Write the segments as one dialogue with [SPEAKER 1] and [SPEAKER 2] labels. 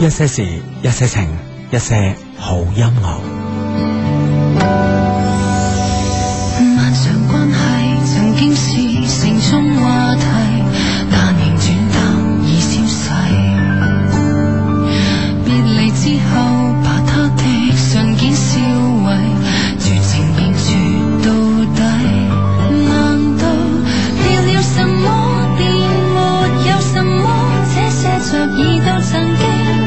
[SPEAKER 1] 一些事，一些情，一些好音樂。
[SPEAKER 2] 漫長關係曾經是城中話題，但仍轉淡已消逝。別離之後，把他的信件銷毀，絕情並絕到底。難道變了什麼，便沒有什麼？這些着意都曾經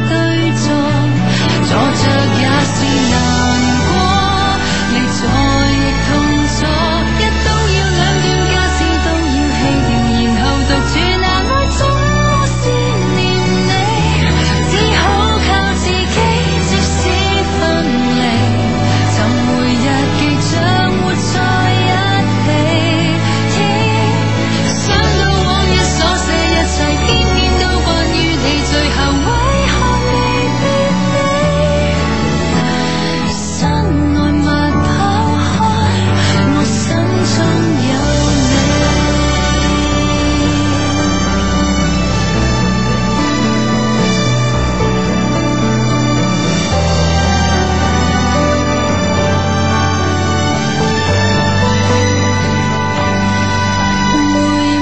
[SPEAKER 2] 對坐，坐着也是難過，你在亦痛楚。一刀要兩斷，家私都要棄掉，然後獨處難耐，總是念你，只好靠自己，即使分離。尋回日記，像活在一起。想到往日所寫一切，偏偏都關於你，最後為何未別你？身外物拋開，我心中有你。回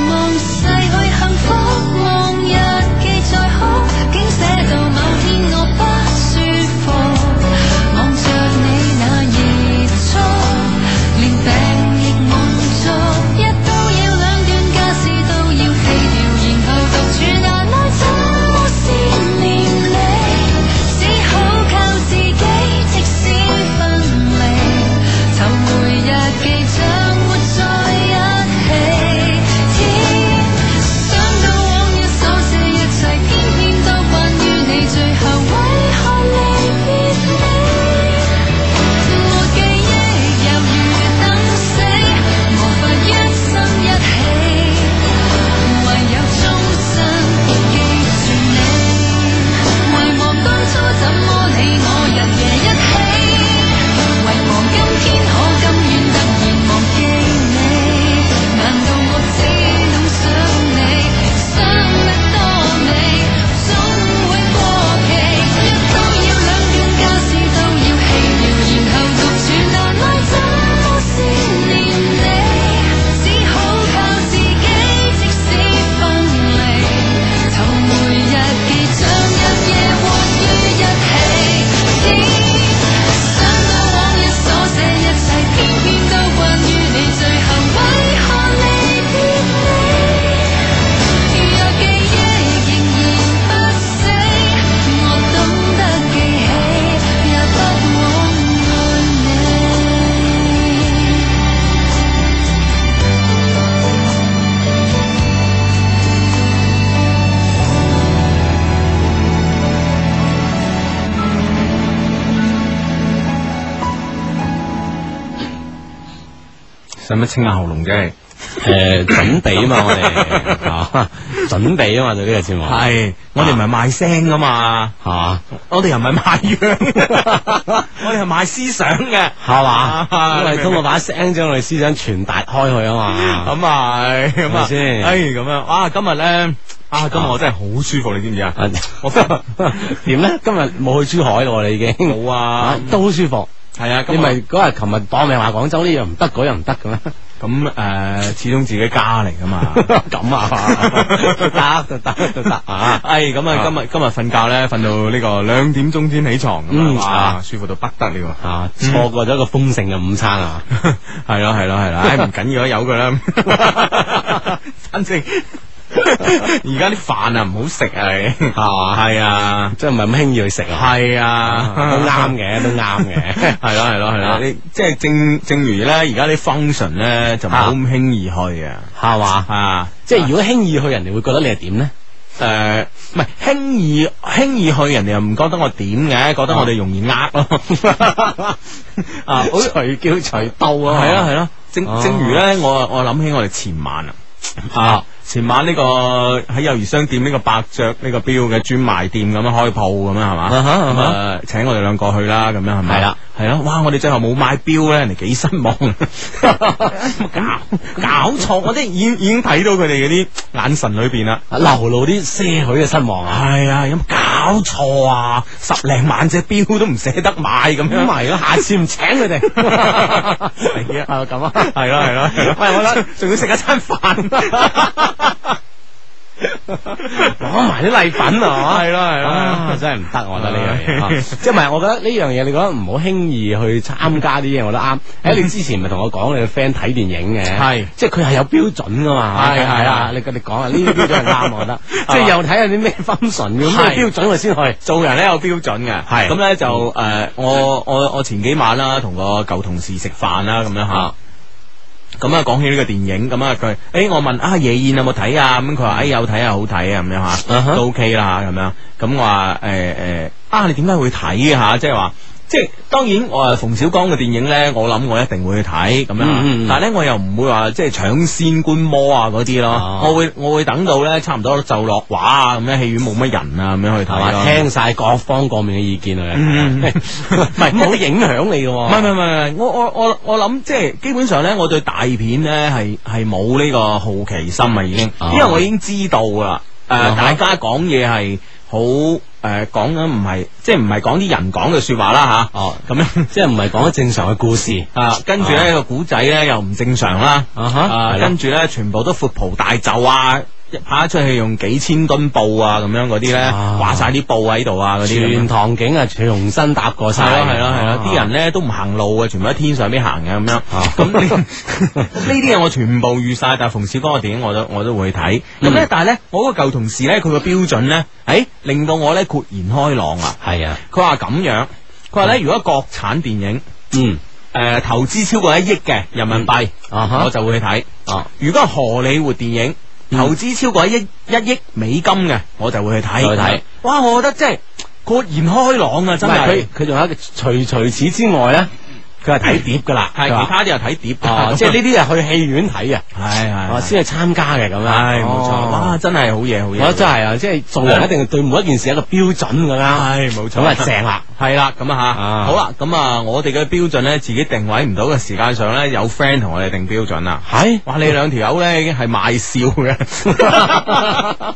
[SPEAKER 2] 望逝去幸福，望日記再哭，竟寫到某天我不舒服。望着你那熱衷，連病亦滿足。一刀要兩斷，家私都要棄掉，然後獨處難耐，怎麼思念你？只好靠自己，即使分離。尋回日記，像活在一起。想到往日所寫一切，偏偏都關於你，最後為何離別你？沒記憶，猶如等死，無法一生一起，唯有終身記住你。遺忘當初怎麼你我日夜一起。遺忘今天可甘願突然忘記你，難道我只懂想你？想得多美，總會過期。一刀要兩斷，家私都要棄掉，然後獨處難耐，怎麼思念你？只好靠自己，即使分離，尋回日記，像日夜活於一起。想到往日所寫一切，偏偏都關於你，最後為何離別你？若記憶仍然不死，我懂得記起，也不枉愛你。
[SPEAKER 1] 使乜清下喉嚨 啫？
[SPEAKER 3] 诶，準備啊嘛，我哋 啊，準備啊嘛，對呢個節目
[SPEAKER 1] 係，我哋唔係賣聲噶嘛，
[SPEAKER 3] 係嘛，
[SPEAKER 1] 我哋又唔係賣 樣，我哋係賣思想嘅，
[SPEAKER 3] 係嘛，
[SPEAKER 1] 啊
[SPEAKER 3] 我哋通過把聲將我哋思想傳達開去啊嘛，
[SPEAKER 1] 咁啊，係咁
[SPEAKER 3] 咪
[SPEAKER 1] 啊，
[SPEAKER 3] 先
[SPEAKER 1] 哎，咁樣，哇，今日咧，啊，今日我真係好舒服，你知唔知啊？
[SPEAKER 3] 啊
[SPEAKER 1] 我今日
[SPEAKER 3] 點咧？今日冇去珠海咯，我哋已經
[SPEAKER 1] 冇啊
[SPEAKER 3] 啊，都好舒服。
[SPEAKER 1] 係啊，
[SPEAKER 3] 你
[SPEAKER 1] 今
[SPEAKER 3] 咪
[SPEAKER 1] 日
[SPEAKER 3] 嗰日琴日搏命話廣州呢樣唔得，嗰樣唔得嘅咩？
[SPEAKER 1] 咁誒，始終自己家嚟噶 嘛。
[SPEAKER 3] 咁 啊，得得得得得啊！
[SPEAKER 1] 哎，咁啊，
[SPEAKER 3] 啊
[SPEAKER 1] 今日今日瞓覺咧，瞓到呢個兩點鐘先起床咁啊，
[SPEAKER 3] 嗯
[SPEAKER 1] 哇，
[SPEAKER 3] 啊
[SPEAKER 1] 舒服到不得了。
[SPEAKER 3] 啊，錯過咗一個豐盛嘅午餐啊！
[SPEAKER 1] 係咯係咯係啦，唉唔緊要啦，有佢啦， 反正而家啲飯啊唔好食啊，你
[SPEAKER 3] 係嘛，
[SPEAKER 1] 係啊
[SPEAKER 3] 即係唔係咁輕易去食啊？
[SPEAKER 1] 係啊，
[SPEAKER 3] 都啱嘅，都啱嘅。 啊
[SPEAKER 1] 係咯係咯係咯，你即係正正如咧，而家啲 function 咧就唔
[SPEAKER 3] 啊
[SPEAKER 1] 好咁輕易去嘅，
[SPEAKER 3] 係嘛？
[SPEAKER 1] 啊，
[SPEAKER 3] 即係如果輕易去，人哋會覺得你係點咧？
[SPEAKER 1] 誒唔係輕易輕易去，人哋又唔覺得我點嘅，覺
[SPEAKER 3] 啊
[SPEAKER 1] 得我哋容易呃 咯，啊，好
[SPEAKER 3] 隨叫隨到啊！
[SPEAKER 1] 係啊係啊，正
[SPEAKER 3] 哦
[SPEAKER 1] 正如咧，我我諗起我哋前晚啊，啊前晚呢個喺幼兒商店呢個百爵呢個表嘅專賣店咁樣開鋪咁樣係嘛，
[SPEAKER 3] 啊哈啊
[SPEAKER 1] 咁
[SPEAKER 3] 哈
[SPEAKER 1] Uh-huh，啊請我哋兩個去啦咁樣係咪？
[SPEAKER 3] 係啦，
[SPEAKER 1] 系咯，哇！我哋最後冇買錶咧，人哋幾失 望。搞搞錯，我即係已 經已經睇到佢哋嗰啲眼神裏邊啦。
[SPEAKER 3] 流露啲些許嘅失望啊！
[SPEAKER 1] 係啊，有冇搞錯啊？十零萬隻錶都唔捨得買咁樣，咪咯，下次唔請佢 哋。係啊，
[SPEAKER 3] 啊咁啊，
[SPEAKER 1] 係咯，係咯，係咯
[SPEAKER 3] 喂我覺得
[SPEAKER 1] 仲要食一餐飯，
[SPEAKER 3] 攞埋啲禮品啊，
[SPEAKER 1] 係咯係咯
[SPEAKER 3] 啊真係唔得，我覺得呢樣嘢啊，
[SPEAKER 1] 係
[SPEAKER 3] 即係唔係？我覺得呢樣嘢，你覺得唔好輕易去參加啲嘢，我覺得啱。誒，你之前咪同我講你個 friend 睇電影嘅，
[SPEAKER 1] 係
[SPEAKER 3] 即嗯係佢係有標準噶嘛，
[SPEAKER 1] 係係
[SPEAKER 3] 啊，你你講啊，呢啲標準係啱，我覺 得，即係又睇下啲咩 function 咁
[SPEAKER 1] 係
[SPEAKER 3] 咩標準我先去。
[SPEAKER 1] 做人咧有標準嘅，
[SPEAKER 3] 係
[SPEAKER 1] 咁咧就誒、呃我我我前幾晚啦，同個舊同事食飯啦，咁樣嚇
[SPEAKER 3] 啊。
[SPEAKER 1] 咁啊，講起呢個電影，咁啊佢，誒、我問啊夜宴有冇睇啊？咁佢話誒有睇啊，好睇啊，咁樣
[SPEAKER 3] 啊
[SPEAKER 1] 嚇，
[SPEAKER 3] 哈
[SPEAKER 1] 都 OK 啦咁樣。咁我話誒誒啊，你點解會睇嘅嚇？即係話。即係當然，我話馮小剛嘅電影咧，我諗我一定會去睇咁樣啊，
[SPEAKER 3] 嗯嗯嗯
[SPEAKER 1] 但係咧我又唔會話即係搶先觀摩啊嗰啲咯
[SPEAKER 3] 哦，
[SPEAKER 1] 我會我會等到咧差唔多就落畫啊咁樣，戲院冇乜人啊咁樣去睇
[SPEAKER 3] 係嘛？
[SPEAKER 1] 咯。
[SPEAKER 3] 聽晒各方各面嘅意見啊，
[SPEAKER 1] 嗯
[SPEAKER 3] 唔係唔好影響你
[SPEAKER 1] 唔係
[SPEAKER 3] 嘅
[SPEAKER 1] 唔
[SPEAKER 3] 喎。
[SPEAKER 1] 係唔係，我我我我諗即係基本上咧，我對大片咧係係冇呢個好奇心啊，已經，
[SPEAKER 3] 哦
[SPEAKER 1] 因為我已經知道㗎啦。誒、
[SPEAKER 3] 啊
[SPEAKER 1] 大
[SPEAKER 3] 哈
[SPEAKER 1] 家講嘢係好誒講緊唔係，即係唔係講啲人講嘅説話啦
[SPEAKER 3] 哦，
[SPEAKER 1] 吓，咁、樣
[SPEAKER 3] 即係唔係講正常嘅故事
[SPEAKER 1] 啊，跟住咧個古仔咧又唔正常啦。
[SPEAKER 3] 啊
[SPEAKER 1] 啊，
[SPEAKER 3] 係啦
[SPEAKER 1] 跟住咧，全部都闊袍大袖啊，一拍一出去用幾千噸布啊，咁樣嗰啲咧，
[SPEAKER 3] 啊
[SPEAKER 1] 畫晒啲布喺度啊，嗰啲咁樣
[SPEAKER 3] 全堂景啊，重新搭過
[SPEAKER 1] 系
[SPEAKER 3] 晒，啊
[SPEAKER 1] 咯係咯係咯，啲人咧都唔行路嘅，全部喺天上邊行嘅咁樣。咁呢 呢啲嘢我全部預晒，但係馮小剛嘅電影我都我都會睇。咁
[SPEAKER 3] 嗯
[SPEAKER 1] 咧，但係咧，我嗰個舊同事咧，佢個標準咧，誒令到我咧豁然開朗啊！
[SPEAKER 3] 係啊，
[SPEAKER 1] 佢話咁樣，佢話咧，如果國產電影
[SPEAKER 3] 嗯
[SPEAKER 1] 誒投資超過一億嘅人民幣，
[SPEAKER 3] 啊
[SPEAKER 1] 我
[SPEAKER 3] 哈，
[SPEAKER 1] 就會去睇；
[SPEAKER 3] 哦，
[SPEAKER 1] 如果係荷里活電影，
[SPEAKER 3] 嗯
[SPEAKER 1] 投資超過一億一億美金嘅，我就會去睇。
[SPEAKER 3] 就去睇，
[SPEAKER 1] 哇！我覺得真係豁然開朗啊！
[SPEAKER 3] 真
[SPEAKER 1] 真
[SPEAKER 3] 係
[SPEAKER 1] 係
[SPEAKER 3] 佢。佢仲有一個除除此之外咧，佢係睇碟噶啦，
[SPEAKER 1] 系其
[SPEAKER 3] 佢話
[SPEAKER 1] 他啲又睇碟啊，
[SPEAKER 3] 哦，即係呢啲係去戲院睇嘅，哦，
[SPEAKER 1] 係，系系
[SPEAKER 3] 先係參加嘅咁樣，
[SPEAKER 1] 係冇錯，
[SPEAKER 3] 哦
[SPEAKER 1] 哇，真係好嘢好
[SPEAKER 3] 我
[SPEAKER 1] 嘢，
[SPEAKER 3] 覺得真係啊，即係做人一定要對每一件事有一個標準㗎啦，
[SPEAKER 1] 係冇錯，
[SPEAKER 3] 咁啊正啦，
[SPEAKER 1] 係啦，咁啊吓，
[SPEAKER 3] 啊
[SPEAKER 1] 好啦，咁啊，我哋嘅標準咧，自己定位唔到嘅時間上咧，有 friend 同我哋定標準啦，
[SPEAKER 3] 係。
[SPEAKER 1] 哇，你兩條友咧已經係賣笑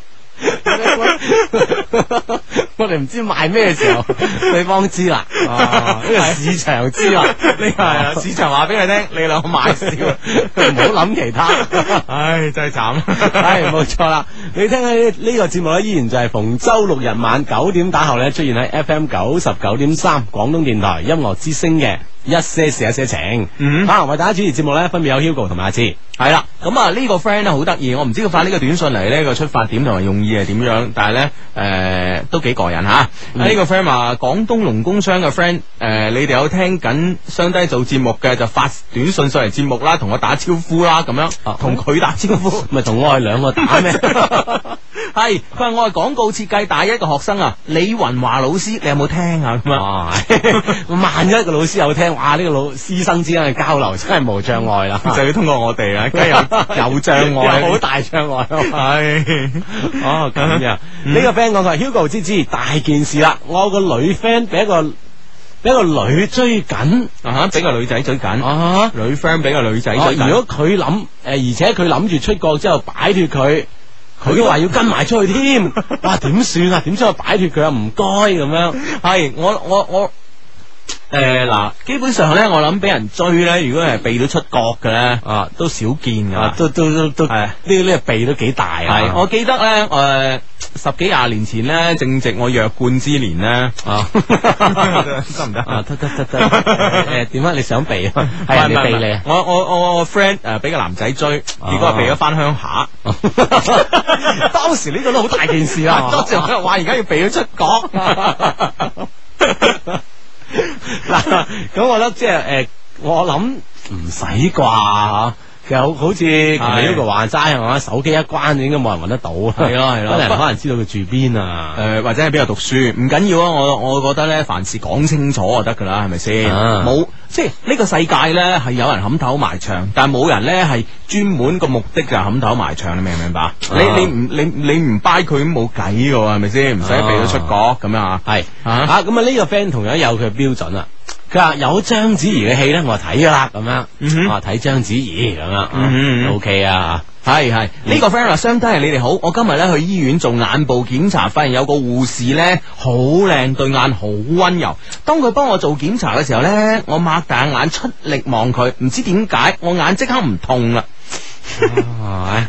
[SPEAKER 1] 嘅，
[SPEAKER 3] 我哋唔知賣咩時候，對方知啦，啊 呢個市場知啦，
[SPEAKER 1] 呢個係啊，市場話俾佢聽，你兩個賣 笑，
[SPEAKER 3] 唔好諗其 他。
[SPEAKER 1] 唉，真係慘，
[SPEAKER 3] 系冇錯啦，你聽緊呢個節目咧，依然就係逢周六日晚九點打後咧，出現喺 FM 九十九點三廣東電台音樂之聲嘅一些事一些情。
[SPEAKER 1] 嗯
[SPEAKER 3] 啊，為大家主持節目咧，分別有 Hugo 同埋阿 志。
[SPEAKER 1] 係啦，咁啊呢個 friend 咧好得意，我唔知佢發呢個短信嚟呢個出發點同埋用意係點樣，但係呢，誒、都幾過癮吓。呢、
[SPEAKER 3] 嗯
[SPEAKER 1] 個 friend 話廣東農工商嘅 friend 誒，你哋有聽緊雙低做節目嘅就發短信上嚟節目啦，同我打招呼啦咁樣
[SPEAKER 3] 啊，
[SPEAKER 1] 同佢打 招呼。
[SPEAKER 3] 咪啊同我哋兩個打咩？
[SPEAKER 1] 係，佢話我係廣告設計大一嘅學生啊，李雲華老師，你有冇聽啊？咁啊，
[SPEAKER 3] 哇！ 萬一個老師有聽，哇！呢、個老師生之間嘅交流 真係無障礙啦，
[SPEAKER 1] 就要通過我 哋啦，啊梗係有有障礙，
[SPEAKER 3] 啊有好大障礙。
[SPEAKER 1] 係
[SPEAKER 3] 哦，咁樣。呢個 friend 講佢話 Hugo 芝芝大件事啦，我有個女 friend 俾一個俾一個女追緊
[SPEAKER 1] 啊哈，俾個女仔追緊。
[SPEAKER 3] 啊。
[SPEAKER 1] 女 friend 俾個女仔
[SPEAKER 3] 哦
[SPEAKER 1] 追緊
[SPEAKER 3] 如果佢諗誒，而且佢諗住出國之後擺脱佢，佢都話要跟埋出去 添，哇！點算啊？點出去擺脱佢啊？唔該咁樣。
[SPEAKER 1] 系我我我诶嗱、基本上咧，我諗俾人追咧，如果係避到出國嘅咧，
[SPEAKER 3] 啊
[SPEAKER 1] 都少見
[SPEAKER 3] 啊
[SPEAKER 1] 噶！。
[SPEAKER 3] 都都都都，
[SPEAKER 1] 係
[SPEAKER 3] 呢個呢個鼻都幾大啊！
[SPEAKER 1] 係，我記得咧，诶、十幾廿年前咧，正值我弱冠之年 咧，
[SPEAKER 3] 啊
[SPEAKER 1] 得唔得
[SPEAKER 3] 啊，得得得得，誒點啊？你 想避啊？
[SPEAKER 1] 唔係
[SPEAKER 3] 係人
[SPEAKER 1] 唔
[SPEAKER 3] 哋
[SPEAKER 1] 係
[SPEAKER 3] 避
[SPEAKER 1] 唔
[SPEAKER 3] 你
[SPEAKER 1] 係
[SPEAKER 3] 啊？
[SPEAKER 1] 我我我我 friend 诶俾個男仔追，結果係避咗翻鄉 下。
[SPEAKER 3] 當時呢個都好大 件事啊啦，
[SPEAKER 1] 當時我就話而家要避咗出 國。
[SPEAKER 3] 嗱，咁我覺得即係誒，我諗唔使啩嚇。其實好好似
[SPEAKER 1] 係
[SPEAKER 3] Hugo 話齋係嘛，手機一關就應該冇人揾得到。係
[SPEAKER 1] 咯係咯
[SPEAKER 3] 可能可能知道佢住邊啊。
[SPEAKER 1] 诶、或者喺邊度讀書，唔緊要啊！我我覺得咧，凡事講清楚就得噶啦，係咪先？
[SPEAKER 3] 啊
[SPEAKER 1] 冇、即係呢個世界咧係有人冚頭埋牆，但係冇人咧係專門個目的就係冚頭埋牆，你明唔明白？你你唔你你唔掰佢咁冇計噶喎，係咪先？唔使避佢出國咁樣啊！
[SPEAKER 3] 係
[SPEAKER 1] 啊
[SPEAKER 3] 啊，咁啊呢個 friend 同樣有佢嘅標準啊。佢話有章子怡嘅戲咧，我就睇噶啦咁樣，
[SPEAKER 1] 嗯哼
[SPEAKER 3] 我話睇章子怡咁
[SPEAKER 1] 嗯嗯嗯
[SPEAKER 3] 樣，O K 啊，
[SPEAKER 1] 系系呢個
[SPEAKER 3] 嗯
[SPEAKER 1] friend 話，相低係你哋好，我今日咧去醫院做眼部檢查，發現有個護士咧好靚，對眼好温柔。當佢幫我做檢查嘅時候咧，我擘大眼出力望佢，唔知點解我眼即刻唔痛 啦。啊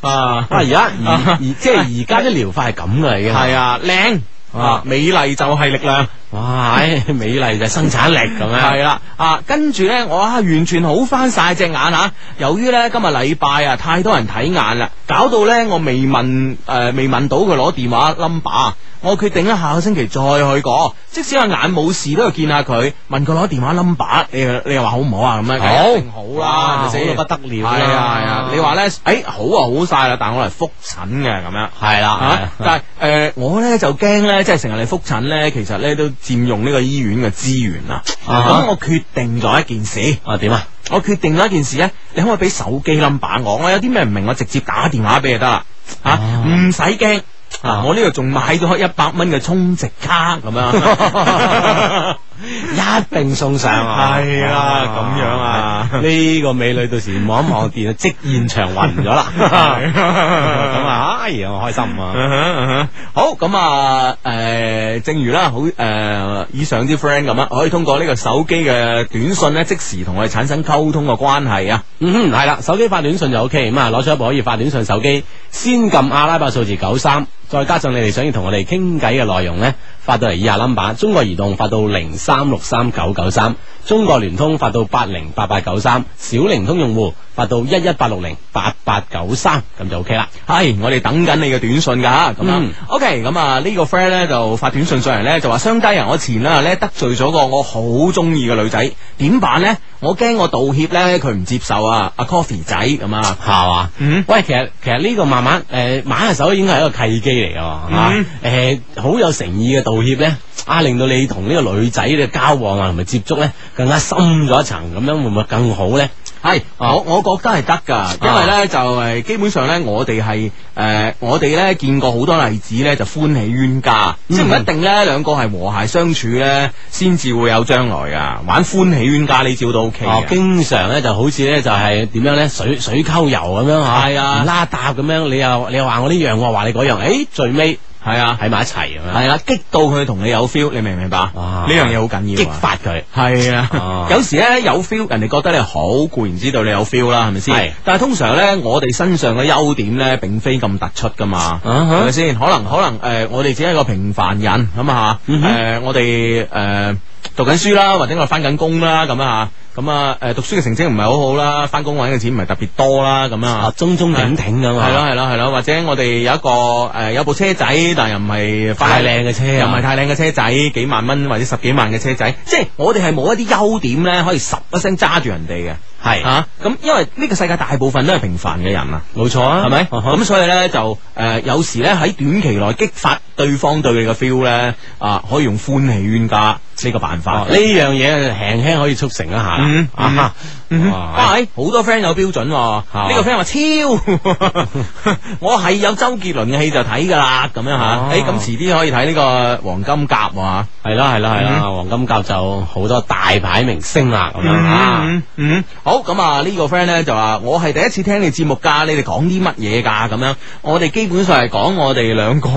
[SPEAKER 3] 啊而家而而即係而家啲療法係咁噶已經，
[SPEAKER 1] 係啊，靚啊
[SPEAKER 3] 啊，
[SPEAKER 1] 美麗就係力量。
[SPEAKER 3] 哇，唉美麗就係生產力咁樣，
[SPEAKER 1] 系啦，啊，跟住呢，我啊完全好翻晒隻眼啊！由於呢，今日禮拜啊，太多人睇眼啦，搞到呢，我未問诶、呃未問到佢攞電話 number，我啊決定咧下個星期再去過，即使個眼冇事都要見下佢，問佢攞電話 number，你啊又你又話好唔好啊？咁樣
[SPEAKER 3] 好
[SPEAKER 1] 一定好啦，係咪先
[SPEAKER 3] 好到不得了啦
[SPEAKER 1] 係啊係啊，你話呢？诶、好啊好晒啦，但我嚟復診嘅咁樣。
[SPEAKER 3] 係啦
[SPEAKER 1] 啊，，但系诶、呃我咧就驚咧，即係成日嚟复診咧，其實咧都佔用呢個醫院嘅資源啊。咁、
[SPEAKER 3] 啊哈
[SPEAKER 1] 我決定咗一件事，
[SPEAKER 3] 啊點啊？
[SPEAKER 1] 我決定咗一件事咧，你可唔可以俾手機 number 我？我有啲咩唔明，我直接打電話俾就得啦。吓、
[SPEAKER 3] 啊
[SPEAKER 1] 唔使驚。啊
[SPEAKER 3] 啊！
[SPEAKER 1] 我呢度仲買咗一百蚊嘅充值卡咁 樣，
[SPEAKER 3] 一并送上啊！
[SPEAKER 1] 係啊咁樣啊
[SPEAKER 3] 呢個美女到時望一望電，即現場暈咗啦！
[SPEAKER 1] 係
[SPEAKER 3] 咁啊，哎呀，我開心啊！
[SPEAKER 1] 嗯哼嗯哼好咁啊，诶、正如啦，好诶、誒以上啲 friend 咁啊，可以通過呢個手機嘅短信咧，即時同我哋產生溝通嘅關係啊。
[SPEAKER 3] 嗯，係啦，手機發短信就 OK，咁啊，攞出一部可以發短信手機，先撳阿拉伯數字九三，再加上你哋想要同我哋傾偈嘅內容呢，發到嚟以下 number：中國移動發到零三六三九九三，中國聯通發到八零八八九三，小靈通用戶發到一一八六零八八九三，咁就 OK 啦。
[SPEAKER 1] 系，我哋等緊你嘅短信噶咁啊
[SPEAKER 3] 嗯。
[SPEAKER 1] OK，咁啊呢個 friend 咧就發短信上嚟咧，就話相低人我前啦咧得罪咗個我好中意嘅女仔，點辦呢？我驚我道歉咧佢唔接受啊，阿 Coffee 仔咁啊。
[SPEAKER 3] 系嘛？
[SPEAKER 1] 嗯
[SPEAKER 3] 喂，其實其實呢個慢慢诶，挽、下手應該係一個契機嚟嘅喎，吓
[SPEAKER 1] 嗯
[SPEAKER 3] 诶、誒好有誠意嘅道歉咧，啊，令到你同呢個女仔嘅交往啊，同埋接觸咧，更加深咗一層，咁樣會唔會更好咧？
[SPEAKER 1] 系，
[SPEAKER 3] 啊
[SPEAKER 1] 我我覺得係得噶，因為咧就诶，基本上咧我哋係诶，我哋咧見過好多例子咧，就歡喜冤家，
[SPEAKER 3] 嗯
[SPEAKER 1] 即係唔一定咧兩個係和諧相處咧，先至會有將來噶。玩歡喜冤家呢招都 OK
[SPEAKER 3] 哦，
[SPEAKER 1] 嘅。
[SPEAKER 3] 經常咧就好似咧就係點樣咧水水溝油咁樣吓，
[SPEAKER 1] 係啊
[SPEAKER 3] 唔拉搭咁樣，你又你又話我呢樣，我話你嗰樣，诶、最尾
[SPEAKER 1] 係啊，
[SPEAKER 3] 喺埋一齊咁樣，
[SPEAKER 1] 係啦，激到佢同你有 feel，你明唔明白？呢
[SPEAKER 3] 哇
[SPEAKER 1] 樣嘢好緊要
[SPEAKER 3] 激
[SPEAKER 1] 啊。
[SPEAKER 3] 發佢。
[SPEAKER 1] 系啊
[SPEAKER 3] 啊，
[SPEAKER 1] 有時咧有 feel，人哋覺得你好，固然知道你有 feel 啦，係咪
[SPEAKER 3] 係
[SPEAKER 1] 先？但係通常咧，我哋身上嘅優點咧，並非咁突出噶嘛，
[SPEAKER 3] 啊哈
[SPEAKER 1] 係咪先？可能可能诶，呃我哋只係一個平凡人咁啊吓，
[SPEAKER 3] 嗯哼
[SPEAKER 1] 诶，我哋诶讀緊書啦，或者我哋翻緊工啦，咁啊吓，咁啊诶，讀書嘅成績唔係好好啦，翻工揾嘅錢唔係特別多啦，咁
[SPEAKER 3] 啊
[SPEAKER 1] 啊，。
[SPEAKER 3] 中中挺挺咁啊，
[SPEAKER 1] 係咯，係咯，係咯，或者我哋有一個诶、呃有部車仔，但係又唔係
[SPEAKER 3] 太靚嘅車啊
[SPEAKER 1] 又唔係太靚嘅車仔，幾萬蚊或者十幾萬嘅車仔，即係我哋係冇一啲優點咧，可以十一聲揸住人哋嘅
[SPEAKER 3] 係
[SPEAKER 1] 吓。咁、因為呢個世界大部分都係平凡嘅人啊。
[SPEAKER 3] 冇錯啊，
[SPEAKER 1] 係咪？
[SPEAKER 3] 啊
[SPEAKER 1] 咁、
[SPEAKER 3] 哈
[SPEAKER 1] 所以咧就诶、呃有時咧喺短期內激發對方對你嘅 feel 咧，啊，可以用歡喜冤家呢個辦法。
[SPEAKER 3] 哦呢樣嘢輕輕可以促成一下啦
[SPEAKER 1] 嗯，嗯
[SPEAKER 3] 啊
[SPEAKER 1] 嗯
[SPEAKER 3] 哇
[SPEAKER 1] 哇！哎好多 friend 有標準喎，呢
[SPEAKER 3] 嘛
[SPEAKER 1] 個 friend 話超， 我係有周杰倫嘅戲就睇㗎啦，咁樣吓
[SPEAKER 3] 哦。
[SPEAKER 1] 誒咁遲啲可以睇呢個黃金甲喎。
[SPEAKER 3] 係啦係啦係
[SPEAKER 1] 嗯
[SPEAKER 3] 啦，黃金甲就好多大牌明星啦咁樣啊，
[SPEAKER 1] 嗯嗯，好咁啊！呢個 friend 咧就話：我係第一次聽你節目㗎，你哋講啲乜嘢㗎？咁樣，我哋基本上係講我哋兩個，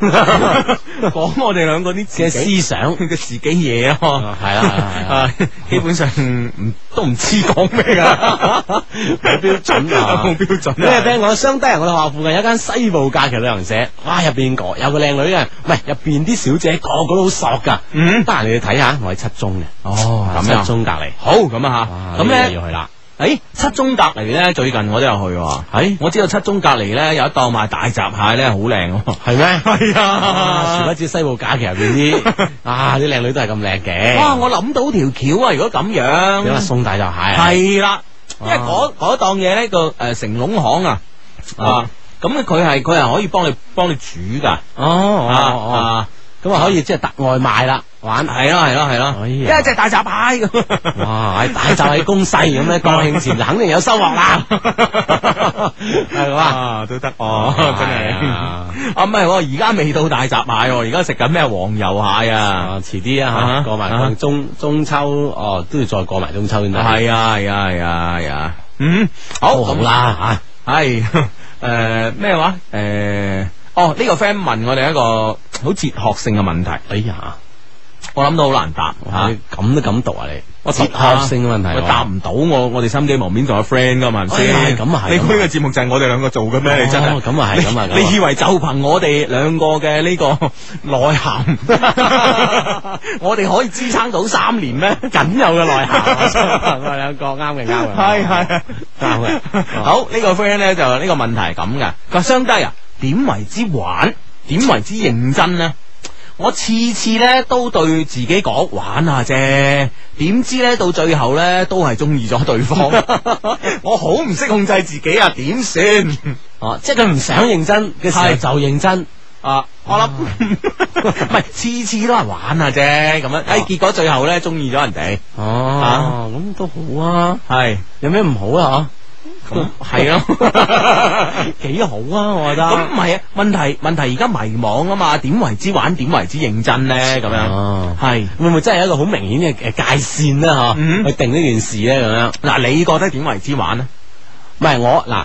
[SPEAKER 1] 講我哋兩個啲
[SPEAKER 3] 嘅
[SPEAKER 1] 自己
[SPEAKER 3] 思想
[SPEAKER 1] 嘅自己嘢咯
[SPEAKER 3] 啊。係啦係啦係
[SPEAKER 1] 啊，
[SPEAKER 3] 啦
[SPEAKER 1] 基本上唔都唔知講咩㗎，
[SPEAKER 3] 冇標準 啊
[SPEAKER 1] 冇標準啊。
[SPEAKER 3] 咩 friend 講雙低人我哋學校附近有一間西部假期旅行社，哇入邊個有個靚女嘅，唔係入邊啲小姐個個都好索㗎，
[SPEAKER 1] 嗯
[SPEAKER 3] 得閒你哋睇下，我喺七中嘅，啊
[SPEAKER 1] 哦咁
[SPEAKER 3] 七
[SPEAKER 1] 樣
[SPEAKER 3] 中隔離，
[SPEAKER 1] 好咁啊
[SPEAKER 3] 哇
[SPEAKER 1] 吓，咁
[SPEAKER 3] 呢個
[SPEAKER 1] 咧
[SPEAKER 3] 要，去啦，
[SPEAKER 1] 誒哎七中隔離咧，最近我都有去喎。
[SPEAKER 3] 係
[SPEAKER 1] 我知道七中隔離咧有一檔賣大閘蟹咧，好靚喎。
[SPEAKER 3] 係咩？
[SPEAKER 1] 係
[SPEAKER 3] 啊殊不知西部假期入邊 啲啊啲靚女都係咁靚嘅，
[SPEAKER 1] 哇！我諗到條橋啊，如果咁
[SPEAKER 3] 你話
[SPEAKER 1] 樣，
[SPEAKER 3] 送大閘啊蟹啊
[SPEAKER 1] 係啦，因為
[SPEAKER 3] 啊
[SPEAKER 1] 嗰嗰檔嘢咧個诶成龍行啊，啊
[SPEAKER 3] 啊
[SPEAKER 1] 咁佢係佢係可以幫你幫你煮㗎，
[SPEAKER 3] 哦哦
[SPEAKER 1] 啊
[SPEAKER 3] 哦。
[SPEAKER 1] 啊
[SPEAKER 3] 咁啊可以即係特外賣啦，玩。
[SPEAKER 1] 系咯系咯系咯，
[SPEAKER 3] 哎呀
[SPEAKER 1] 一只大闸蟹咁。
[SPEAKER 3] 哇！喺大闸喺公西咁 咧，國慶前就肯定有收穫啦，係嘛？
[SPEAKER 1] 啊，都得哦，真
[SPEAKER 3] 係
[SPEAKER 1] 系
[SPEAKER 3] 啊
[SPEAKER 1] 啊，唔系喎，而家未到大闸蟹喎，而家食緊咩黃油蟹啊？
[SPEAKER 3] 啊，遲啲啊
[SPEAKER 1] 啊
[SPEAKER 3] 嚇，過埋
[SPEAKER 1] 啊
[SPEAKER 3] 過中中秋哦，都要再過埋中秋先得。
[SPEAKER 1] 係啊，係啊，係啊，係啊，嗯，好啊
[SPEAKER 3] 都好，啦
[SPEAKER 1] 咁係 诶咩話诶。哦，呢、個 friend 問我哋一個好哲學性嘅問題，
[SPEAKER 3] 嚇。哎
[SPEAKER 1] 啊
[SPEAKER 3] 呀，
[SPEAKER 1] 我諗到好難答嚇。
[SPEAKER 3] 哇你咁都敢讀啊你？
[SPEAKER 1] 啊我
[SPEAKER 3] 哲學性嘅問題
[SPEAKER 1] 我
[SPEAKER 3] 喎，哦
[SPEAKER 1] 答唔到我，我哋心機旁邊仲有 friend 噶嘛，係咪先？
[SPEAKER 3] 哎咁啊係
[SPEAKER 1] 你估呢個節目就係我哋兩個做嘅咩？你真係
[SPEAKER 3] 哦咁啊係咁啊咁啊
[SPEAKER 1] 你以為就憑我哋兩個嘅呢個內 涵，我哋可以支撐到三年 咩？
[SPEAKER 3] 僅有嘅內涵，我想
[SPEAKER 1] 啊
[SPEAKER 3] 問我哋兩個啱嘅啱嘅。
[SPEAKER 1] 係係
[SPEAKER 3] 啱嘅哦
[SPEAKER 1] 好呢個 friend 咧就呢個問題係咁嘅，佢話相低啊，點為之玩？點為之認真呢？我次次咧都對自己講玩下啫，點知咧到最後咧都係中意咗對 方，我好唔識控制自己啊，點算？
[SPEAKER 3] 哦，即係佢唔想認真嘅時候
[SPEAKER 1] 係
[SPEAKER 3] 就認真。
[SPEAKER 1] 啊，我 諗唔係次次都係玩下啫，咁樣，哎，結果最後咧中意咗人哋，啊
[SPEAKER 3] 哦，咁都好啊，
[SPEAKER 1] 係
[SPEAKER 3] 有咩唔好啊？
[SPEAKER 1] 咁係咯。
[SPEAKER 3] 嗬， 幾好啊，我覺得。
[SPEAKER 1] 咁唔係啊，問題問題而家迷茫啊嘛，點為之玩，點為之認真咧？咁樣
[SPEAKER 3] 哦
[SPEAKER 1] 係
[SPEAKER 3] 會唔會真係一個好明顯嘅嘅界線咧？嗬、
[SPEAKER 1] 嗯
[SPEAKER 3] 去定呢件事咧咁樣。
[SPEAKER 1] 嗱，你覺得點為之玩咧？啊
[SPEAKER 3] 唔係我嗱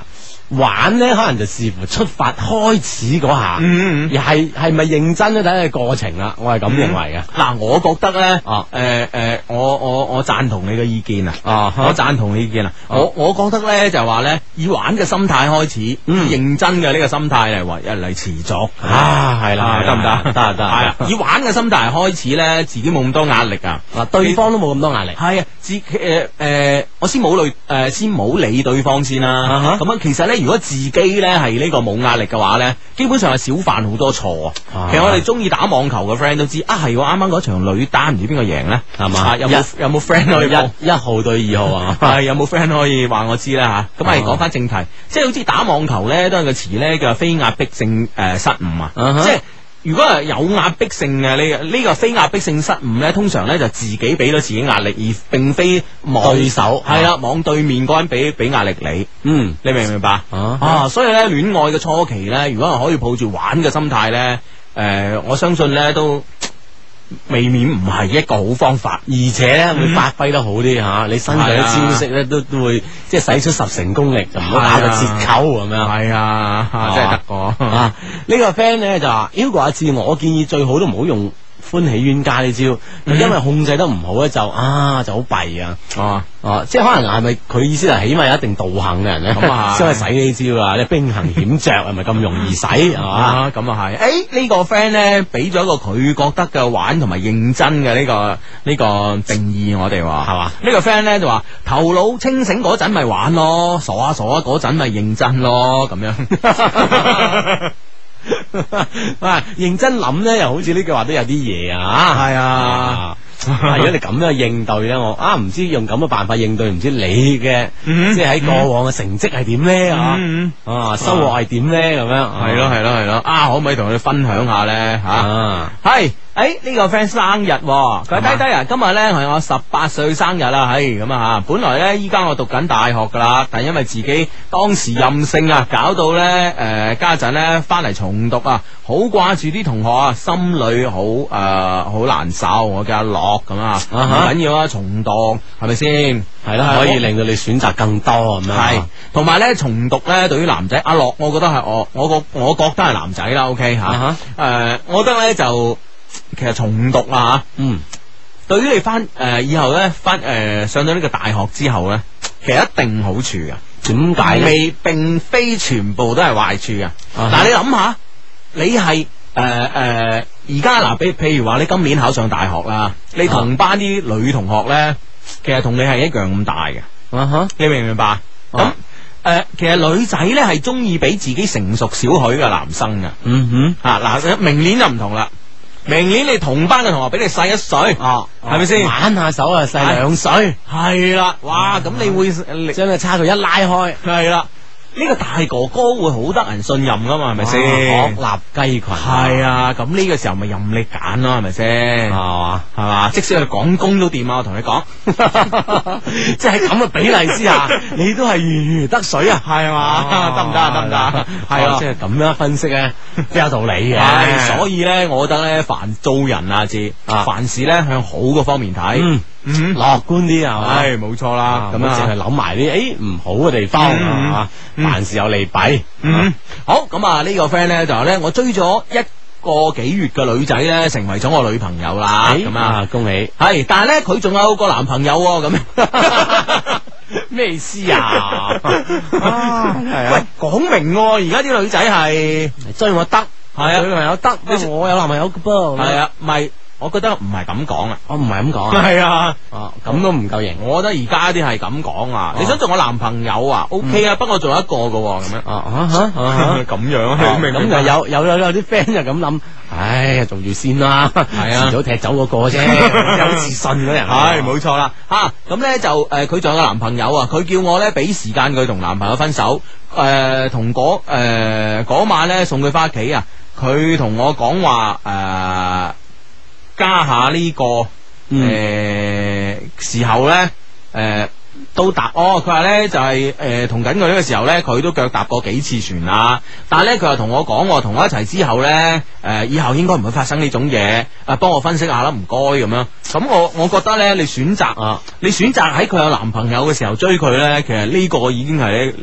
[SPEAKER 3] 玩咧，可能就視乎出發開始嗰下，
[SPEAKER 1] 嗯
[SPEAKER 3] 而係係咪認真咧睇嘅過程啦。我係咁認為嘅。
[SPEAKER 1] 啊嗱，我覺得咧，
[SPEAKER 3] 啊
[SPEAKER 1] 誒誒，我我我贊同你嘅意見啊。
[SPEAKER 3] 啊
[SPEAKER 1] 我贊同你意見啊！
[SPEAKER 3] 啊
[SPEAKER 1] 我我覺得咧就係話咧，以玩嘅心態開始，
[SPEAKER 3] 嗯
[SPEAKER 1] 認真嘅呢個心態嚟為嚟持續
[SPEAKER 3] 啊係啦
[SPEAKER 1] 啊
[SPEAKER 3] 係啦
[SPEAKER 1] 得唔得？
[SPEAKER 3] 得啊得啊
[SPEAKER 1] 係啊！以玩嘅心態開始咧，自己冇咁多壓力啊！
[SPEAKER 3] 嗱，對方都冇咁 多壓力。
[SPEAKER 1] 系啊，自诶诶，我先冇理诶，先冇理對方先
[SPEAKER 3] 啊哈
[SPEAKER 1] 啦。咁樣其實咧，如果自己咧係呢個冇壓力嘅話咧，基本上係少犯好多錯啊
[SPEAKER 3] 啊。
[SPEAKER 1] 其實我哋中意打網球嘅 friend 都知啊，係喎啱啱嗰場女單唔知邊個贏咧，
[SPEAKER 3] 係嘛
[SPEAKER 1] 啊有冇有冇 friend 可以報。
[SPEAKER 3] 一一號對二號啊
[SPEAKER 1] 係有冇 friend 可以話我知啦吓？咁啊，講翻正題，即係好似打網球咧，都有個詞咧叫非壓迫性诶失誤啊
[SPEAKER 3] 啊哈，
[SPEAKER 1] 即係如果係有壓迫性嘅呢個呢個非壓迫性失誤咧，通常咧就自己俾到自己壓力，而並非網
[SPEAKER 3] 對手啊
[SPEAKER 1] 係啦，網對面嗰個人俾俾壓力你，
[SPEAKER 3] 嗯。
[SPEAKER 1] 你明唔明白？
[SPEAKER 3] 啊
[SPEAKER 1] 啊，所以咧戀愛嘅初期咧，如果係可以抱住玩嘅心態咧，诶，我相信咧都未免唔係一個好方法。
[SPEAKER 3] 而且咧會發揮得好啲嚇、你身上
[SPEAKER 1] 係
[SPEAKER 3] 啲
[SPEAKER 1] 啊
[SPEAKER 3] 招式咧都都會即係使出十成功力，就唔好打個
[SPEAKER 1] 係啊
[SPEAKER 3] 折扣咁樣。
[SPEAKER 1] 係啊，啊真係得我。
[SPEAKER 3] 啊！呢個 friend 咧就話，Hugo 阿志，我建議最好都唔好用歡喜冤家呢招，
[SPEAKER 1] 嗯
[SPEAKER 3] 因為控制得唔好咧就啊就好弊啊！
[SPEAKER 1] 哦，
[SPEAKER 3] 哦，即係可能係咪佢意思係起碼有一定道行嘅人咧，
[SPEAKER 1] 咁啊
[SPEAKER 3] 先可以使呢招啊！你兵行險著係咪咁容 易使係嘛？
[SPEAKER 1] 啊，咁啊系，诶、呢、個 friend 咧俾咗一個佢覺得嘅玩同埋認真嘅呢、個呢、個定義我哋話
[SPEAKER 3] 係嘛？
[SPEAKER 1] 呢個 friend 咧就話頭腦清醒嗰陣咪玩咯，傻啊下傻下嗰陣咪認真咯，咁樣。
[SPEAKER 3] 哇！認真諗咧，又好似呢句話都有啲嘢啊！
[SPEAKER 1] 係啊
[SPEAKER 3] 啊，如果你咁樣應對咧，我啊唔知用咁嘅辦法應對，唔知你嘅、
[SPEAKER 1] 嗯
[SPEAKER 3] 即係喺過往嘅成績係點咧啊？
[SPEAKER 1] 嗯
[SPEAKER 3] 啊，收穫係點咧？咁樣
[SPEAKER 1] 係咯係咯係咯，啊可唔可以同佢分享下咧吓？
[SPEAKER 3] 啊，
[SPEAKER 1] 系，诶哎呢、個个 friend 生日喎，佢話
[SPEAKER 3] 係嘛
[SPEAKER 1] 低低啊，今日咧係我十八歲生日啦，唉咁啊吓，本來咧依家我讀緊大學噶啦，但因為自己當時任性啊，搞到咧诶家陣咧翻嚟重讀啊，好掛住啲同學啊，心裏好诶好、難受，我叫阿樂咁啊，
[SPEAKER 3] 啊
[SPEAKER 1] 唔
[SPEAKER 3] 哈
[SPEAKER 1] 緊要啊，重讀係咪先？
[SPEAKER 3] 係啦，可以令到你選擇更多咁樣。
[SPEAKER 1] 系，同埋咧重讀咧，對於男仔，阿樂，我覺得係我我個我覺得係男仔啦，OK 吓、
[SPEAKER 3] 啊
[SPEAKER 1] 诶、我覺得咧就其實重讀啦
[SPEAKER 3] 嗯，
[SPEAKER 1] 吓，對於你翻诶、誒以後咧翻诶上咗呢個大學之後咧，其實一定好處嘅，
[SPEAKER 3] 點解
[SPEAKER 1] 但
[SPEAKER 3] 咧？
[SPEAKER 1] 未並非全部都係壞處嘅。
[SPEAKER 3] 哈
[SPEAKER 1] 但係你諗下，你係诶诶而家嗱，譬譬如話你今年考上大學啦，你同班啲女同學咧，其實同你係一樣咁大嘅。
[SPEAKER 3] 啊哈，
[SPEAKER 1] 你明唔明白？咁
[SPEAKER 3] 啊
[SPEAKER 1] 诶、誒其實女仔咧係中意俾自己成熟少許嘅男生噶。
[SPEAKER 3] 嗯
[SPEAKER 1] 啊，嗱，明年就唔同啦。明年你同班嘅同學比你細一歲，
[SPEAKER 3] 哼，哦，
[SPEAKER 1] 係咪先
[SPEAKER 3] 挽下手啊，細兩歲，嗯
[SPEAKER 1] 係啦，哇，咁你會你
[SPEAKER 3] 將佢差距一拉開，
[SPEAKER 1] 係啦。呢個大哥哥會好得人信任噶嘛，係咪先？
[SPEAKER 3] 啊鶴立雞群，
[SPEAKER 1] 係啊，咁呢個時候咪任你揀咯，係咪
[SPEAKER 3] 係
[SPEAKER 1] 先？
[SPEAKER 3] 嘛？
[SPEAKER 1] 係嘛？即使佢講工都掂啊！我同你講，
[SPEAKER 3] 即係喺咁嘅比例之下，你都係如魚得水啊，
[SPEAKER 1] 係嘛？得唔得啊？得唔得啊？
[SPEAKER 3] 係
[SPEAKER 1] 係
[SPEAKER 3] 啊，
[SPEAKER 1] 啊
[SPEAKER 3] 即。係咁樣分 析咧，比較道理嘅。
[SPEAKER 1] 係，所以咧，我覺得咧，凡做人啊，至
[SPEAKER 3] 啊
[SPEAKER 1] 凡事咧向好嗰方面睇，
[SPEAKER 3] 嗯，
[SPEAKER 1] 嗯，
[SPEAKER 3] 樂觀啲係嘛？
[SPEAKER 1] 係冇錯啦，
[SPEAKER 3] 咁
[SPEAKER 1] 咁
[SPEAKER 3] 啊，
[SPEAKER 1] 啊
[SPEAKER 3] 淨係。諗埋啲誒唔好嘅地方
[SPEAKER 1] 嗯嗯
[SPEAKER 3] 啊，凡事有利弊。
[SPEAKER 1] 嗯，好咁啊！呢個 friend 咧就話咧，我追咗一個幾月嘅女仔咧，成為咗我女朋友啦，
[SPEAKER 3] 誒
[SPEAKER 1] 咁啊，，
[SPEAKER 3] 恭喜！
[SPEAKER 1] 係，但係咧佢仲有個男朋友喎咁 樣。
[SPEAKER 3] 咩意 思啊？
[SPEAKER 1] 喂，講明喎，而家啲女仔係
[SPEAKER 3] 追我得，係
[SPEAKER 1] 啊
[SPEAKER 3] 追女朋友得，不過我有男朋友嘅噃。
[SPEAKER 1] 係，啊，唔係，我覺得唔係咁講啊。
[SPEAKER 3] 我唔係咁講啊。
[SPEAKER 1] 係啊，
[SPEAKER 3] 哦，咁都唔夠型。
[SPEAKER 1] 我覺得而家啲係咁講啊。你想做我男朋友啊？OK 啊，不過做一個嘅喎，咁樣。
[SPEAKER 3] 啊啊吓 啊
[SPEAKER 1] 咁樣
[SPEAKER 3] 吓！
[SPEAKER 1] 你明唔
[SPEAKER 3] 咁
[SPEAKER 1] 明
[SPEAKER 3] 就
[SPEAKER 1] 白
[SPEAKER 3] 有有有有啲 friend 就咁諗，唉，做住先啦，係
[SPEAKER 1] 啊
[SPEAKER 3] 早踢走嗰個啫，有自信嗰人啊。
[SPEAKER 1] 系冇錯啦，吓咁咧就诶，佢、仲有個男朋友啊，佢叫我咧俾時間佢同男朋友分手，诶、同嗰诶嗰晚咧送佢翻屋企啊，佢同我講話诶，呃家下呢、個个
[SPEAKER 3] 嗯
[SPEAKER 1] 诶、時候咧诶。呃都搭哦，佢話咧就係誒同緊佢呢個時候咧，佢都腳踏過幾次船啦。但係咧，佢又同我講喎，同我一齊之後咧，誒、以後應該唔會發生呢種嘢。啊，幫我分析下啦，唔該咁樣。咁我我覺得咧，你選擇
[SPEAKER 3] 啊，
[SPEAKER 1] 你選擇喺佢有男朋友嘅時候追佢咧，其實呢個已經係誒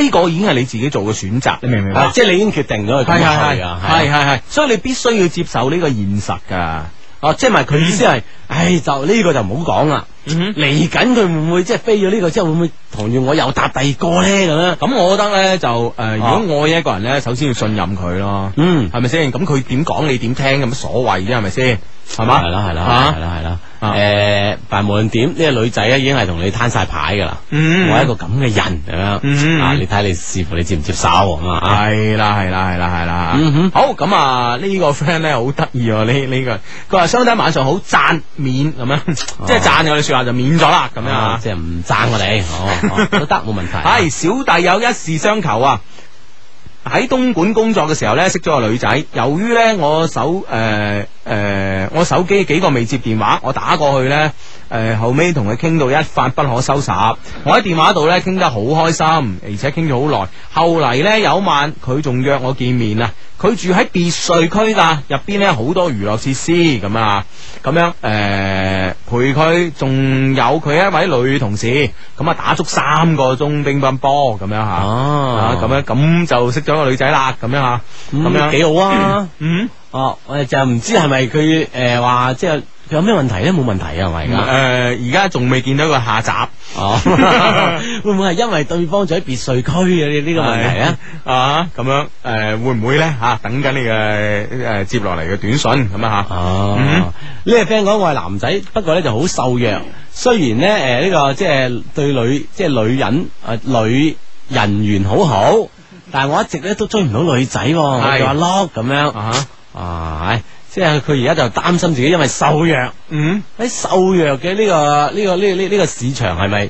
[SPEAKER 1] 呢個已經係你自己做嘅選擇，你明唔明
[SPEAKER 3] 啊
[SPEAKER 1] 白？
[SPEAKER 3] 即係你已經決定咗係
[SPEAKER 1] 係
[SPEAKER 3] 咁
[SPEAKER 1] 係
[SPEAKER 3] 去
[SPEAKER 1] 係
[SPEAKER 3] 啊，
[SPEAKER 1] 係係係，所以你必須要接受呢個現實㗎。
[SPEAKER 3] 哦，即係咪佢意思係，唉，就呢個就唔好講啦。
[SPEAKER 1] 嗯
[SPEAKER 3] 嚟緊佢會唔會即係飛咗呢個之後，會唔會同住我又搭第二個咧咁樣？
[SPEAKER 1] 咁我覺得咧就誒、如
[SPEAKER 3] 啊
[SPEAKER 1] 果愛一個人咧，首先要信任佢咯。
[SPEAKER 3] 嗯，
[SPEAKER 1] 系咪先？咁佢點講你點聽咁所謂啫，係咪先？係
[SPEAKER 3] 係
[SPEAKER 1] 嘛？
[SPEAKER 3] 係啦，係啦，
[SPEAKER 1] 啊
[SPEAKER 3] 係啦，係啦。
[SPEAKER 1] 啊
[SPEAKER 3] 誒，但係無論點，呢個女仔啊咧已經係同你攤晒牌㗎啦。
[SPEAKER 1] 嗯
[SPEAKER 3] 我係一個咁嘅人咁樣
[SPEAKER 1] 嗯
[SPEAKER 3] 啊，你睇你視乎你接唔接受咁啊啊。
[SPEAKER 1] 係啦，係啦，係啦，係啦。
[SPEAKER 3] 嗯哼
[SPEAKER 1] 好咁啊！呢個 friend 咧好得意喎，呢呢個佢話相低晚上好讚免咁樣，即係讚我哋說話就免咗啦咁樣
[SPEAKER 3] 啊
[SPEAKER 1] 啊！
[SPEAKER 3] 哦即係唔爭我哋，哦，哦都得冇問題。
[SPEAKER 1] 係小弟有一事相求啊！喺東莞工作嘅時候呢，識咗個女仔。由於呢，我手誒誒、呃呃我手機幾個未接電話，我打過去呢，誒、後尾同佢傾到一發不可收拾。我喺電話度呢，傾得好開心，而且傾咗好耐。後嚟呢，有晚佢仲約我見面啊！佢住喺別墅區㗎，入邊呢好多娛樂設施咁啊，咁樣誒、呃陪佢，仲有佢一位女同事，咁啊打足三個鐘乒乓波咁樣嚇。啊
[SPEAKER 3] 哦，
[SPEAKER 1] 咁樣咁就識咗個女仔啦，咁樣吓，咁樣
[SPEAKER 3] 咁幾好 啊。
[SPEAKER 1] 嗯
[SPEAKER 3] 哦，我哋就唔知係咪佢誒話即係佢有咩問題咧？冇問題啊，係咪
[SPEAKER 1] 誒，
[SPEAKER 3] 㗎？
[SPEAKER 1] 而家仲未見到個下集
[SPEAKER 3] 哦，會唔會係因為對方住喺別墅區嘅呢個問題咧？
[SPEAKER 1] 係啊，咁樣誒會唔會咧吓？等緊你嘅誒接落嚟嘅短信咁樣吓，
[SPEAKER 3] 哦，
[SPEAKER 1] 嗯
[SPEAKER 3] 呢個 friend 講我係男仔，不過咧就好瘦弱。雖然咧誒呢個即係對女即係女人啊女人緣好好，但係我一直咧都追唔到女仔喎，我
[SPEAKER 1] 係
[SPEAKER 3] 叫阿 Lock 咁樣
[SPEAKER 1] 啊哈，
[SPEAKER 3] 啊，唉即係佢而家就擔心自己因為瘦弱。
[SPEAKER 1] 嗯
[SPEAKER 3] 喺瘦弱嘅呢、個呢、個呢呢呢個市場係咪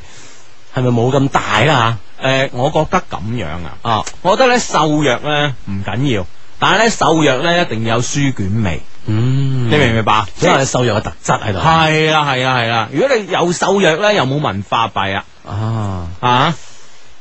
[SPEAKER 3] 係咪冇咁大啦
[SPEAKER 1] 誒，我覺得咁樣啊，
[SPEAKER 3] 吓？哦，
[SPEAKER 1] 我覺得咧瘦弱咧唔緊要，但係咧瘦弱咧一定要有書卷味，
[SPEAKER 3] 嗯
[SPEAKER 1] 你明唔明白？
[SPEAKER 3] 即係瘦弱嘅特質喺度。
[SPEAKER 1] 係啦係啊啦係啦，如果你又瘦弱咧又冇文化弊啊。
[SPEAKER 3] 啊，
[SPEAKER 1] 啊，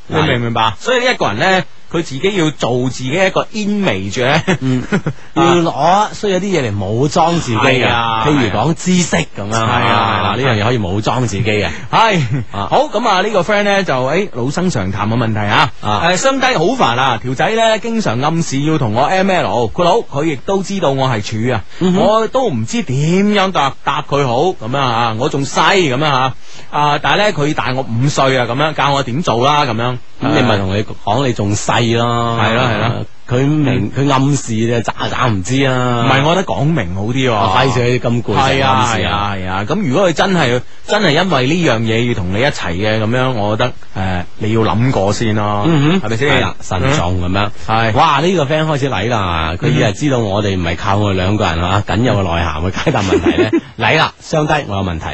[SPEAKER 1] 你
[SPEAKER 3] 係
[SPEAKER 1] 明唔明白？所以一個人咧，佢自己要做自己一個 image 咧，
[SPEAKER 3] 嗯
[SPEAKER 1] 啊
[SPEAKER 3] 要攞需要啲嘢嚟武裝自己嘅，
[SPEAKER 1] 係啊
[SPEAKER 3] 譬如
[SPEAKER 1] 係啊
[SPEAKER 3] 講知識咁樣。係
[SPEAKER 1] 啊係啊
[SPEAKER 3] 呢樣嘢可以武裝自己嘅。
[SPEAKER 1] 係
[SPEAKER 3] 啊
[SPEAKER 1] 好咁啊！呢個 friend 咧就誒老生常談嘅問題啊，
[SPEAKER 3] 啊
[SPEAKER 1] 誒相低好煩啊！條仔咧經常暗示要同我 M L，佢佬佢亦都知道我係處啊，
[SPEAKER 3] 嗯哼
[SPEAKER 1] 我都唔知點樣答答佢好咁樣啊！我仲細咁樣啊，啊！但係咧佢大我五歲啊，咁樣教我點做啦咁樣。
[SPEAKER 3] 咁你咪同你講你仲細咯，
[SPEAKER 1] 啊係咯係咯，
[SPEAKER 3] 佢明佢暗示你渣渣唔知啊，
[SPEAKER 1] 唔係，我覺得講明好啲喎，
[SPEAKER 3] 費事你咁攰，
[SPEAKER 1] 係啊
[SPEAKER 3] 暗示
[SPEAKER 1] 係啊係啊！咁如果佢真係真係因為呢樣嘢要同你一齊嘅咁樣，我覺得誒、呃你要諗過先咯，
[SPEAKER 3] 嗯哼，
[SPEAKER 1] 係咪嗯先？
[SPEAKER 3] 係啦，慎重咁樣。哎
[SPEAKER 1] 係
[SPEAKER 3] 哇！呢、個 friend 開始嚟啦，佢以為知道我哋唔 啊係靠我哋兩個人嚇，僅有嘅內涵去解答問題咧，嚟啦，相低我有問題。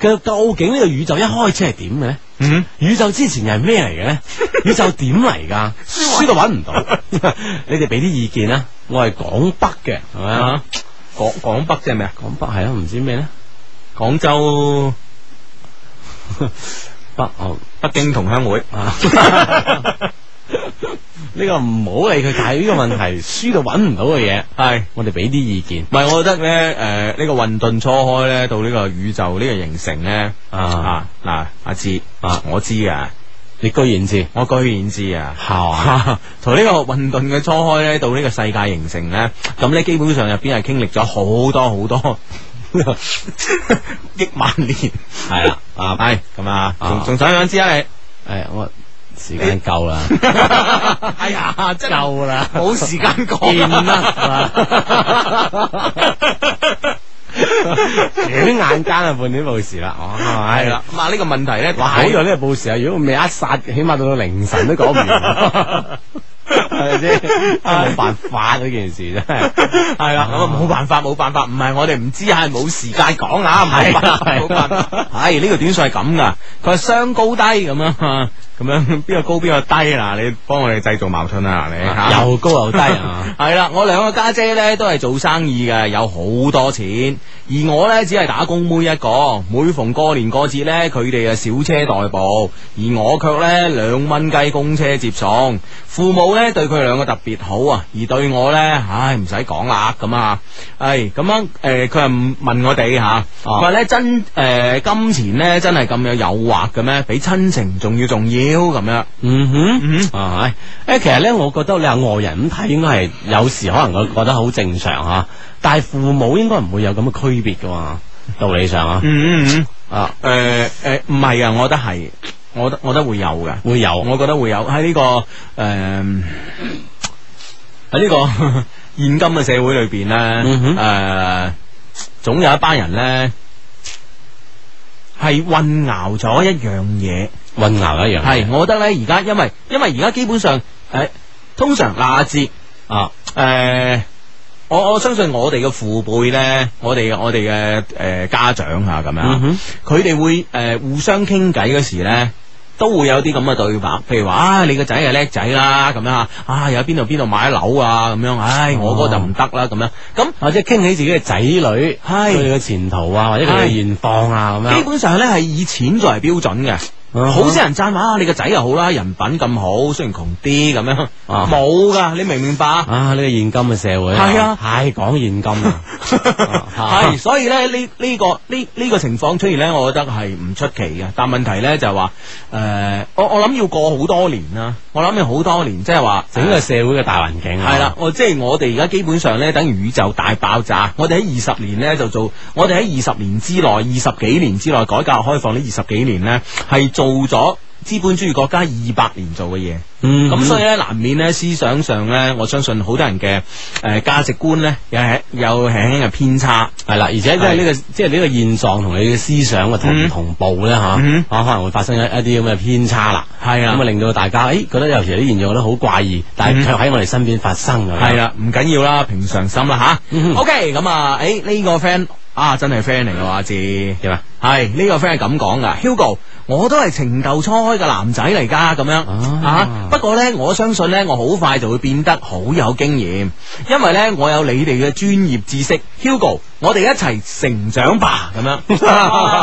[SPEAKER 3] 究究竟呢個宇宙一開始係點嘅咧？
[SPEAKER 1] 嗯，
[SPEAKER 3] 宇宙之前又係咩嚟 嘅咧？宇宙點嚟㗎？書都揾唔到， 你哋俾啲意見啦。我係廣北嘅，係咪啊？
[SPEAKER 1] 廣廣北即係咩啊？
[SPEAKER 3] 廣北係啊，唔知咩咧？
[SPEAKER 1] 廣州
[SPEAKER 3] 北哦
[SPEAKER 1] 北京同鄉會。
[SPEAKER 3] 啊！呢個唔好理佢解呢個問題，書度揾唔到嘅嘢，
[SPEAKER 1] 係，
[SPEAKER 3] 我哋俾啲意見
[SPEAKER 1] 唔係我覺得咧，誒、呢、個混沌初開咧，到呢個宇宙呢個形成咧，
[SPEAKER 3] 啊！
[SPEAKER 1] 啊嗱，阿志
[SPEAKER 3] 啊，
[SPEAKER 1] 我知㗎，
[SPEAKER 3] 你居然知
[SPEAKER 1] 我居然知啊！
[SPEAKER 3] 係嘛？
[SPEAKER 1] 啊 從呢個混沌嘅初開咧，到呢個世界形成咧，咁咧基本上入邊係經歷咗好多 好多億萬年，系
[SPEAKER 3] 係啦，啊
[SPEAKER 1] 係咁啊，
[SPEAKER 3] 啊
[SPEAKER 1] 仲仲想唔想知啊你？
[SPEAKER 3] 誒，我時間夠啦，
[SPEAKER 1] 哎呀，真係
[SPEAKER 3] 夠啦，
[SPEAKER 1] 冇時間
[SPEAKER 3] 掂
[SPEAKER 1] 講
[SPEAKER 3] 啦，轉眼間啊，半年冇事啦，哦，
[SPEAKER 1] 係啦，，咁啊呢個問題咧，
[SPEAKER 3] 哇，好
[SPEAKER 1] 太
[SPEAKER 3] 在呢個報時啊，如果未一殺，起碼到到凌晨都講唔完， 係咪先？真係冇辦法啊呢件事真 係。
[SPEAKER 1] 系啦，咁啊冇辦法，冇辦法，唔係我哋唔知啊，係冇時間講啊，冇辦法，
[SPEAKER 3] 係
[SPEAKER 1] 冇辦法。係呢個短信係咁噶，佢話雙高低咁樣，咁樣邊個高邊個低嗱？你幫我哋製造矛盾啊，你吓。
[SPEAKER 3] 又高又 低啊！
[SPEAKER 1] 系啦，我兩個家姐咧都係做生意嘅，有好多錢，而我咧只係打工妹一個。每逢過年過節咧，佢哋啊小車代步，而我卻咧兩蚊雞公車接送。父母咧對佢兩個特別好啊，而對我咧，唉唔使講啦咁啊，係咁樣诶，佢、係問我哋吓，佢話咧真诶、金錢咧真係咁有誘惑嘅咩？比親情仲要重要咁樣。
[SPEAKER 3] 嗯哼。
[SPEAKER 1] 嗯
[SPEAKER 3] 啊，係誒，其實咧，我覺得你話外人咁睇，應該係有時可能我覺得好正常吓，但係父母應該唔會有咁嘅區別噶嘛，道理上啊，
[SPEAKER 1] 嗯嗯嗯。
[SPEAKER 3] 啊，
[SPEAKER 1] 诶诶，唔係啊，我覺得係，我覺得我覺得會有嘅，
[SPEAKER 3] 會有
[SPEAKER 1] 我覺得會有喺呢、個诶喺呢個 現今嘅社會裏边咧，
[SPEAKER 3] 嗯
[SPEAKER 1] 诶、
[SPEAKER 3] 哼
[SPEAKER 1] 總有一班人咧係混淆咗一樣嘢。
[SPEAKER 3] 混淆一樣，
[SPEAKER 1] 係，我覺得咧而家因為因為而家基本上诶、誒通常嗱節
[SPEAKER 3] 啊，
[SPEAKER 1] 诶、我我相信我哋嘅父輩咧，我哋我哋嘅诶家長啊咁樣。
[SPEAKER 3] 嗯哼，
[SPEAKER 1] 佢哋會誒、呃互相傾偈嗰時咧。都會有啲咁嘅對白，譬如話啊，你個仔係叻仔啦，咁樣啊，啊又喺邊度邊度買樓啊，咁樣，唉，我嗰就唔得啦，咁樣，咁
[SPEAKER 3] 或者啊傾起自己嘅仔女，佢
[SPEAKER 1] 係
[SPEAKER 3] 哋嘅前途啊，或者佢哋嘅
[SPEAKER 1] 係
[SPEAKER 3] 現況啊，咁
[SPEAKER 1] 基
[SPEAKER 3] 樣，
[SPEAKER 1] 本上咧係以錢作為標準嘅，
[SPEAKER 3] 啊
[SPEAKER 1] 好少人讚話啊，你個仔又好啦，人品咁好，雖然窮啲咁樣，
[SPEAKER 3] 啊
[SPEAKER 1] 冇噶，你明唔明白 啊？
[SPEAKER 3] 啊，呢個現今嘅社會，
[SPEAKER 1] 係啊
[SPEAKER 3] 太講現啊金啦， 啊
[SPEAKER 1] 系，所以咧呢呢個呢呢个情況出現咧，我覺得係唔出奇嘅。但問題咧就係話，诶、我我諗要過好多年啦，我諗要好多年，即係話
[SPEAKER 3] 整個社會嘅大環境啊
[SPEAKER 1] 系啦，，我即係我哋而家基本上咧，等於宇宙大爆炸。我哋喺二十年咧就做，我哋喺二十年之內、二十幾年之內改革開放呢二十幾年咧，係做咗資本主義國家二百年做嘅嘢。
[SPEAKER 3] 嗯，
[SPEAKER 1] 咁、所以咧，難免咧思想上咧，我相信好多人嘅诶价值觀咧，又係有輕輕嘅偏差。
[SPEAKER 3] 系啦，而且即係呢個即係呢個現狀同你嘅思想嘅同唔
[SPEAKER 1] 嗯
[SPEAKER 3] 同步咧吓，啊
[SPEAKER 1] 嗯
[SPEAKER 3] 可能會發生一一啲咁嘅偏差啦。
[SPEAKER 1] 係
[SPEAKER 3] 咁啊，令到大家誒覺得有時啲現象咧好怪異，但係
[SPEAKER 1] 嗯
[SPEAKER 3] 卻喺我哋身邊發生咁樣。
[SPEAKER 1] 系啦，唔緊要啦，平常心啦
[SPEAKER 3] 嗯
[SPEAKER 1] 吓。OK，咁啊，诶呢個 friend 啊，真係 friend 嚟嘅話字。
[SPEAKER 3] 點啊？
[SPEAKER 1] 系呢、個 friend 係咁講噶，Hugo，我都係情竇初開嘅男仔嚟㗎，咁樣
[SPEAKER 3] 啊
[SPEAKER 1] 啊不過呢，我相信呢，我好快就會變得好有經驗，因為呢，我有你哋嘅專業知識，Hugo，我哋一齊成長吧，咁 樣。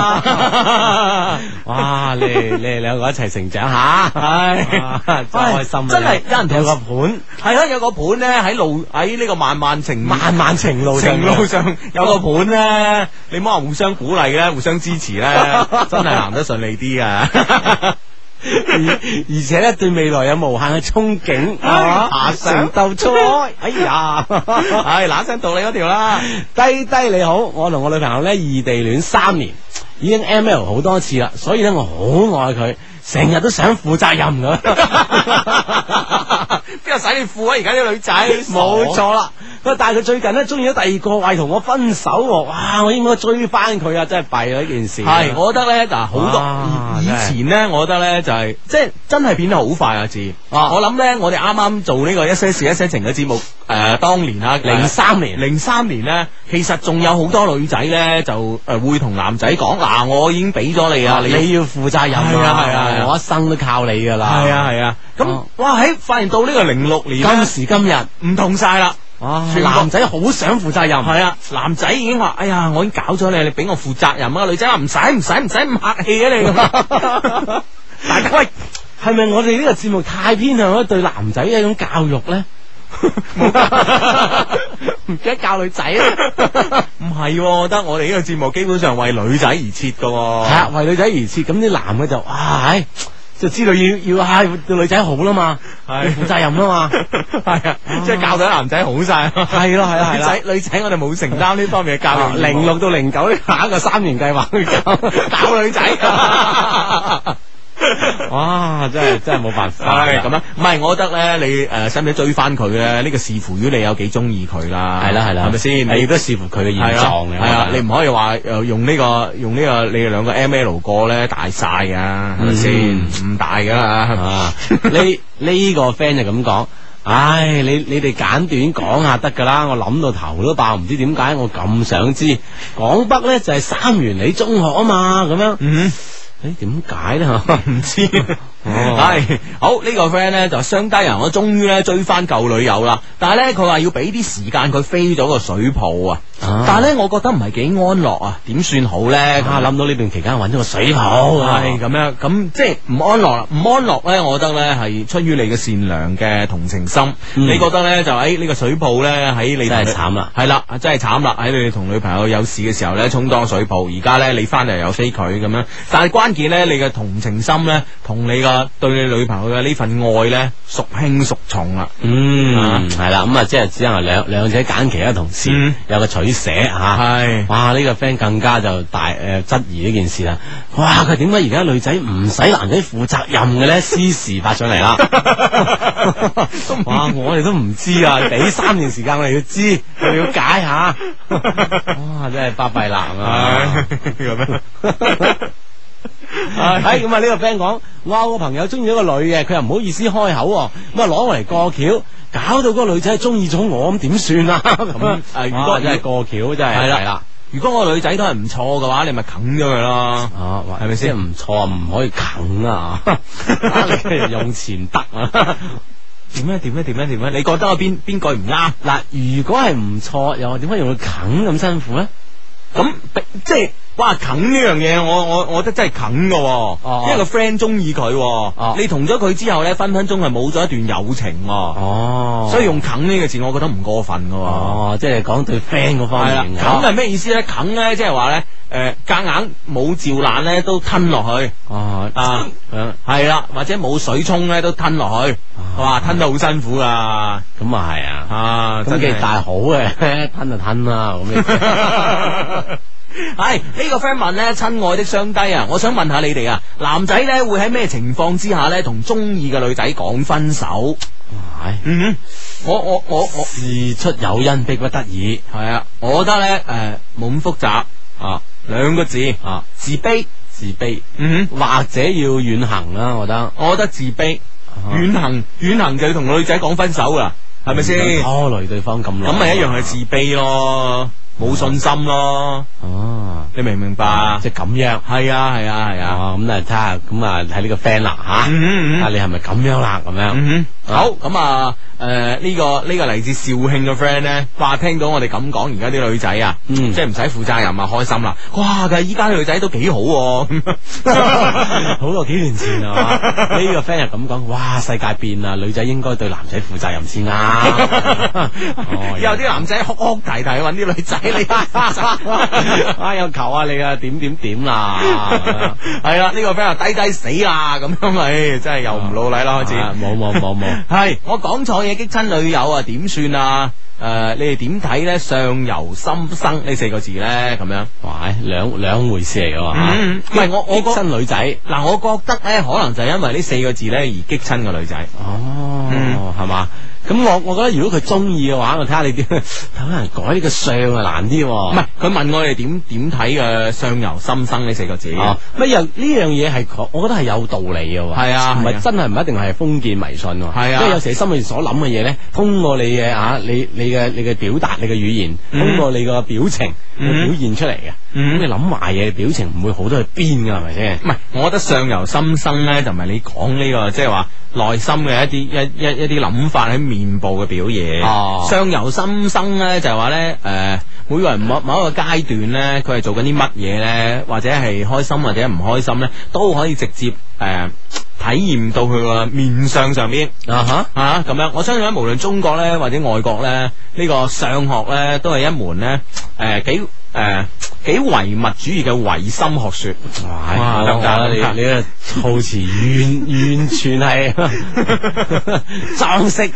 [SPEAKER 1] 啊
[SPEAKER 3] 哇！你你哋兩個一齊成長下，
[SPEAKER 1] 唉
[SPEAKER 3] 哇真係開心啊！
[SPEAKER 1] 真係有人同
[SPEAKER 3] 有個伴，
[SPEAKER 1] 係啊，有個盤呢，喺路喺呢個漫漫情
[SPEAKER 3] 漫漫情路上
[SPEAKER 1] 情路上有個盤呢，你唔好話互相鼓勵咧，互相支持呢，真係行得順利啲啊噶。
[SPEAKER 3] 而而且咧對未來有無限嘅憧憬，
[SPEAKER 1] 唉
[SPEAKER 3] 啊
[SPEAKER 1] 爬
[SPEAKER 3] 成
[SPEAKER 1] 上
[SPEAKER 3] 竇初開，哎呀！
[SPEAKER 1] 唉，嗱聲道理嗰條啦。
[SPEAKER 3] 低低你好，我同我女朋友咧異地戀三年，已經 M L 好多次啦，所以咧我好愛佢，成日都想負責任咁。
[SPEAKER 1] 边度使你褲啊？而家啲女仔
[SPEAKER 3] 冇錯啦，佢話但係佢最近咧中意咗第二個，為同我分手喎，哇！我應該追翻佢啊，真係弊啦呢件事。
[SPEAKER 1] 系，我覺得咧嗱，好
[SPEAKER 3] 啊
[SPEAKER 1] 多以
[SPEAKER 3] 真係
[SPEAKER 1] 前咧，我覺得咧就係即係真係變得好快啊！字，
[SPEAKER 3] 啊
[SPEAKER 1] 我諗咧，我哋啱啱做呢個一些事一些情嘅節目，誒，當年啊，
[SPEAKER 3] 零三年
[SPEAKER 1] 零三年咧，其實仲有好多女仔咧就誒會同男仔講嗱，我已經俾咗你啊，
[SPEAKER 3] 你
[SPEAKER 1] 你係
[SPEAKER 3] 要負責任
[SPEAKER 1] 係啊係啊係啊
[SPEAKER 3] 我一生都靠你噶啦。
[SPEAKER 1] 啊係啊，咁
[SPEAKER 3] 哦
[SPEAKER 1] 哇喺發現到呢個零六年
[SPEAKER 3] 今
[SPEAKER 1] 呢
[SPEAKER 3] 時今日，
[SPEAKER 1] 唔同晒啦。
[SPEAKER 3] 哇
[SPEAKER 1] 全部
[SPEAKER 3] 嗯男仔好想負責任。
[SPEAKER 1] 系啊，男仔已經話：哎呀，我已經搞咗你，你俾我負責任啊！女仔話唔使唔使唔使咁客氣啊你 咁。大家喂，
[SPEAKER 3] 係咪我哋呢個節目太偏向咗對男仔嘅一種教育 咧？
[SPEAKER 1] 唔記得教女仔 啊？唔係喎，我覺得我哋呢個節目基本上為女仔而設噶喎。
[SPEAKER 3] 係啊，為女仔而設，咁啲男嘅就啊，唉就知道要要唉對女仔好啦嘛，要
[SPEAKER 1] 係
[SPEAKER 3] 負責任啦 嘛。
[SPEAKER 1] 係啊，即係教到啲男仔好晒。
[SPEAKER 3] 係啊咯係咯係
[SPEAKER 1] 女
[SPEAKER 3] 啦啊
[SPEAKER 1] 仔女仔我哋冇承擔呢方面嘅教育義務。
[SPEAKER 3] 零 六到零九下一個三年計劃 去搞
[SPEAKER 1] 教女仔。
[SPEAKER 3] 哇！真係 真係啊冇辦法，
[SPEAKER 1] 系咁啦，唔係我覺得咧，你诶使唔使追翻佢咧？呢個視乎於你有幾中意佢啦。
[SPEAKER 3] 係啦係啦，
[SPEAKER 1] 係咪先？
[SPEAKER 3] 你都視乎佢嘅現
[SPEAKER 1] 係
[SPEAKER 3] 狀嘅，
[SPEAKER 1] 係啊，你唔
[SPEAKER 3] 唔
[SPEAKER 1] 可以話诶用呢個用呢個你哋兩個 M L 過咧大晒㗎，係咪先？唔大噶啦，
[SPEAKER 3] 嗯啊？呢呢個 friend 就咁講。唉，你你哋簡短講下得㗎啦，我諗到頭都爆，唔知點解我咁想知。港北咧就係三元里中學啊嘛，咁樣。
[SPEAKER 1] 嗯，
[SPEAKER 3] 誒點解咧？
[SPEAKER 1] 唔知。
[SPEAKER 3] 哦
[SPEAKER 1] 係好呢個 friend 咧就相低人，我終於咧追翻舊女友啦。但係咧佢話要俾啲時間佢飛咗個水泡啊，
[SPEAKER 3] 啊
[SPEAKER 1] 但係咧我覺得唔係幾安樂啊，點算好咧？
[SPEAKER 3] 啊，諗到呢段期間揾咗個水泡，
[SPEAKER 1] 系咁樣，咁即係唔安樂啦。唔安樂咧，我覺得咧係出於你嘅善良嘅同情心。
[SPEAKER 3] 嗯
[SPEAKER 1] 你覺得咧就哎喺呢個水泡咧喺你
[SPEAKER 3] 真係慘啊啦，
[SPEAKER 1] 系啦，真係慘啦！喺你哋同女朋友有事嘅時候咧，充當水泡。而家咧你翻嚟又飛佢咁樣，但係關鍵咧你嘅同情心咧同你嘅對你女朋友嘅呢份愛咧孰輕孰重啊啦。
[SPEAKER 3] 嗯，係啦，咁啊，即係只能係兩兩者揀其一同時
[SPEAKER 1] 嗯
[SPEAKER 3] 有個取捨吓。
[SPEAKER 1] 係
[SPEAKER 3] 哇！呢、個 friend 更加就大诶质、質疑呢件事啦。哇！佢點解而家女仔唔使男仔負責任嘅 咧？私事發上嚟啦。哇！我哋都唔知啊，俾三年時間我哋要知，去了解 下。哇！真係巴閉男啊！
[SPEAKER 1] 咁样。
[SPEAKER 3] 系咁啊！呢個 friend 講，我有個朋友中意咗個女嘅，佢又唔好意思開口喎，咁啊攞我嚟過橋，搞到個女仔中意咗我，咁點算啊？咁
[SPEAKER 1] 啊如
[SPEAKER 3] 哇
[SPEAKER 1] 果
[SPEAKER 3] 真係過橋真係
[SPEAKER 1] 係啦
[SPEAKER 3] 係啦，
[SPEAKER 1] 如果個女仔都係唔錯嘅話，你咪啃咗佢咯。
[SPEAKER 3] 啊
[SPEAKER 1] 係咪先
[SPEAKER 3] 即係唔錯，唔可以啃啊！你 嘅 用錢得啊！
[SPEAKER 1] 點咧？點咧？點咧？點咧？你覺得我邊邊句唔啱？
[SPEAKER 3] 嗱，如果係唔錯，又點解用到啃咁辛苦咧？
[SPEAKER 1] 咁即係哇，啃呢樣嘢，我我我覺得真係啃嘅
[SPEAKER 3] 哦
[SPEAKER 1] 喎，因為個 friend 中意佢
[SPEAKER 3] 哦
[SPEAKER 1] 喎，你同咗佢之後咧，分分鐘係冇咗一段友情喎，
[SPEAKER 3] 哦
[SPEAKER 1] 所以用啃呢個字，我覺得唔過分嘅喎。
[SPEAKER 3] 哦，即啊係講對 friend 嗰方
[SPEAKER 1] 係啦
[SPEAKER 3] 面，
[SPEAKER 1] 啃啊係咩意思咧？啃咧即係話咧，誒夾硬冇照懶咧都吞落去。
[SPEAKER 3] 哦
[SPEAKER 1] 啊
[SPEAKER 3] 咁
[SPEAKER 1] 係啦，或者冇水沖咧都吞落去，
[SPEAKER 3] 啊
[SPEAKER 1] 哇，吞得好辛苦噶，
[SPEAKER 3] 咁啊係啊。
[SPEAKER 1] 啊，
[SPEAKER 3] 咁
[SPEAKER 1] 真
[SPEAKER 3] 既
[SPEAKER 1] 係
[SPEAKER 3] 然大好 嘅，吞就吞啦，咁樣。
[SPEAKER 1] 系呢、個个 friend 問咧，親愛的雙低啊，我想問下你哋啊，男仔咧會喺咩情況之下咧同中意嘅女仔講分手？
[SPEAKER 3] 唉
[SPEAKER 1] 嗯，我我我我
[SPEAKER 3] 事出有因，迫不得已
[SPEAKER 1] 系啊，我覺得咧诶冇咁複雜，
[SPEAKER 3] 啊
[SPEAKER 1] 兩個字
[SPEAKER 3] 啊！
[SPEAKER 1] 自卑。
[SPEAKER 3] 自卑
[SPEAKER 1] 嗯哼，
[SPEAKER 3] 或者要遠行啦，我覺得
[SPEAKER 1] 我覺得自卑，遠行遠行就要同女仔講分手噶，係咪先？
[SPEAKER 3] 拖累對方咁耐，
[SPEAKER 1] 嗯咁咪一樣係自卑咯，冇信心咯，
[SPEAKER 3] 哦，
[SPEAKER 1] 你明唔明白啊？
[SPEAKER 3] 即係咁樣
[SPEAKER 1] 係啊係啊係啊，
[SPEAKER 3] 哦，咁啊睇下咁啊睇呢個 friend 啦吓，
[SPEAKER 1] 嗯
[SPEAKER 3] 睇
[SPEAKER 1] 嗯
[SPEAKER 3] 下你係咪咁樣啦咁樣。
[SPEAKER 1] 嗯哼，好咁啊，诶呢個呢個嚟自肇慶嘅 friend 咧，話聽到我哋咁講，而家啲女仔啊，
[SPEAKER 3] 嗯
[SPEAKER 1] 即係唔使負責任啊，開心啦，哇！但係依家啲女仔都幾好 喎，
[SPEAKER 3] 好耐幾年前 啊，呢個 friend 又咁講，哇！世界變啦，女仔應該對男仔負責任 先啦。哦
[SPEAKER 1] 有啲男仔哭哭啼啼揾啲女仔你
[SPEAKER 3] 啊，有求啊你啊，點點點啦，
[SPEAKER 1] 係啦，呢個 friend 話低低死啦，咁樣咪真係又唔老禮啦，開始
[SPEAKER 3] 啊。冇冇冇冇，
[SPEAKER 1] 系，我講錯嘢嘢激親女友啊，點算啊？诶、你哋點睇咧？上游心生呢四個字咧，咁樣。
[SPEAKER 3] 哇，兩兩回事嚟嘅喎嚇
[SPEAKER 1] 嗯唔係我我
[SPEAKER 3] 激
[SPEAKER 1] 覺
[SPEAKER 3] 親女仔，
[SPEAKER 1] 嗱，我覺得咧，可能就係因為呢四個字咧而激親個女仔。嗯
[SPEAKER 3] 哦，係嘛？咁我我覺得如果佢中意嘅話，我睇下你點， 可能改呢個相啊難啲
[SPEAKER 1] 唔
[SPEAKER 3] 喎。
[SPEAKER 1] 係，佢問我哋點點睇嘅上游心生呢四個字。
[SPEAKER 3] 哦，乜樣呢樣嘢係講我覺得係有道理嘅喎，
[SPEAKER 1] 啊係啊
[SPEAKER 3] 唔
[SPEAKER 1] 係啊
[SPEAKER 3] 係真係唔一定係封建迷信喎，
[SPEAKER 1] 係啊
[SPEAKER 3] 因為有時你心裏面所諗嘅嘢咧，通過你嘅啊，你你嘅你嘅表達，你嘅語言，
[SPEAKER 1] 嗯
[SPEAKER 3] 通過你個表情
[SPEAKER 1] 嗯
[SPEAKER 3] 會表現出嚟嘅，咁、
[SPEAKER 1] 嗯
[SPEAKER 3] 你諗壞嘢，表情唔會好得去邊㗎，係咪先？
[SPEAKER 1] 唔係，我覺得上游心生咧，就唔係你講呢、個，即係話內心嘅一啲一一一啲諗法喺面部嘅表現。
[SPEAKER 3] 哦
[SPEAKER 1] 上游心生咧，就係話咧，誒、每個人某某一個階段咧，佢係做緊啲乜嘢咧，或者係開心或者唔開心咧，都可以直接誒、體驗到佢個面相上邊。
[SPEAKER 3] 啊哈！
[SPEAKER 1] 啊，咁樣，我相信咧，無論中國咧或者外國咧，呢、個上學咧都係一門咧，誒、幾誒、幾唯物主義嘅唯心學說。 哇
[SPEAKER 3] 哇！
[SPEAKER 1] 得唔
[SPEAKER 3] 我
[SPEAKER 1] 得啊
[SPEAKER 3] 覺得你你個措辭完 完全係 裝飾，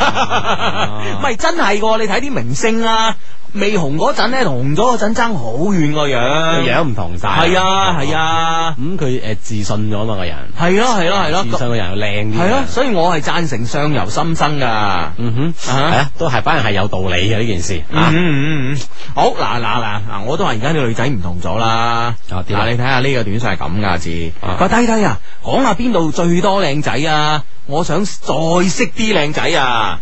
[SPEAKER 3] 啊
[SPEAKER 1] 唔係真係喎，你睇啲明星啊，未紅嗰陣咧，同紅咗嗰陣爭好遠個
[SPEAKER 3] 個
[SPEAKER 1] 樣。
[SPEAKER 3] 樣唔同晒。嗯
[SPEAKER 1] 係啊，係，啊，
[SPEAKER 3] 咁佢誒自信咗嘛個人，
[SPEAKER 1] 係咯，係咯，係
[SPEAKER 3] 自
[SPEAKER 1] 咯，
[SPEAKER 3] 信個人又靚啲，
[SPEAKER 1] 係咯，所以我係贊成上游心生噶。
[SPEAKER 3] 嗯哼，系
[SPEAKER 1] 啊
[SPEAKER 3] 啊，都係，反而係有道理嘅呢件事
[SPEAKER 1] 嗯
[SPEAKER 3] 啊。
[SPEAKER 1] 嗯嗯嗯，好嗱嗱嗱嗱，我都話而家啲女仔唔同咗啦。
[SPEAKER 3] 啊點啊
[SPEAKER 1] 嗱，你睇下呢個短信係咁噶字，
[SPEAKER 3] 啊
[SPEAKER 1] 佢話低低啊，講下邊度最多靚仔啊，我想再識啲靚仔啊，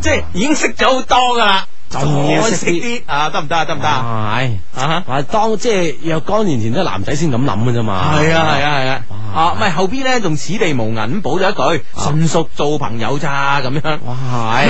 [SPEAKER 1] 即係已經識咗好多噶啦，
[SPEAKER 3] 仲要識啲
[SPEAKER 1] 啊，得唔得啊？得唔得啊？
[SPEAKER 3] 哇唉
[SPEAKER 1] 啊哈
[SPEAKER 3] 話當即係若干年前啲男仔先咁諗嘅啫嘛。
[SPEAKER 1] 係啊係啊係啊，
[SPEAKER 3] 哇
[SPEAKER 1] 啊唔係後邊咧仲此地無銀補咗一句，純屬做朋友咋咁樣。
[SPEAKER 3] 哇，唉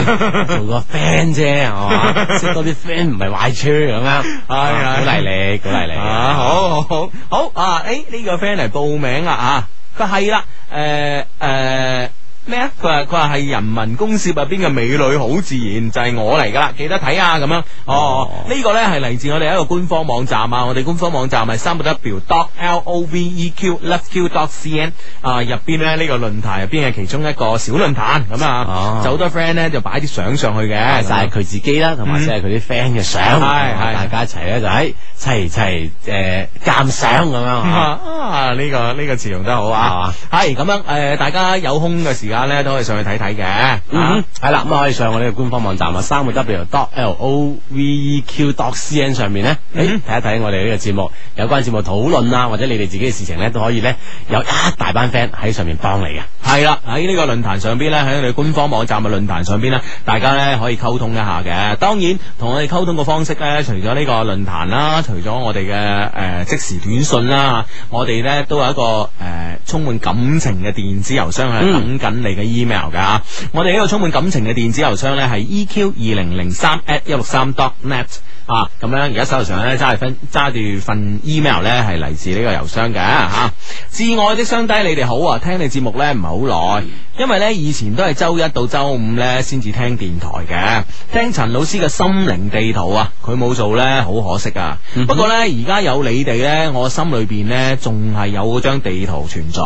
[SPEAKER 3] 做個 friend 啫，係嘛？識多啲 friend 唔係壞處咁樣，
[SPEAKER 1] 係
[SPEAKER 3] 鼓勵你，鼓勵你
[SPEAKER 1] 啊，好好好好啊！诶、呢、個 friend 嚟報名啦啊，佢係啦，诶、诶。咩啊？佢話佢話係人民公社入邊嘅美女好自然就係我嚟噶啦，記得睇下咁樣。哦，
[SPEAKER 3] 哦
[SPEAKER 1] 呢個呢係嚟自我哋一個官方網站啊，我哋官方網站係三個 W dot L O V E Q Love Q dot C N 啊，入邊呢，呢個論壇入邊係其中一個小論壇咁啊
[SPEAKER 3] 哦，
[SPEAKER 1] 就好多 friend 呢就擺啲相上去嘅，
[SPEAKER 3] 晒佢自己啦，同埋晒佢啲 friend 嘅相，
[SPEAKER 1] 係係
[SPEAKER 3] 大家一齊咧就喺齊齊誒鑑賞咁樣嚇
[SPEAKER 1] 啊！呢、個呢、個詞用得好啊，係咁樣诶、誒大家有空嘅時間咧都可以上去睇睇嘅。
[SPEAKER 3] 嗯
[SPEAKER 1] 啊，
[SPEAKER 3] 係啦，咁可以上我哋嘅官方網站啊，三個 W dot L O V E Q dot C N 上面咧，誒
[SPEAKER 1] 嗯
[SPEAKER 3] 睇一睇我哋呢個節目有關節目討論啊，或者你哋自己嘅事情咧，都可以咧有一大班 friend 喺上面幫你嘅。
[SPEAKER 1] 係啦，喺呢個論壇上邊咧，喺我哋官方網站嘅論壇上邊咧，大家咧可以溝通一下嘅。當然，同我哋溝通嘅方式咧，除咗呢個論壇啦，除咗我哋嘅诶即時短信啦，我哋咧都有一個诶、充滿感情嘅電子郵箱係等
[SPEAKER 3] 嗯
[SPEAKER 1] 緊你嘅 email 噶。啊我哋呢個充滿感情嘅電子郵箱咧係 EQ 二零零三 at 一六三 dot net。啊，咁咧而家手頭上咧揸住份揸住份 email 咧係嚟自呢個郵箱嘅吓、啊至愛的雙低，你哋好啊！聽你節目咧唔係好耐，因為咧以前都係周一到周五咧先至聽電台嘅，聽陳老師嘅心靈地圖啊，佢冇做咧好可惜啊。
[SPEAKER 3] 嗯哼
[SPEAKER 1] 不過咧而家有你哋咧，我心裏邊咧仲係有嗰張地圖存在。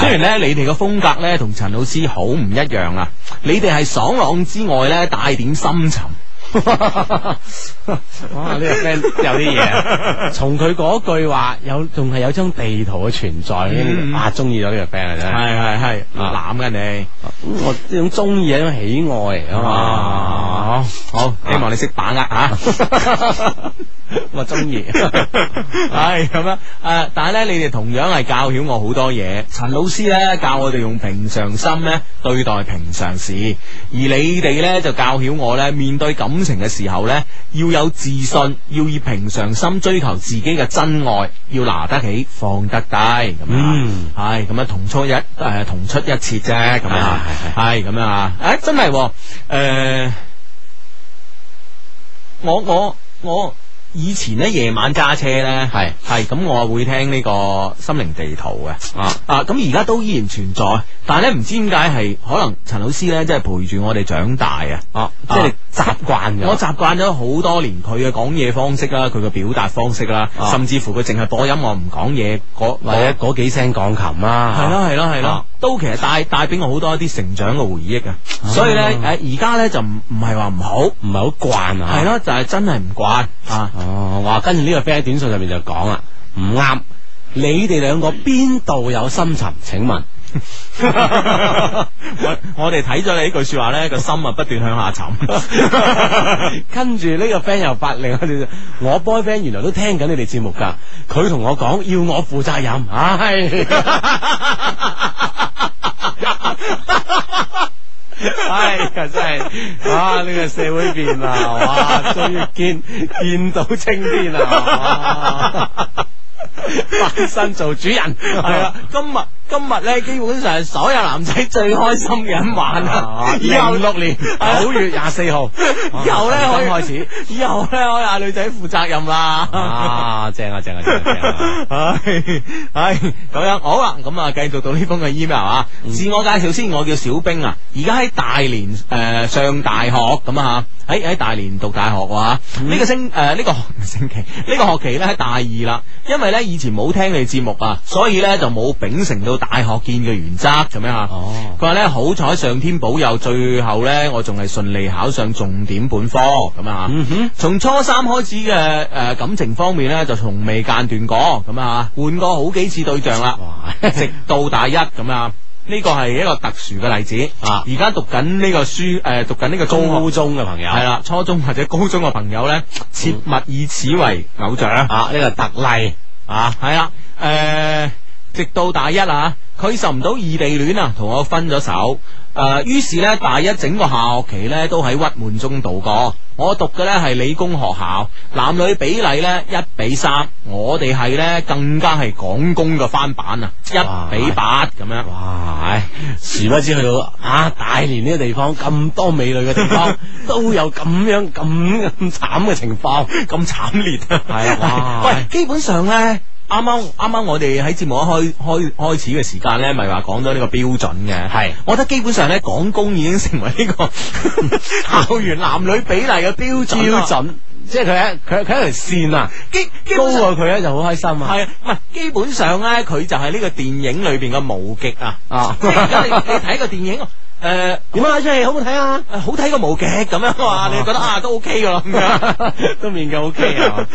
[SPEAKER 1] 雖然咧，你哋嘅風格咧同陳老師好唔一樣啊，你哋係爽朗之外咧帶點深沉。
[SPEAKER 3] 哇！呢、個 friend 有啲 嘢，啊從佢嗰句話有仲係有張地圖嘅存在，
[SPEAKER 1] 嗯
[SPEAKER 3] 啊中意咗呢個 friend 啊真
[SPEAKER 1] 係
[SPEAKER 3] 係。
[SPEAKER 1] 係係，
[SPEAKER 3] 啊
[SPEAKER 1] 男嘅你。
[SPEAKER 3] 咁我呢種中意係一種喜愛嚟啊嘛。
[SPEAKER 1] 哦，好，希望你識把握啊吓。
[SPEAKER 3] 我中啊 意。
[SPEAKER 1] 系咁样，诶，但系咧，你哋同樣係教曉我好多嘢。陳老師咧教我哋用平常心咧對待平常事，而你哋咧就教曉我咧面對感情嘅時候咧要有自信，要以平常心追求自己嘅真愛，要拿得起放得低咁樣
[SPEAKER 3] 嗯。
[SPEAKER 1] 係咁樣同出一诶同出一轍啫，咁樣啊係咁樣啊，诶真係喎，诶。我我我以前咧夜晚揸車咧
[SPEAKER 3] 係
[SPEAKER 1] 係咁，我會聽呢個心靈地圖嘅。
[SPEAKER 3] 啊，
[SPEAKER 1] 啊，咁而家都依然存在，但係咧唔知點解係可能陳老師咧，即係陪住我哋長大啊！
[SPEAKER 3] 哦，即係你習慣
[SPEAKER 1] 我
[SPEAKER 3] 咗。
[SPEAKER 1] 習慣咗好多年佢嘅講嘢方式啦，佢嘅表達方式啦，
[SPEAKER 3] 啊
[SPEAKER 1] 甚至乎佢淨係播音樂唔講嘢嗰
[SPEAKER 3] 或者嗰幾聲鋼琴啦，
[SPEAKER 1] 係咯係咯係咯
[SPEAKER 3] 啊，
[SPEAKER 1] 都其實帶帶俾我好多一啲成長嘅回憶啊！所以咧，誒而家咧就唔唔係話唔好，
[SPEAKER 3] 唔係好慣嗯啊。
[SPEAKER 1] 係咯，就係真係唔慣 啊！
[SPEAKER 3] 哦，哇！跟住呢個 friend 喺短信上面就講啦，唔啱，你哋兩個邊度有深沉？請問，
[SPEAKER 1] 我我哋睇咗你呢句說話咧，個心啊不斷向下沉。
[SPEAKER 3] 跟住呢個 friend 又發另外一條我 boyfriend 原來都聽緊你哋節目㗎，佢同我講要我負責任，唉、唉，哎真係啊！呢、個社會變啦，哇！終於見見到青天啦，哇翻身做主人，係
[SPEAKER 1] 係啊，今日今日咧，基本上係所有男仔最開心嘅一晚啦。以後
[SPEAKER 3] 啊
[SPEAKER 1] 啊
[SPEAKER 3] 零六年啊九月廿四號，
[SPEAKER 1] 以後咧可以
[SPEAKER 3] 開始，
[SPEAKER 1] 以後咧可以嗌女仔負責任啦。
[SPEAKER 3] 啊，正啊，正啊，正啊，正啊！
[SPEAKER 1] 唉唉，咁樣好啦，咁啊，繼續到呢封嘅 email 啊，
[SPEAKER 3] 嗯
[SPEAKER 1] 自我介紹先，我叫小冰啊，而家喺大連誒、呃上大學咁啊，喺喺大連讀大學喎啊，
[SPEAKER 3] 嗯
[SPEAKER 1] 呢、個星誒呢、個學 星期呢、個學期咧喺大二啦，因為咧以前冇聽你節目啊，所以咧就冇秉承到大學見嘅原則咁樣啊。
[SPEAKER 3] 哦
[SPEAKER 1] 佢話咧好彩上天保佑，最後咧我仲係順利考上重點本科咁啊
[SPEAKER 3] 嗯哼。
[SPEAKER 1] 從初三開始嘅誒、呃感情方面咧就從未間斷過咁啊，換過好幾次對 象啦，
[SPEAKER 3] 哇
[SPEAKER 1] 直到大一咁啊。呢個係一個特殊嘅例子
[SPEAKER 3] 啊
[SPEAKER 1] 而家讀緊呢個書誒、呃，讀緊呢個中學
[SPEAKER 3] 高中嘅啊朋友
[SPEAKER 1] 係啦，初中或者高中嘅朋友咧，切勿以此為偶像
[SPEAKER 3] 啊，呢個特例
[SPEAKER 1] 啊，系啦，诶、直到大一啊，佢受唔到異地戀啊，同我分咗手。诶、於是呢，大一整個下學期呢都喺鬱悶中度過。我讀嘅呢係理工學校，男女比例呢一比三，我哋係呢更加係港工嘅翻版啊，
[SPEAKER 3] 哇
[SPEAKER 1] 一比八咁樣。
[SPEAKER 3] 哇！唉殊不知去到啊大連呢個地方咁多美女嘅地 方，都有咁樣咁咁慘嘅情況，
[SPEAKER 1] 咁慘烈啊！
[SPEAKER 3] 係啊哇
[SPEAKER 1] 喂，基本上咧。啱啱啱啱，我哋喺節目一開開開始嘅時間咧，咪話講咗呢個標準嘅。
[SPEAKER 3] 係
[SPEAKER 1] 我覺得基本上咧，港工已經成為 呢個校園男女比例嘅標準啦。
[SPEAKER 3] 標準，即係佢喺佢佢喺條線啊，
[SPEAKER 1] 基基
[SPEAKER 3] 高
[SPEAKER 1] 本上
[SPEAKER 3] 過佢咧就好開心啊！
[SPEAKER 1] 係啊，唔係基本上咧，佢就係呢個電影裏邊嘅無極啊。
[SPEAKER 3] 啊
[SPEAKER 1] 即係而家你你睇個電影，誒、
[SPEAKER 3] 點啊？呢出戲好唔好睇啊？
[SPEAKER 1] 誒好睇過無極咁樣啊，你覺得啊都 OK 噶啦咁樣。
[SPEAKER 3] 都面夠 OK 啊！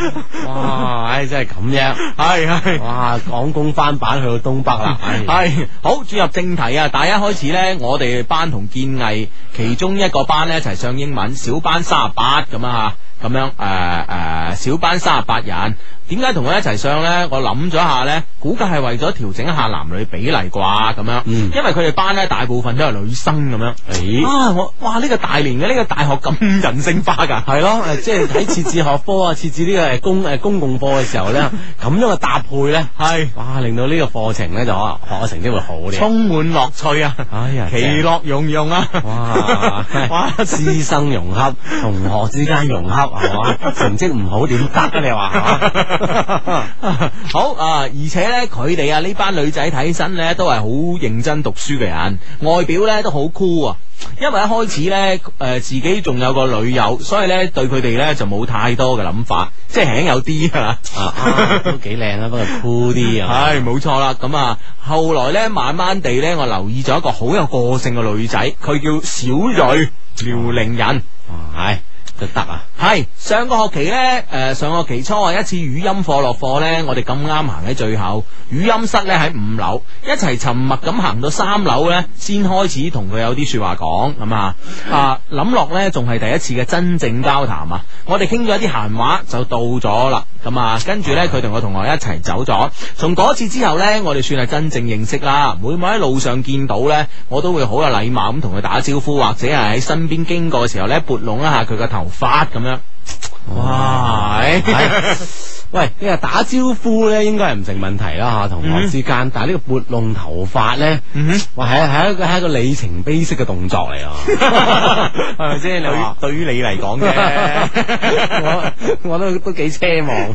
[SPEAKER 3] 哇！唉， 真係咁樣。
[SPEAKER 1] 係係。
[SPEAKER 3] 哇！港工翻版去到 東北啦，唉
[SPEAKER 1] 系好，轉入正題啊！大一開始呢，我哋班同建藝其中一個班呢，一齊上英文，小班三十八咁啊吓，咁樣誒誒、呃呃小班三十八人，點解同佢一齊上呢？我諗咗下呢，估計係為咗調整一下男女比例啩咁樣，
[SPEAKER 3] 嗯
[SPEAKER 1] 因為佢哋班呢，大部分都係女生咁樣。
[SPEAKER 3] 咦，
[SPEAKER 1] 啊！我哇呢、個大連嘅呢、個大學咁人性化㗎，
[SPEAKER 3] 係咯，誒即係喺設置學科啊，設置呢個誒公誒公共課嘅 時候咧，咁樣嘅搭配咧，
[SPEAKER 1] 係
[SPEAKER 3] 哇，令到呢個課程咧就可能學嘅成績會好啲。
[SPEAKER 1] 充滿樂趣 啊！
[SPEAKER 3] 哎呀，
[SPEAKER 1] 其
[SPEAKER 3] 正
[SPEAKER 1] 樂融融啊！
[SPEAKER 3] 哇
[SPEAKER 1] 哇
[SPEAKER 3] 哇，師生融洽，同學之間融洽，係嘛？成績唔好點得啊？你話係嘛？
[SPEAKER 1] 好啊！而且呢，佢哋啊呢班女仔睇起身呢，都係好認真讀書嘅人，外表呢都好酷啊！因為一開始呢，誒、自己仲有個女友，所以呢對佢哋呢就冇太多嘅諗 法，即係輕有啲啊。
[SPEAKER 3] 啊啊，都幾靚啊，不過酷啲啊。
[SPEAKER 1] 唉，冇錯啦。咁啊，後來呢，慢慢地呢，我留意咗一個好有個性嘅女仔，佢叫小蕊，遼寧人。
[SPEAKER 3] 哇唉，都得啊！
[SPEAKER 1] 系上個學期呢，诶、上個學期初啊，一次語音課落課呢，我哋咁啱行喺最後，語音室呢喺五樓，一齊沉默咁行到三樓呢，先開始同佢有啲说話講咁啊，啊諗落呢，仲係第一次嘅真正交談啊，我哋傾咗一啲閒話就到咗啦，咁啊，跟住呢，佢同我同學一齊走咗，從嗰次之後呢，我哋算係真正認識啦，每每喺路上見到呢，我都會好有禮貌咁同佢打招呼，或者係喺身邊經
[SPEAKER 3] 哎
[SPEAKER 1] 過嘅時候呢，撥弄一下佢嘅頭髮咁樣。哇！
[SPEAKER 3] 唉喂，你話打招呼咧，應該係唔成問題啦吓，同學之間。但係呢個撥弄頭髮咧，
[SPEAKER 1] 嗯
[SPEAKER 3] 哇，係係一個係一個里程碑式嘅動作嚟 啊！
[SPEAKER 1] 係咪先？
[SPEAKER 3] 你
[SPEAKER 1] 對
[SPEAKER 3] 話
[SPEAKER 1] 對於你嚟講
[SPEAKER 3] Dạ. 我我都都幾奢 望，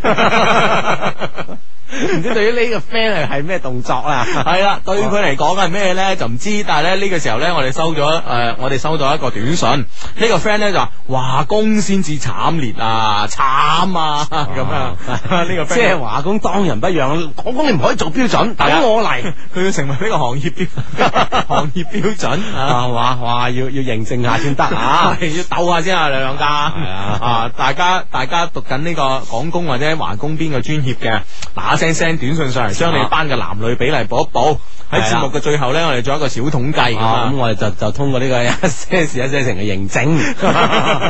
[SPEAKER 3] 唔知對於呢個 friend 係係咩動作啦？
[SPEAKER 1] 系啦，對佢嚟講係咩咧就唔知，但係咧呢個時候咧，我哋收咗诶、呃我哋收到一個短信，呢、個 friend 咧就話：，華工先至慘烈啊，慘 啊咁啊！呢個 friend
[SPEAKER 3] 即係華工當仁不讓，我講你唔可以做標準，
[SPEAKER 1] 係啊
[SPEAKER 3] 等我嚟。
[SPEAKER 1] 佢要成為呢個行業標 行業標準啊！
[SPEAKER 3] 啊，哇哇，要要認證下先得啊！
[SPEAKER 1] 係 要鬥下先啊，兩家
[SPEAKER 3] 係啊
[SPEAKER 1] 啊！大家大家讀緊呢個港工或者華工邊個專業嘅，嗱聲聲短信上嚟，將你班嘅男女比例補一補。喺
[SPEAKER 3] 啊係
[SPEAKER 1] 節
[SPEAKER 3] 啦
[SPEAKER 1] 目嘅最後咧，我哋做一個小統計咁
[SPEAKER 3] 啊，
[SPEAKER 1] 啊
[SPEAKER 3] 咁我哋就就通過呢個 一些事一些情嘅認證，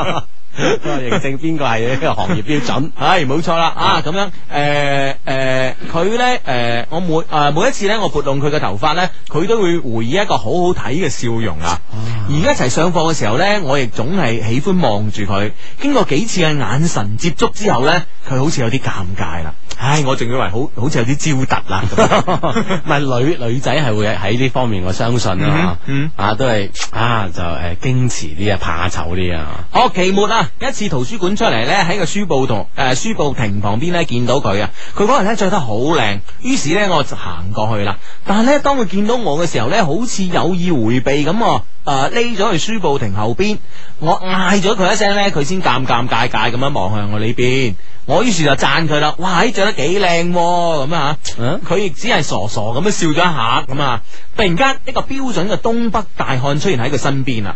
[SPEAKER 3] 認證邊個係呢個行業標準。
[SPEAKER 1] 系冇錯啦啊咁樣诶诶佢咧诶我每诶、呃每一次咧我撥弄佢嘅頭髮咧，佢都會回憶一個好好睇嘅笑容啊！而一齊上課嘅時候咧，我亦總係喜歡望住佢。經過幾次嘅眼神接觸之後咧，佢好似有啲尷尬啦。唉，我仲以為好好似有啲焦 突啦。
[SPEAKER 3] 唔係女女仔係會喺呢方面，我相信啊
[SPEAKER 1] 嗯，
[SPEAKER 3] 啊都係啊就誒矜持啲啊，怕醜啲啊，
[SPEAKER 1] 我期末啊，一次圖書館出嚟咧，喺個書報同诶、書報亭旁邊咧見到佢啊，佢嗰日咧着得好靚，於是咧我就行過去啦。但係咧，當佢見到我嘅時候咧，好似有意迴避咁喎，诶匿咗去書報亭後邊。我嗌咗佢一聲咧，佢先尷尷尬尬咁樣望向我呢邊。我於是就讚佢啦，哇！咦着得幾靚喎咁啊！
[SPEAKER 3] 嗯
[SPEAKER 1] 佢亦只係傻傻咁樣笑咗一下咁啊！突然間一個標準嘅東北大漢出現喺佢身邊啦。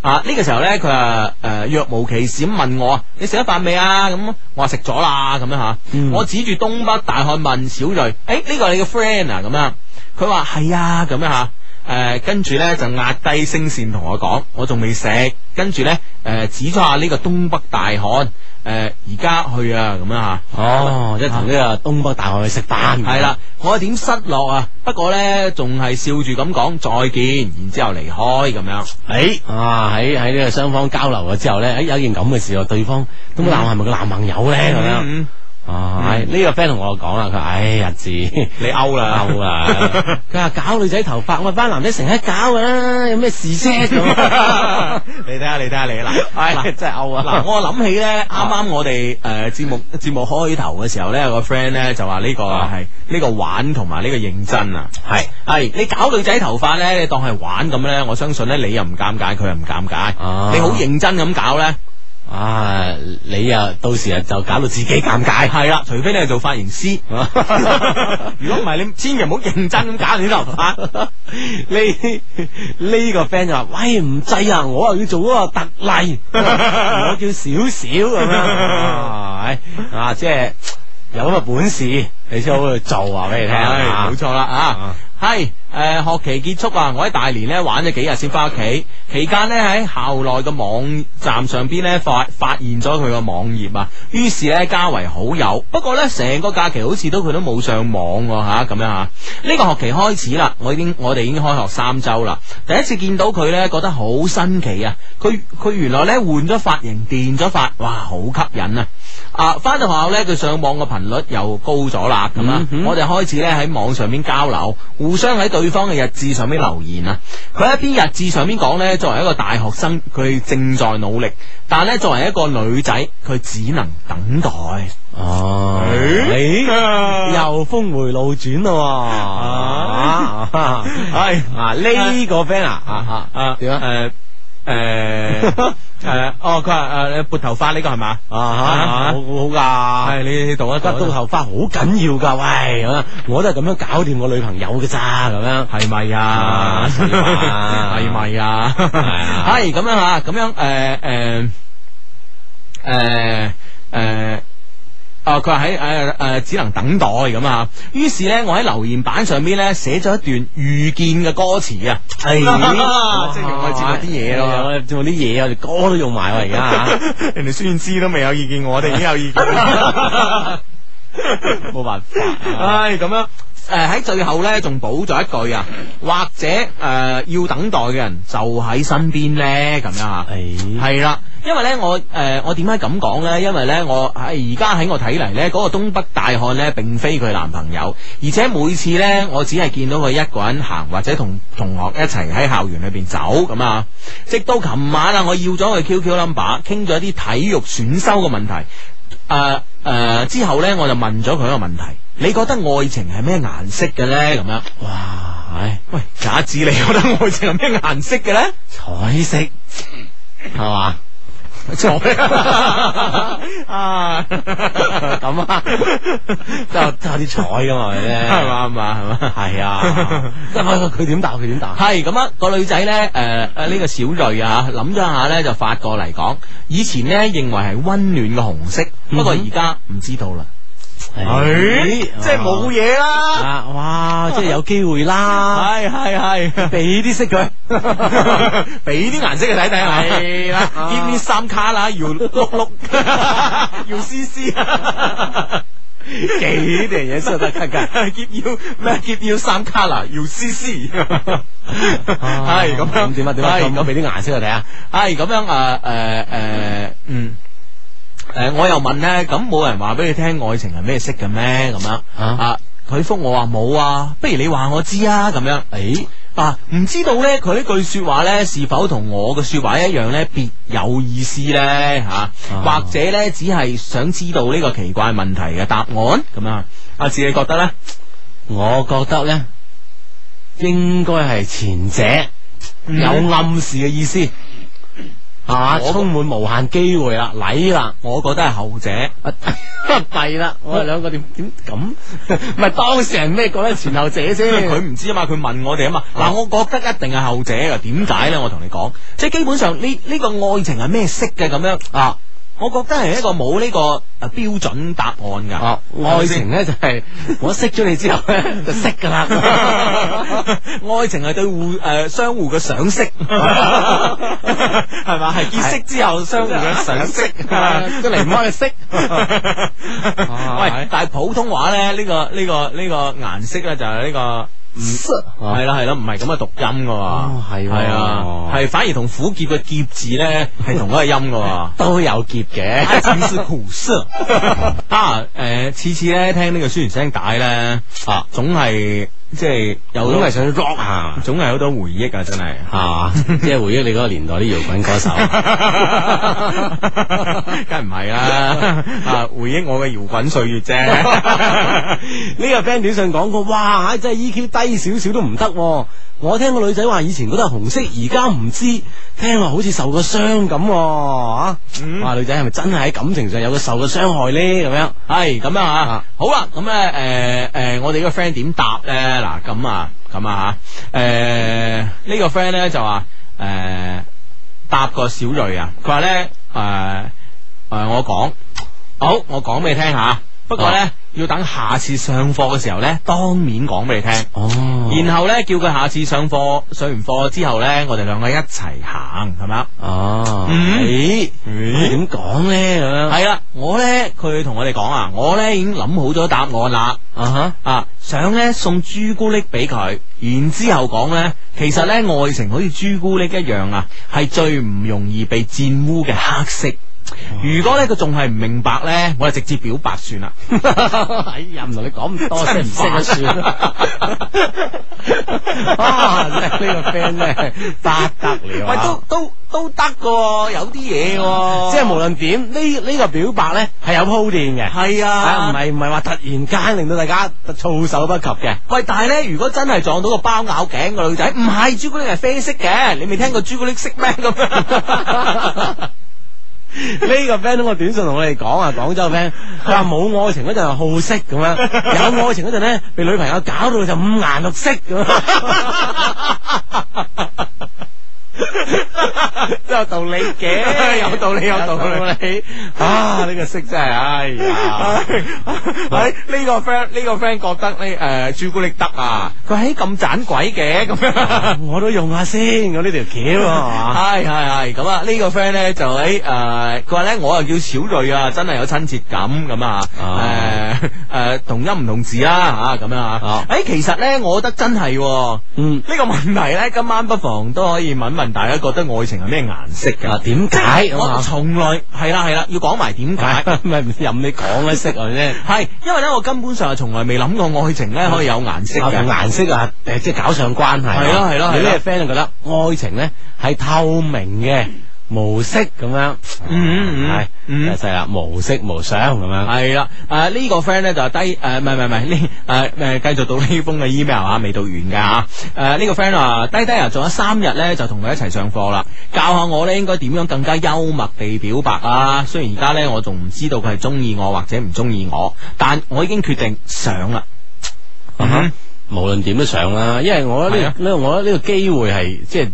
[SPEAKER 1] 啊！呢、個時候咧，佢啊誒若無其事咁問我：你食咗飯未啊？咁我話食咗啦咁樣嚇。
[SPEAKER 3] 嗯
[SPEAKER 1] 我指住東北大漢問小瑞：誒、呢個係你嘅 friend 啊？咁樣佢話係啊咁樣嚇。誒、跟住咧就壓低聲線同我講，我仲未食。跟住咧誒指咗下呢個東北大漢誒，呃而家去啊咁樣嚇。
[SPEAKER 3] 哦，即係同呢個東北大學去食飯，
[SPEAKER 1] 系啊啦，我有點失落啊，不過呢，仲係笑住咁講再見，然之后离开咁樣。
[SPEAKER 3] 诶，啊喺喺呢個雙方交流咗之後咧，哎诶有一件咁嘅事喎，對方咁個男係咪個男朋友咧咁樣？
[SPEAKER 1] 嗯
[SPEAKER 3] 啊，唉呢個 friend 同我講啦，佢話哎唉日子你
[SPEAKER 1] 勾啦
[SPEAKER 3] 勾啦，啊佢話搞女仔頭髮，我哋班男仔成日搞噶啦，有咩事 啫咁？
[SPEAKER 1] 你睇下，你睇下你嗱，
[SPEAKER 3] 嗱真係勾啊！
[SPEAKER 1] 啊嗱，我諗起咧，啱啱我哋诶节目节目開頭嘅時候咧，有個 friend 咧就話呢個
[SPEAKER 3] 啊
[SPEAKER 1] 係呢個玩同埋呢個認真啊，
[SPEAKER 3] 係
[SPEAKER 1] 係你搞女仔頭髮咧，你當係玩咁咧，我相信咧你又唔尷尬，佢又唔尷尬，
[SPEAKER 3] 啊
[SPEAKER 1] 你好認真咁搞咧，
[SPEAKER 3] 啊，你啊到時啊就搞到自己尷尬，
[SPEAKER 1] 係啦，除非你係做髮型 師。如果唔係，你千祈唔好認真咁搞你啲頭 髮。
[SPEAKER 3] 呢呢個 friend 就話：，喂，唔制啊！我又要做嗰個特 例，我叫少少咁 樣，
[SPEAKER 1] 哎
[SPEAKER 3] 啊，係啊即係有咁嘅本事，你先好去做啊！俾你聽
[SPEAKER 1] 係
[SPEAKER 3] 啊
[SPEAKER 1] 冇錯啦啊！係诶、誒學期結束啊！我喺大連咧玩咗幾日先翻屋企，期間咧喺校內嘅網站上邊咧發發現咗佢個網頁啊，於是咧加為好友。不過咧成個假期好似都佢都冇上網喎吓咁樣吓。呢、個學期開始啦，我已經我哋已經開學三周啦。第一次見到佢咧，覺得好新奇啊！佢佢原來咧換咗髮型，電咗髮，哇，好吸引啊！啊，翻到學校咧，佢上網嘅頻率又高咗啦，咁啊
[SPEAKER 3] 嗯，哼
[SPEAKER 1] 我哋開始咧喺網上面交流，互相喺對方嘅日誌上面留言啊。佢喺篇日誌上面講咧，作為一個大學生，佢正在努力，但咧作為一個女仔，佢只能等待。
[SPEAKER 3] 哦，你又峰回路轉咯 喎，啊
[SPEAKER 1] 係
[SPEAKER 3] 啊呢個 friend 啊啊
[SPEAKER 1] 啊
[SPEAKER 3] 點啊
[SPEAKER 1] 誒誒 誒，哦，佢話誒撥頭髮呢個係嘛？
[SPEAKER 3] 啊啊好啊好噶，
[SPEAKER 1] 係你啊讀一
[SPEAKER 3] 得到頭髮好緊要噶，喂，咁啊我都係咁樣搞掂我女朋友嘅咋，咁樣
[SPEAKER 1] 系咪啊？
[SPEAKER 3] 啊
[SPEAKER 1] 系咪啊？
[SPEAKER 3] 啊
[SPEAKER 1] 系咁樣吓，咁樣呃诶诶诶诶。啊！呃佢話喺誒誒，只能等待咁啊！於是咧，我喺留言板上邊咧寫咗一段遇見嘅歌詞啊！
[SPEAKER 3] 哎
[SPEAKER 1] 即係用我節目啲嘢咯
[SPEAKER 3] 我節目啲嘢，我哋歌都用埋喎，而 家
[SPEAKER 1] 人哋孫知都未有意見，我哋已經 有意見。
[SPEAKER 3] 冇辦法啊。
[SPEAKER 1] 唉，咁樣诶喺、最後咧，仲補咗一句啊，或者诶、呃要等待嘅人就喺身邊咧，咁樣吓。
[SPEAKER 3] 哎
[SPEAKER 1] 系啦，因為咧我诶、呃我點解咁講咧？因為咧我喺而家喺我睇嚟咧，嗰、個東北大漢咧並非佢男朋友，而且每次咧我只係見到佢一個人行，或者同同學一齊喺校園裏边走咁啊。直到琴晚啊，我要咗佢 QQ number，傾咗啲體育選修嘅問題。诶诶、呃之後咧我就問咗佢一個問題：你覺得愛情係咩顏色嘅咧？咁樣
[SPEAKER 3] 哇，唉，
[SPEAKER 1] 喂，假子你覺得愛情係咩顏色嘅咧？
[SPEAKER 3] 彩色系嘛？
[SPEAKER 1] 错 啊，
[SPEAKER 3] 咁啊，都有都有啲彩噶嘛，係咪
[SPEAKER 1] 系
[SPEAKER 3] 咧？
[SPEAKER 1] 嘛系嘛系嘛。
[SPEAKER 3] 係啊，即係佢佢點答佢點答？
[SPEAKER 1] 系咁啊，個女仔咧，诶诶呢個小蕊啊，諗咗一下咧就發過嚟講，以前咧認為係温暖嘅紅色，不過
[SPEAKER 3] 嗯哼
[SPEAKER 1] 而家唔知道啦。
[SPEAKER 3] 係啊
[SPEAKER 1] 嘢啦。
[SPEAKER 3] 啊！哇，即係有機會啦，
[SPEAKER 1] 係係係，
[SPEAKER 3] 俾啲識 佢。
[SPEAKER 1] 俾啲顏色佢睇睇啊！系啦，give me 三卡啦，要碌碌， 要 C C。
[SPEAKER 3] 幾樣嘢先有得咳㗎，
[SPEAKER 1] keep you 咩 keep you 三卡啦，要 C C，系
[SPEAKER 3] 係
[SPEAKER 1] 咁樣
[SPEAKER 3] 啊咁點啊點啊
[SPEAKER 1] 係
[SPEAKER 3] 咁俾啲顏色佢睇啊！
[SPEAKER 1] 系咁样啊，诶诶，嗯。诶、我又問咧，咁冇人話俾你聽愛情係咩色嘅咩？咁樣
[SPEAKER 3] 啊
[SPEAKER 1] 啊，佢覆我話冇啊，不如你話我知啊，咁樣
[SPEAKER 3] 誒，
[SPEAKER 1] 啊，唔知道咧，佢呢句说話咧是否同我嘅说話一樣咧，別有意思咧吓，
[SPEAKER 3] 啊
[SPEAKER 1] 或者咧只係想知道呢個奇怪問題嘅答案咁樣。阿志你覺得咧？
[SPEAKER 3] 我覺得咧應該係前者。有暗示嘅意思，系嘛？
[SPEAKER 1] 嗯我
[SPEAKER 3] 充滿無限機會啦，禮啦，
[SPEAKER 1] 我覺得係後者。
[SPEAKER 3] 弊啦！我哋兩個點點咁？ 唔係當事人咩覺得前後者
[SPEAKER 1] 因 為佢
[SPEAKER 3] 先？
[SPEAKER 1] 唔知啊嘛，佢問我哋啊嘛。嗱，
[SPEAKER 3] 啊
[SPEAKER 1] 我覺得一定係後者噶。點解咧？我同你講，即係基本上呢呢個愛情係咩色嘅咁樣啊？我覺得係一個冇呢個呃標準答案㗎。
[SPEAKER 3] 哦，愛情咧就 係我識咗你之後咧 就識噶啦，
[SPEAKER 1] 愛情係對互诶相互嘅賞識， 係嘛？係結識之後相互嘅賞識，
[SPEAKER 3] 都啊離唔開你 識。
[SPEAKER 1] 喂，但係普通話咧，呢個呢個呢個顏色咧就係呢個。
[SPEAKER 3] 啊
[SPEAKER 1] 系啦系啦，唔系咁嘅讀音噶
[SPEAKER 3] 哦
[SPEAKER 1] 喎，
[SPEAKER 3] 係喎
[SPEAKER 1] 係啊，係反而同苦澀嘅澀字咧係同一個音㗎喎。
[SPEAKER 3] 都有劫嘅，
[SPEAKER 1] 只是苦涩 啊！诶、次次咧聽呢個宣傳聲帶咧，
[SPEAKER 3] 啊，
[SPEAKER 1] 總係即係有
[SPEAKER 3] 總係想 rock 下，
[SPEAKER 1] 總係好多回憶啊！真係。
[SPEAKER 3] 係嘛？即係回憶你嗰個年代啲搖滾 歌手，
[SPEAKER 1] 梗唔係啦，啊回憶我嘅搖滾歲月啫。
[SPEAKER 3] 呢個 friend 短信講過，哇，真係 EQ 低少少都唔得喎。我聽個女仔話以前覺得係紅色，而家唔知，聽落好似受過傷咁喎啊！哇，女仔係咪真係喺感情上有個受過傷害呢？咁樣
[SPEAKER 1] 系咁样啊
[SPEAKER 3] 啊，
[SPEAKER 1] 好啦，咁咧，诶、诶、我哋呢个 friend 点答咧？嗱，咁啊，咁啊吓，诶、呢、個个 friend 咧就话，诶、答個小瑞啊，佢話咧诶诶，我講好，我講俾你聽吓，不過咧、要等下次上課嘅時候咧，當面講俾你聽。
[SPEAKER 3] 哦
[SPEAKER 1] 然後咧，叫佢下次上課上完課之後咧，我哋兩個一齊行，係咪啊？
[SPEAKER 3] 哦，
[SPEAKER 1] 嗯
[SPEAKER 3] 咦，點講呢？咁樣
[SPEAKER 1] 係啦，我咧佢同我哋講啊，我咧已經諗好咗答案啦。
[SPEAKER 3] 啊哈，
[SPEAKER 1] 啊，想咧送朱古力俾佢，然之后讲咧，其實咧愛情好似朱古力一樣啊，係最唔容易被玷污嘅黑色。
[SPEAKER 3] 嗯
[SPEAKER 1] 如果咧佢仲係唔明白咧，我就直接表白算啦。 啊
[SPEAKER 3] 哎呀，唔同你講咁多，真係唔識就算啦。啊，真係呢個 friend 咧，不得了啊！
[SPEAKER 1] 喂，都都都得噶，有啲嘢噶，
[SPEAKER 3] 即系无论点呢呢个表白咧系有鋪墊嘅，
[SPEAKER 1] 係
[SPEAKER 3] 啊
[SPEAKER 1] 啊，
[SPEAKER 3] 唔。系唔系话突然間令到大家措手不及嘅。
[SPEAKER 1] 喂，但係咧，如果真係撞到個包咬頸嘅女仔，唔係朱古力係啡色嘅，你未聽過朱古力色咩咁 樣？
[SPEAKER 3] 呢個 friend 通過短信同我哋講啊，廣州 friend 佢話冇愛情嗰陣係好色咁樣，有愛情嗰陣咧被女朋友搞到就五顏六色咁樣。都有道理嘅，
[SPEAKER 1] 有道理有道理
[SPEAKER 3] 理啊！呢個色真係，哎呀，
[SPEAKER 1] 唉，呢個 friend 呢個 friend 覺得呢诶朱古力得啊，佢喺咁盞鬼嘅咁樣。
[SPEAKER 3] 我都用下先，我呢條橋啊，
[SPEAKER 1] 系系系咁啊！呢個 friend 咧就喺诶，佢話咧我又叫小瑞啊，真係有親切感咁啊！
[SPEAKER 3] 啊
[SPEAKER 1] 诶诶，同音唔同字啦吓咁樣啊
[SPEAKER 3] 啊！
[SPEAKER 1] 诶，其實咧，我覺得真係喎。
[SPEAKER 3] 嗯。
[SPEAKER 1] 呢個問題咧，今晚不妨都可以問問大家覺得愛情係咩顏色嘅。
[SPEAKER 3] 啊點解咁
[SPEAKER 1] 我
[SPEAKER 3] 啊？
[SPEAKER 1] 從來係啦係啦，要講埋點解。
[SPEAKER 3] 咪任你講啦，識啊啫。
[SPEAKER 1] 係，因為咧，我根本上係從來未諗過愛情咧可以有顏色
[SPEAKER 3] 啊
[SPEAKER 1] 嘅
[SPEAKER 3] 同。顏色啊，誒，即係搞上關係啊。
[SPEAKER 1] 係咯係咯係咯
[SPEAKER 3] 有啲 friend 就覺得愛情咧係透明嘅。無色咁樣，
[SPEAKER 1] 嗯嗯
[SPEAKER 3] 係
[SPEAKER 1] 嗯
[SPEAKER 3] 真係啦，無色無相咁樣，
[SPEAKER 1] 系啦，诶、呢、個 friend 咧就係低诶，唔係唔係唔係呢诶诶，繼續到呢封嘅 email 啊，未讀完㗎吓。诶、呢、個 friend 話低低啊，仲有三日咧就同佢一齊上課啦，教下我咧應該點樣更加幽默地表白啊。雖然而家咧我仲唔知道佢係中意我或者唔中意我，但我已經決定上啦。
[SPEAKER 3] 嗯哼無論點都上啦，因為我覺得呢個
[SPEAKER 1] 係
[SPEAKER 3] 呢個，我覺得呢個機會係即係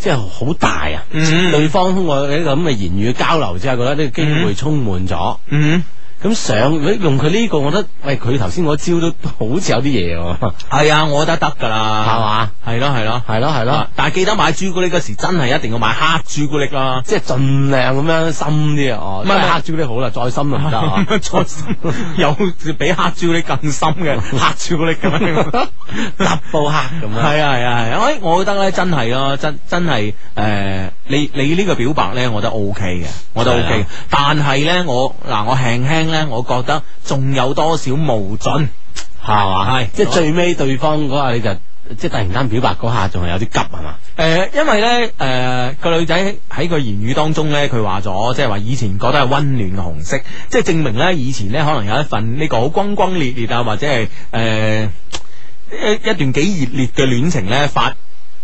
[SPEAKER 3] 即係好大啊！
[SPEAKER 1] 嗯
[SPEAKER 3] 對方通過呢個咁嘅言語交流之後，覺得呢個機會
[SPEAKER 1] 嗯
[SPEAKER 3] 充滿咗。
[SPEAKER 1] 嗯，
[SPEAKER 3] 咁上如果用佢呢、個，我覺得喂佢頭先嗰招都好似有啲嘢喎，係
[SPEAKER 1] 係啊，我覺得得㗎啦，
[SPEAKER 3] 嘛？
[SPEAKER 1] 係咯係咯，
[SPEAKER 3] 係咯係咯
[SPEAKER 1] 啊，但係記得買朱古力嗰時真係一定要買黑朱古力啦。
[SPEAKER 3] 即係盡量咁樣深啲啊！哦，
[SPEAKER 1] 唔係唔係
[SPEAKER 3] 黑朱古力好啦，再深就唔得 啊！
[SPEAKER 1] 再深 有比黑朱古力更深嘅黑朱古力咁樣。
[SPEAKER 3] 特布黑咁樣。
[SPEAKER 1] 係啊係啊係啊！哎，我覺得咧真係咯，真真係诶、你你呢個表白咧，我覺得 O K 嘅，我覺得 O K
[SPEAKER 3] 係
[SPEAKER 1] 嘅
[SPEAKER 3] 啊。
[SPEAKER 1] 但係咧，我嗱我輕輕咧，我覺得仲有多少無盡。
[SPEAKER 3] 系嘛？
[SPEAKER 1] 係
[SPEAKER 3] 即系最尾對方嗰下你就即系突然間表白嗰下，仲係有啲急係嘛？
[SPEAKER 1] 诶、因為咧，诶、個女仔喺個言語當中咧，佢話咗，即係話以前覺得係温暖嘅紅色，即係證明咧，以前咧可能有一份呢個好轟轟烈烈啊，或者係诶、呃一一段幾熱烈嘅戀情咧發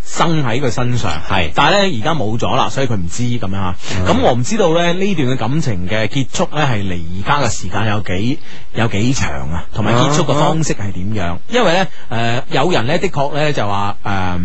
[SPEAKER 1] 生喺佢身上。
[SPEAKER 3] 係
[SPEAKER 1] 但係嗯咧而家冇咗啦，所以佢唔知咁樣吓。咁、我唔知道咧呢段嘅感情嘅結束咧係離而家嘅時間有幾有幾長啊，同埋結束嘅方式係點樣？因為咧诶、呃有人咧的確咧就話诶。呃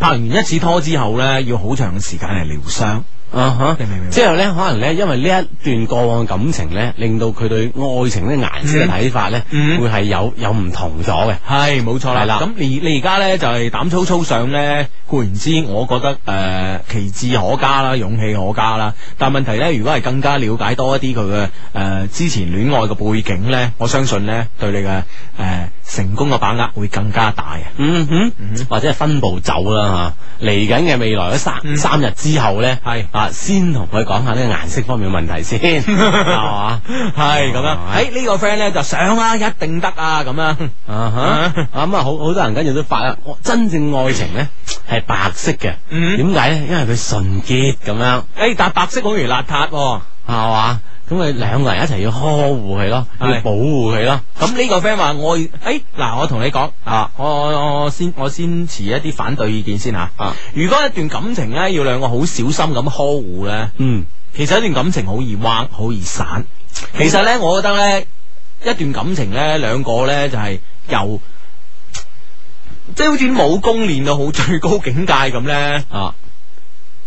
[SPEAKER 1] 拍完一次拖之後咧，要好長嘅時間嚟療傷。
[SPEAKER 3] 啊
[SPEAKER 1] 你明唔明
[SPEAKER 3] 之後咧，可能咧，因為呢一段過往嘅感情咧，令到佢對愛情呢顏色嘅睇法咧，
[SPEAKER 1] 嗯
[SPEAKER 3] 會係有有唔同咗嘅。
[SPEAKER 1] 係冇錯啦。
[SPEAKER 3] 係啦
[SPEAKER 1] 咁你你而家咧就係、膽粗粗上咧，固然之，我覺得誒、呃其志可嘉啦，勇氣可嘉啦。但問題咧，如果係更加了解多一啲佢嘅誒之前戀愛嘅背景咧，我相信咧對你嘅誒、呃成功嘅把握會更加大啊！
[SPEAKER 3] 嗯哼，或者係分步走啦吓，嚟緊嘅未來嗰
[SPEAKER 1] 嗯
[SPEAKER 3] 三三日之後咧，
[SPEAKER 1] 係
[SPEAKER 3] 啊，先同佢講下呢個顏色方面嘅問 題先，係嘛？
[SPEAKER 1] 系咁樣，
[SPEAKER 3] 啊
[SPEAKER 1] 喺呢個 friend 咧就上啦，一定得啊，咁樣。
[SPEAKER 3] 啊哈，咁啊，好好多人跟住都發啦，我真正愛情咧係白色嘅，
[SPEAKER 1] 嗯
[SPEAKER 3] 點解咧？因為佢純潔咁樣，
[SPEAKER 1] 诶、但哎白色好容易邋遢、喎。
[SPEAKER 3] 係嘛？咁佢兩個人一齊要呵護佢咯，要
[SPEAKER 1] 係
[SPEAKER 3] 保護佢咯，
[SPEAKER 1] 咁呢個 friend 話我，誒嗱，我同你講啊，我我我先我先持一啲反對意見先吓。
[SPEAKER 3] 啊
[SPEAKER 1] 如果一段感情咧，要兩個好小心咁呵護咧，
[SPEAKER 3] 嗯，
[SPEAKER 1] 其實一段感情好易彎，好易散。其實咧，我覺得咧，一段感情咧，兩個咧就係、由即係好似武功練到好最高境界咁咧，
[SPEAKER 3] 啊，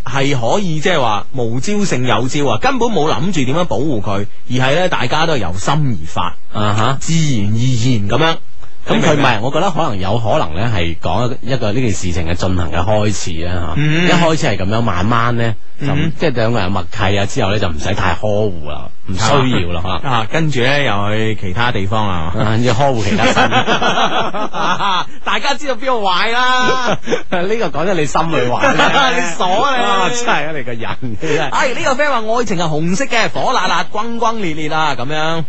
[SPEAKER 1] 係可以即係話無招勝有招啊，根本冇諗住點樣保護佢，而係咧大家都係由心而發。
[SPEAKER 3] 啊哈。
[SPEAKER 1] 自然而然咁樣。
[SPEAKER 3] 咁
[SPEAKER 1] 你
[SPEAKER 3] 佢
[SPEAKER 1] 明啊白
[SPEAKER 3] 唔係，我覺得可能有可能咧，係講一個呢件事情嘅進行嘅開始啊啦嚇。
[SPEAKER 1] 嗯
[SPEAKER 3] 一開始係咁樣，慢慢咧就唔
[SPEAKER 1] 嗯
[SPEAKER 3] 即係兩個人默契啊，之後咧就唔使太呵護啦，唔需要啦嚇。
[SPEAKER 1] 啊，跟住咧又去其他地方啦。
[SPEAKER 3] 啊要呵護其他身。
[SPEAKER 1] 大家知道邊個壞 啦？
[SPEAKER 3] 呢個講得你心裏
[SPEAKER 1] 嗯
[SPEAKER 3] 話
[SPEAKER 1] 你傻啊你
[SPEAKER 3] 真係啊你個人真係
[SPEAKER 1] 哎，呢、個 friend 話愛情係紅色嘅，火辣辣、轟轟烈烈啊，咁樣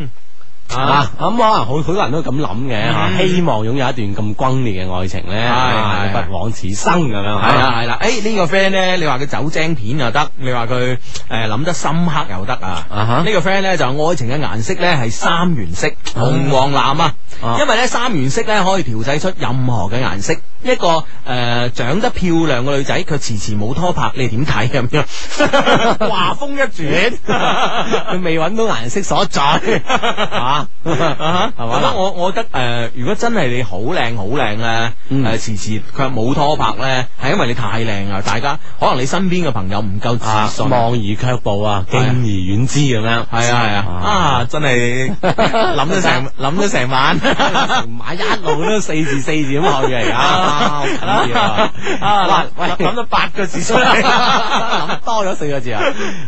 [SPEAKER 3] 啊，咁可能好好多人都咁諗嘅啊
[SPEAKER 1] 嗯
[SPEAKER 3] 吓，希望擁有一段咁轟烈嘅愛情咧，啊
[SPEAKER 1] 係係
[SPEAKER 3] 不枉此生咁樣
[SPEAKER 1] 係
[SPEAKER 3] 係啊
[SPEAKER 1] 啦係啦，誒呢個 friend 咧，你話佢酒精片又得，你話佢誒諗得深刻又得啊。
[SPEAKER 3] 啊哈
[SPEAKER 1] 呢個 friend 咧就愛情嘅顏色咧係三原色，紅黃藍啊。
[SPEAKER 3] 嗯啊
[SPEAKER 1] 因為咧三原色咧可以調製出任何嘅顏色。一個誒、呃長得漂亮嘅女仔，佢遲遲冇拖拍，你哋點睇咁樣？ 華風 一轉。
[SPEAKER 3] 佢未揾到顏色 所在，啊，
[SPEAKER 1] 啊
[SPEAKER 3] 係
[SPEAKER 1] 係
[SPEAKER 3] 嘛
[SPEAKER 1] 嘛？我我覺得誒、呃如果真係你好靚好靚呃咧，
[SPEAKER 3] 嗯
[SPEAKER 1] 誒時時佢冇拖拍咧，係因為你太靚啦。大家可能你身邊嘅朋友唔夠
[SPEAKER 3] 啊
[SPEAKER 1] 自信，係啊
[SPEAKER 3] 望而卻步啊，
[SPEAKER 1] 係
[SPEAKER 3] 敬
[SPEAKER 1] 啊
[SPEAKER 3] 而遠之咁樣，
[SPEAKER 1] 係啊
[SPEAKER 3] 啊
[SPEAKER 1] 啊！真 係諗咗成諗咗成晚。
[SPEAKER 3] 買啊一路都四字四字咁去嘅，
[SPEAKER 1] 啊
[SPEAKER 3] 而家好緊要啊！
[SPEAKER 1] 啊
[SPEAKER 3] 喂
[SPEAKER 1] 諗諗咗八個字出 嚟，
[SPEAKER 3] 諗多 咗四個字啊！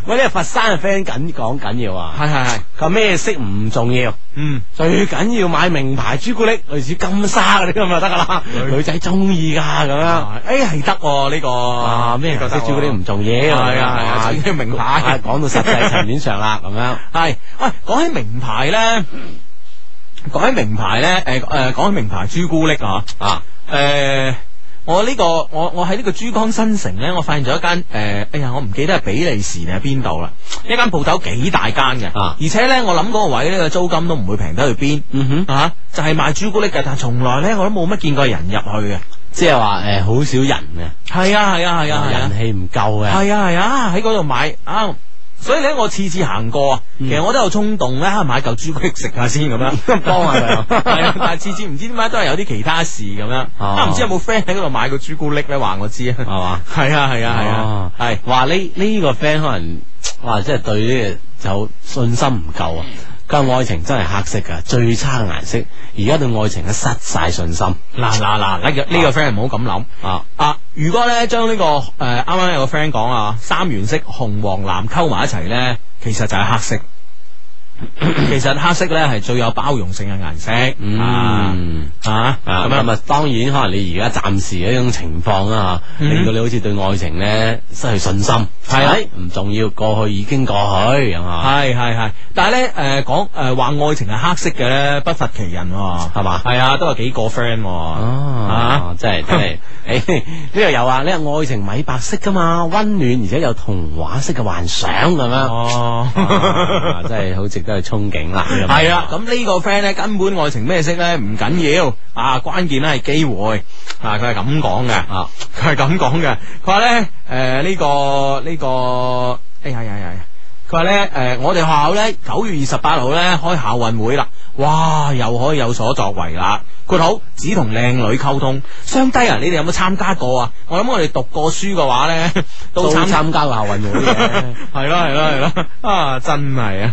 [SPEAKER 3] 喂，呢個佛山嘅 friend 緊講緊要啊！
[SPEAKER 1] 係係係。
[SPEAKER 3] 佢話咩色唔重要， ，
[SPEAKER 1] 嗯，
[SPEAKER 3] 最緊要買名牌朱古力，類似金沙嗰啲咁就得噶啦，
[SPEAKER 1] 女
[SPEAKER 3] 女仔中意噶咁樣。
[SPEAKER 1] 诶系得喎呢個
[SPEAKER 3] 啊！咩
[SPEAKER 1] 呢
[SPEAKER 3] 顏
[SPEAKER 1] 個
[SPEAKER 3] 色
[SPEAKER 1] 得喎
[SPEAKER 3] 朱古力唔重要，
[SPEAKER 1] 係啊係啊最緊要名牌
[SPEAKER 3] 啊講到實際層面上啦，咁樣
[SPEAKER 1] 系，喂，講起名牌咧，講起名牌咧，诶、诶，讲、講起名牌朱古力啊，
[SPEAKER 3] 啊，
[SPEAKER 1] 诶、我呢、個我我喺呢個珠江新城咧，我發現咗一間诶、哎呀，我唔記得係比利時定係邊度啦，一間鋪頭幾大間嘅，
[SPEAKER 3] 啊
[SPEAKER 1] 而且咧，我諗嗰個位呢個租金都唔會平得去邊，
[SPEAKER 3] 嗯哼，
[SPEAKER 1] 啊，就係賣朱古力嘅，但係從來咧我都冇乜見過人入去嘅，
[SPEAKER 3] 即係話誒好少人
[SPEAKER 1] 係啊係啊係啊
[SPEAKER 3] 嘅，
[SPEAKER 1] 係啊
[SPEAKER 3] 人。氣唔夠嘅，
[SPEAKER 1] 系啊系啊，喺嗰度買啊。所以咧，我次次行過啊，其
[SPEAKER 3] 嗯
[SPEAKER 1] 實我都有衝動咧，買嚿朱古力食下先咁 樣，
[SPEAKER 3] 幫下佢啊
[SPEAKER 1] 係啊，但係次次唔知點解都係有啲其他事咁樣，
[SPEAKER 3] 哦
[SPEAKER 1] 啊，唔知有冇 friend 喺嗰度買過朱古力咧？話我知啊，
[SPEAKER 3] 係嘛？
[SPEAKER 1] 係啊係啊係啊
[SPEAKER 3] 哦，
[SPEAKER 1] 係
[SPEAKER 3] 話呢呢個 friend 可能哇，即係對呢個就信心唔夠
[SPEAKER 1] 嗯
[SPEAKER 3] 啊！佢話愛情真係黑色噶，最差嘅顏色。而家對愛情咧失晒信心
[SPEAKER 1] 嗱嗱嗱，呢個呢個 friend 唔好咁諗。
[SPEAKER 3] 啊！
[SPEAKER 1] 啊！如果咧將呢個誒啱啱有個 friend 講啊，三原色紅黃藍溝埋一齊咧，其實就係黑 色。其實黑色咧係最有包容性嘅顏色。啊
[SPEAKER 3] 嗯
[SPEAKER 1] 啊
[SPEAKER 3] 啊
[SPEAKER 1] 咁
[SPEAKER 3] 咁
[SPEAKER 1] 樣
[SPEAKER 3] 啊，當然可能你而家暫時嘅一種情況啊，
[SPEAKER 1] 嗯
[SPEAKER 3] 令到你好似對愛情咧失去信心。
[SPEAKER 1] 係啊
[SPEAKER 3] 哎唔重要，過去已經過去咁啊，
[SPEAKER 1] 系系系，但呃系咧诶讲诶话愛情係黑色嘅咧，不乏其人喎，
[SPEAKER 3] 係嘛？
[SPEAKER 1] 係啊，都有幾個 friend 喎。啊
[SPEAKER 3] 哦，真係 真係，诶呢度有啊，呢個愛情米白色噶嘛，温暖而且有童話式嘅幻想咁樣。
[SPEAKER 1] 哦，
[SPEAKER 3] 啊真係好值得去憧憬啦。咁
[SPEAKER 1] 係啊，咁呢個 friend 咧根本愛情咩色咧唔緊要啊，關鍵咧係機會啊，佢係咁講嘅，
[SPEAKER 3] 啊，
[SPEAKER 1] 佢係咁講嘅，佢話咧诶呢個呢個，哎呀呀呀呀！佢話咧，诶，我哋學校咧九月二十八號咧開校運會啦，哇，又可以有所作為啦。括好只同靚女溝通，相低啊！你哋有冇參加過啊？我諗我哋讀過書嘅話咧，
[SPEAKER 3] 都
[SPEAKER 1] 都參
[SPEAKER 3] 參加過校運會 嘅。
[SPEAKER 1] 係咯係咯係咯，啊真係啊！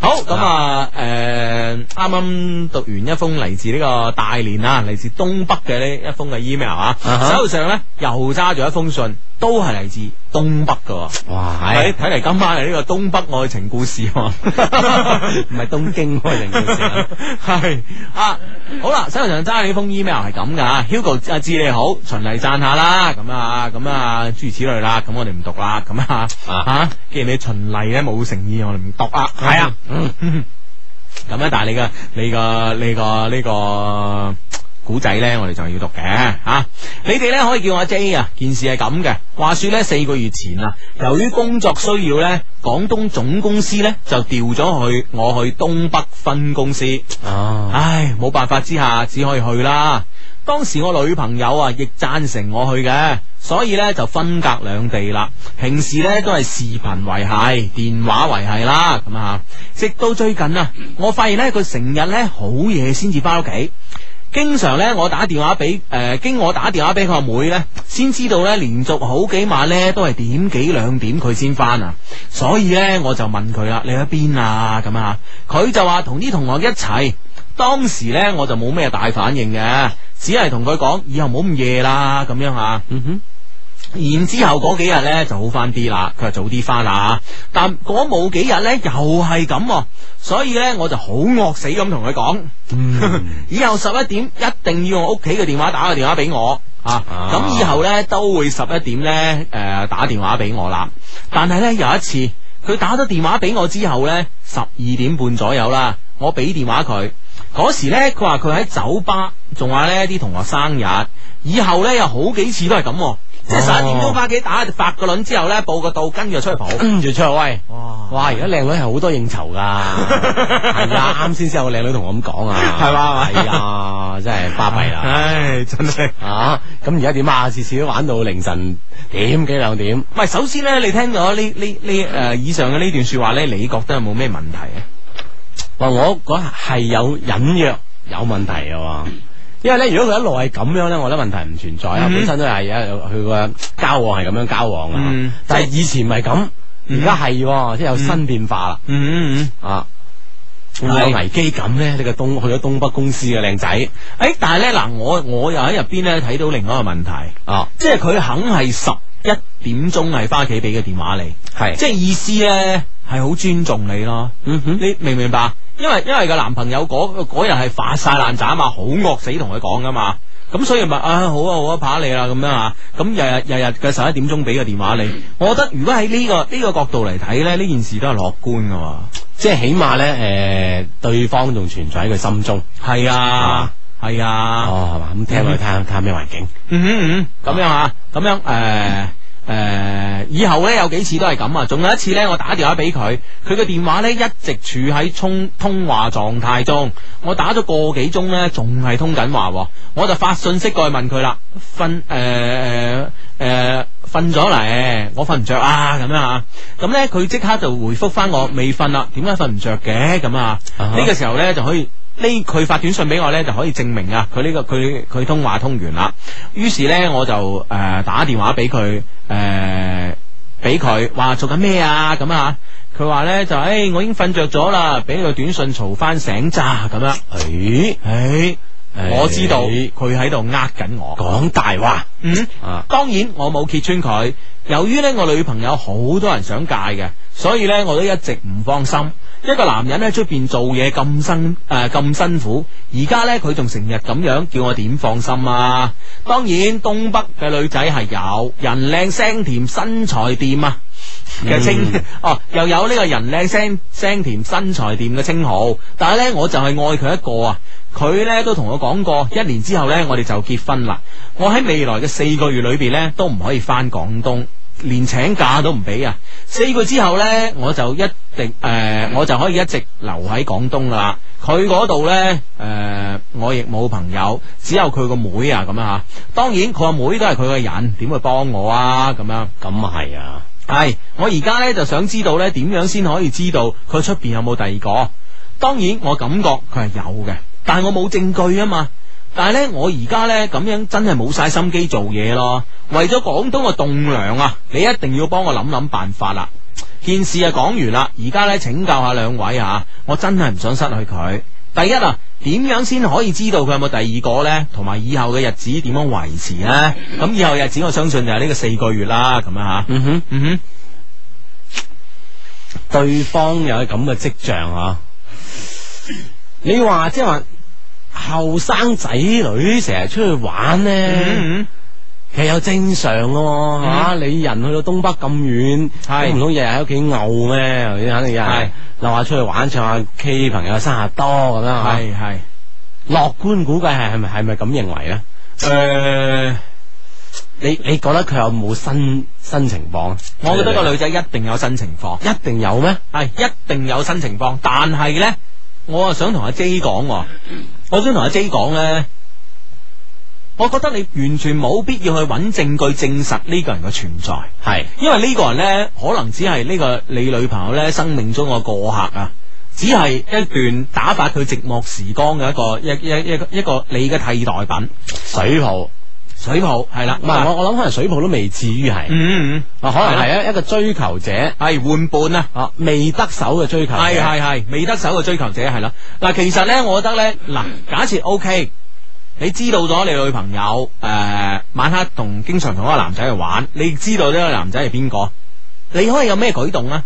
[SPEAKER 1] 好咁啊，诶，啱啱讀完一封嚟自呢個大連啊，嚟自東北嘅呢一封嘅 email 啊，
[SPEAKER 3] 啊哈
[SPEAKER 1] 手上咧又揸住一封信，都係嚟自東北嘅喎。
[SPEAKER 3] 哇，
[SPEAKER 1] 睇
[SPEAKER 3] 係
[SPEAKER 1] 睇嚟今晚係呢個東北愛情故事喎，
[SPEAKER 3] 唔係東京開定件事啊？
[SPEAKER 1] 系啊，好啦，手頭上揸你封 email 係咁噶，Hugo 阿志你好，循例讚下啦，咁啊咁啊諸如此類啦，咁我哋唔讀啦，咁啊
[SPEAKER 3] 啊
[SPEAKER 1] 啊，既然你循例咧冇誠意，我哋唔讀啦，
[SPEAKER 3] 係啊，
[SPEAKER 1] 嗯咁咧，但係你個你個你個呢個。古仔咧，我哋就要讀嘅吓、啊你哋咧可以叫我 J 啊。件事係咁嘅，話說咧四個月前啊，由於工作需要咧，廣東總公司咧就調咗去我去東北分公司。
[SPEAKER 3] 哦，
[SPEAKER 1] 唉，冇辦法之下，只可以去啦。當時我女朋友啊，亦贊成我去嘅，所以呢就分隔兩地啦。平時呢都係視頻維係、電話維係啦，咁啊。直到最近啊，我發現呢，佢成日呢好夜先至翻屋企。經常呢，我打電話俾誒、呃，經我打電話俾佢阿妹呢，先知道呢連續好幾晚呢都係點幾兩點佢先翻啊，所以呢，我就問佢啦，你喺邊啊？咁啊，佢就話同啲同學一齊。當時呢，我就冇咩大反應嘅，只係同佢講以後唔好咁夜啦，咁樣吓。
[SPEAKER 3] 嗯
[SPEAKER 1] 然之後嗰幾日呢就好翻啲啦，佢話早啲翻啦，但嗰冇幾日呢又係咁、喎。所以呢，我就好惡死咁同佢講。
[SPEAKER 3] 哼，
[SPEAKER 1] 以後十一點一定要用屋企嘅電話打個電話俾我啊！
[SPEAKER 3] 啊
[SPEAKER 1] 咁、以後呢，都會十一點呢誒、呃打電話俾我啦。但係呢，有一次佢打咗電話俾我之後呢，十二點半左右啦，我俾電話佢嗰時呢，佢話佢喺酒吧，仲話呢啲同學生日，以後呢，有好幾次都係咁、喎，即係十一點鐘翻屋企打發個輪之後呢，報個到，跟住就出去蒲。
[SPEAKER 3] 跟住出去嗯喂。
[SPEAKER 1] 哇
[SPEAKER 3] 哇！而家靚女係好多應酬 噶，係啊！啱先先有個靚女同我咁講啊，
[SPEAKER 1] 係嘛係嘛
[SPEAKER 3] 係啊，真係巴 閉啦
[SPEAKER 1] 唉，真係。
[SPEAKER 3] 啊！咁而家點啊？次次都玩到凌晨點幾兩點
[SPEAKER 1] 唔係，首先咧，你聽咗呢呢呢誒以上嘅呢段説話咧，你覺得有冇咩問題啊？
[SPEAKER 3] 哇！我嗰下係有隱約有問題嘅喎，因為咧，如果佢一路係咁樣咧，我覺得問題唔存在啊，
[SPEAKER 1] 嗯
[SPEAKER 3] 本身都係有有佢個交往係咁樣交往啊，
[SPEAKER 1] 嗯
[SPEAKER 3] 但係以前唔係咁，而家係喎即係有新變化啦、
[SPEAKER 1] 嗯嗯
[SPEAKER 3] 啊！會
[SPEAKER 1] 係
[SPEAKER 3] 唔會有危機感咧？呢個東去咗東北公司嘅靚仔
[SPEAKER 1] 嗯。誒，但係咧嗱，我我又喺入邊咧睇到另外一個問題，
[SPEAKER 3] 啊，
[SPEAKER 1] 即係佢肯係十一點鐘係翻屋企俾個電話你，
[SPEAKER 3] 系，
[SPEAKER 1] 即係意思咧係好尊重你咯。
[SPEAKER 3] 嗯哼，
[SPEAKER 1] 你明唔明白？因為因為個男朋友嗰嗰日係發晒爛渣啊嘛，好惡死同佢講噶嘛。咁所以咪啊好啊好啊扒你啦咁樣啊，咁日日日日嘅十一點鐘俾個電話你，我覺得如果喺呢、個呢、個角度嚟睇咧，呢件事都係樂觀噶嘛。
[SPEAKER 3] 即系起码咧，诶，对方仲存在喺佢心中，
[SPEAKER 1] 系啊，系啊，
[SPEAKER 3] 哦，系嘛，咁聽落去睇下睇下咩環境，
[SPEAKER 1] 嗯嗯嗯，咁樣啊，咁樣诶诶、誒以後咧有幾次都係咁啊，仲有一次咧，我打電話俾佢，佢嘅電話咧一直處喺通通話狀態中，我打咗個幾鐘咧，仲係通緊話喎，我就發信息過去問佢啦，瞓诶诶诶瞓咗嚟，我瞓唔着啊，咁樣啊，咁咧佢即刻就回覆翻我未瞓啦，點解瞓唔着嘅咁啊？
[SPEAKER 3] 啊哈
[SPEAKER 1] 呢個時候咧就可以。呢佢發短信俾我呢，就可以證明啊，佢呢、個佢佢通話通完啦。於是呢，我就誒、呃打電話俾佢誒俾佢話做緊咩啊咁啊。佢話呢，就誒、哎我已經瞓着咗啦，俾個短信嘈翻醒咋咁樣。
[SPEAKER 3] 诶，
[SPEAKER 1] 誒、
[SPEAKER 3] 哎
[SPEAKER 1] 我知道佢喺度呃緊我。
[SPEAKER 3] 講大話
[SPEAKER 1] 嗯。
[SPEAKER 3] 啊，
[SPEAKER 1] 當然我冇揭穿佢。由於呢，我女朋友好多人想戒嘅，所以呢，我都一直唔放心。一個男人喺出邊做嘢咁辛誒咁、辛苦，而家呢，佢仲成日咁樣，叫我點放心啊？當然東北嘅女仔係有人靚聲甜身材掂啊！嘅稱、
[SPEAKER 3] 嗯
[SPEAKER 1] 哦，又有呢個人靚聲聲甜身材掂嘅稱號，但係呢，我就係愛佢一個啊！佢呢都同我講過，一年之後呢，我哋就結婚啦。我喺未來嘅四個月裏邊呢，都唔可以翻廣東，連請假都唔俾啊！四個之後呢，我就一定誒、呃我就可以一直留喺廣東㗎啦。佢嗰度呢，誒、我亦冇朋友，只有佢個妹啊咁樣嚇。當然佢個妹都係佢個人，點會幫我啊咁樣？
[SPEAKER 3] 咁啊係啊，
[SPEAKER 1] 系，我而家咧就想知道咧，點樣先可以知道佢出边有冇第二個？當然，我感覺佢係有嘅，但系我冇證據啊嘛。但系咧，我而家咧咁樣真係冇晒心機做嘢咯。為咗廣東嘅棟梁啊，你一定要幫我諗諗辦法啦。件事啊講完啦，而家咧請教下兩位啊，我真係唔想失去佢。第一啊，點樣先可以知道佢有冇第二個呢？同埋以後嘅日子點樣維持呢？咁以後日子我相信就係呢個四個月啦，咁啊吓。
[SPEAKER 3] 嗯哼，
[SPEAKER 1] 嗯
[SPEAKER 3] 對方有咁嘅跡象啊，你話即係話後生仔女成日出去玩
[SPEAKER 1] 哼，
[SPEAKER 3] 咧。
[SPEAKER 1] 嗯
[SPEAKER 3] 其實有正常嘅喎，吓你人去到東北咁遠，
[SPEAKER 1] 係
[SPEAKER 3] 都唔通日日喺屋企漚咩？係咪肯定有
[SPEAKER 1] 係
[SPEAKER 3] 人溜下出去玩，唱下 K，朋友生日多咁
[SPEAKER 1] 哼，
[SPEAKER 3] 樣吓。
[SPEAKER 1] 系系。
[SPEAKER 3] 樂觀估計係係咪係咪咁認為咧？
[SPEAKER 1] 诶，
[SPEAKER 3] 你你覺得佢有冇新新情況？啊
[SPEAKER 1] 我覺得個女仔一定有新情況，
[SPEAKER 3] 一定有咩？
[SPEAKER 1] 係一定有新情況。但係呢，我啊想同阿 J 講喎，我想同阿 J 講呢，我覺得你完全冇必要去揾證據證實呢個人嘅存在，
[SPEAKER 3] 係
[SPEAKER 1] 因為呢個人呢，可能只係呢個你女朋友呢生命中嘅過客啊。只係一段打發佢寂寞時光嘅一個一一一個一個你嘅替代品，
[SPEAKER 3] 水泡，唔
[SPEAKER 1] 水泡係啦，
[SPEAKER 3] 係我我諗可能水泡都未至於係，
[SPEAKER 1] 啊嗯嗯
[SPEAKER 3] 啊可能係一一個追求者
[SPEAKER 1] 嗯，係換伴啊。
[SPEAKER 3] 啊未得手嘅追求者，
[SPEAKER 1] 系系系，未得手嘅追求者係啦。嗱，其實咧，我覺得咧，嗱，假設 O K，你知道咗你女朋友诶、呃晚黑同經常同一個男仔去玩，你知道呢個男仔係邊個，你可以有咩舉動啊？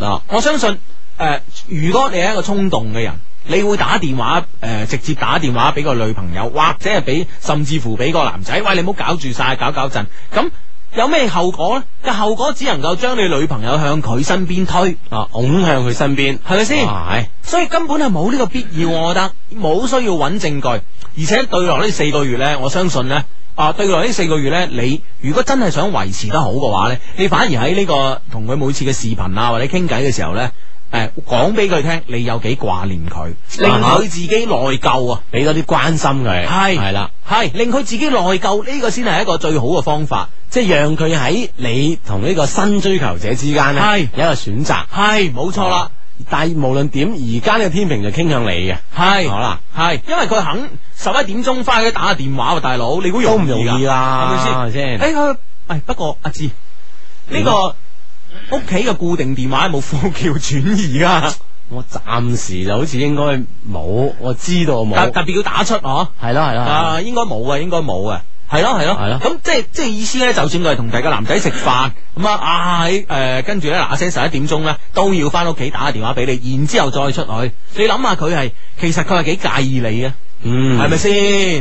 [SPEAKER 3] 嗱
[SPEAKER 1] 我相信诶、呃如果你係一個衝動嘅人。你會打電話誒、呃直接打電話俾個女朋友，或者係俾甚至乎俾個男仔，喂你唔好搞住晒，搞搞震。咁有咩後果呢？嘅後果只能夠將你女朋友向佢身邊推，
[SPEAKER 3] 啊拱向佢身邊，啊
[SPEAKER 1] 係咪先？
[SPEAKER 3] 哇係
[SPEAKER 1] 所以根本係冇呢個必要，我覺得冇需要揾證據，而且對落呢四個月呢，我相信呢，啊，對落呢四個月呢，你如果真係想維持得好嘅話呢，你反而喺呢、個同佢每次嘅視頻啊或者傾偈嘅時候呢，誒講俾佢聽你有幾掛念佢，
[SPEAKER 3] 啊
[SPEAKER 1] 令佢自己內疚啊。
[SPEAKER 3] 俾多啲關心佢，
[SPEAKER 1] 係
[SPEAKER 3] 係啦。
[SPEAKER 1] 係令佢自己內疚，呢、個先係一個最好嘅方法。
[SPEAKER 3] 即係讓佢喺你同呢個新追求者之間
[SPEAKER 1] 係
[SPEAKER 3] 咧，有一個選擇。
[SPEAKER 1] 係，冇錯啦。
[SPEAKER 3] 但係無論點，而家呢個天平就傾向你嘅，
[SPEAKER 1] 係
[SPEAKER 3] 啊好啦，
[SPEAKER 1] 係，因為佢肯十一點鐘翻去打下電話喎，大佬，你估
[SPEAKER 3] 都
[SPEAKER 1] 容
[SPEAKER 3] 唔
[SPEAKER 1] 易啊㗎
[SPEAKER 3] 容易啊啦，係咪先？
[SPEAKER 1] 诶，佢诶，哎不過阿志呢
[SPEAKER 3] 啊
[SPEAKER 1] 個屋企嘅固定電話有冇呼叫轉移啊噶？
[SPEAKER 3] 我暫時就好似應該冇，我知道冇，
[SPEAKER 1] 特
[SPEAKER 3] 係咯
[SPEAKER 1] 特別要打出哦，
[SPEAKER 3] 係咯，係咯
[SPEAKER 1] 啊，應該冇啊，應該冇啊。系系咯系咯
[SPEAKER 3] 係咯
[SPEAKER 1] 咁即系即系意思咧，就算佢系同第二個男仔食飯，咁啊啊喺诶跟住咧嗱聲十一點鐘咧都要翻屋企打個電話俾你，然之后再出去。你諗下佢係其實佢係幾介意你嘅，啊
[SPEAKER 3] 嗯，
[SPEAKER 1] 係咪先？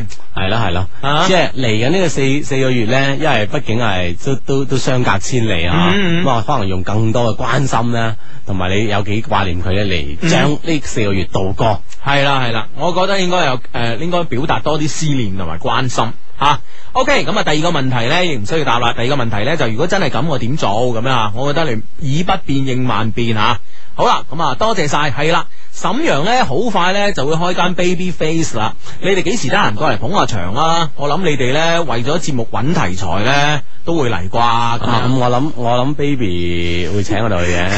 [SPEAKER 3] 系啦系啦
[SPEAKER 1] 啊，
[SPEAKER 3] 即系嚟紧呢个四四个月咧，因为毕竟系都都都相隔千里啊，
[SPEAKER 1] 嗯嗯
[SPEAKER 3] 咁啊可能用更多嘅关心咧，同埋你有几挂念佢咧，
[SPEAKER 1] 嗯
[SPEAKER 3] 嚟将呢四个月度啊过。
[SPEAKER 1] 係啦係啦，我覺得應該有诶、呃，应该表達多啲思念同埋關心。吓、o k 咁啊，第二個問題咧，亦唔需要答啦。第二個問題咧，就如果真係咁，我點做咁樣啊？我覺得你以不變應萬變吓、好啦，咁啊，多謝晒，係啦。沈陽咧，好快咧就會開間 Baby Face 啦。你哋幾時得閒過嚟捧下場啊？我諗你哋咧為咗節目揾題材咧，都會嚟啩咁
[SPEAKER 3] 啊
[SPEAKER 1] 樣
[SPEAKER 3] 咁我谂我谂 baby 会请我 哋去嘅，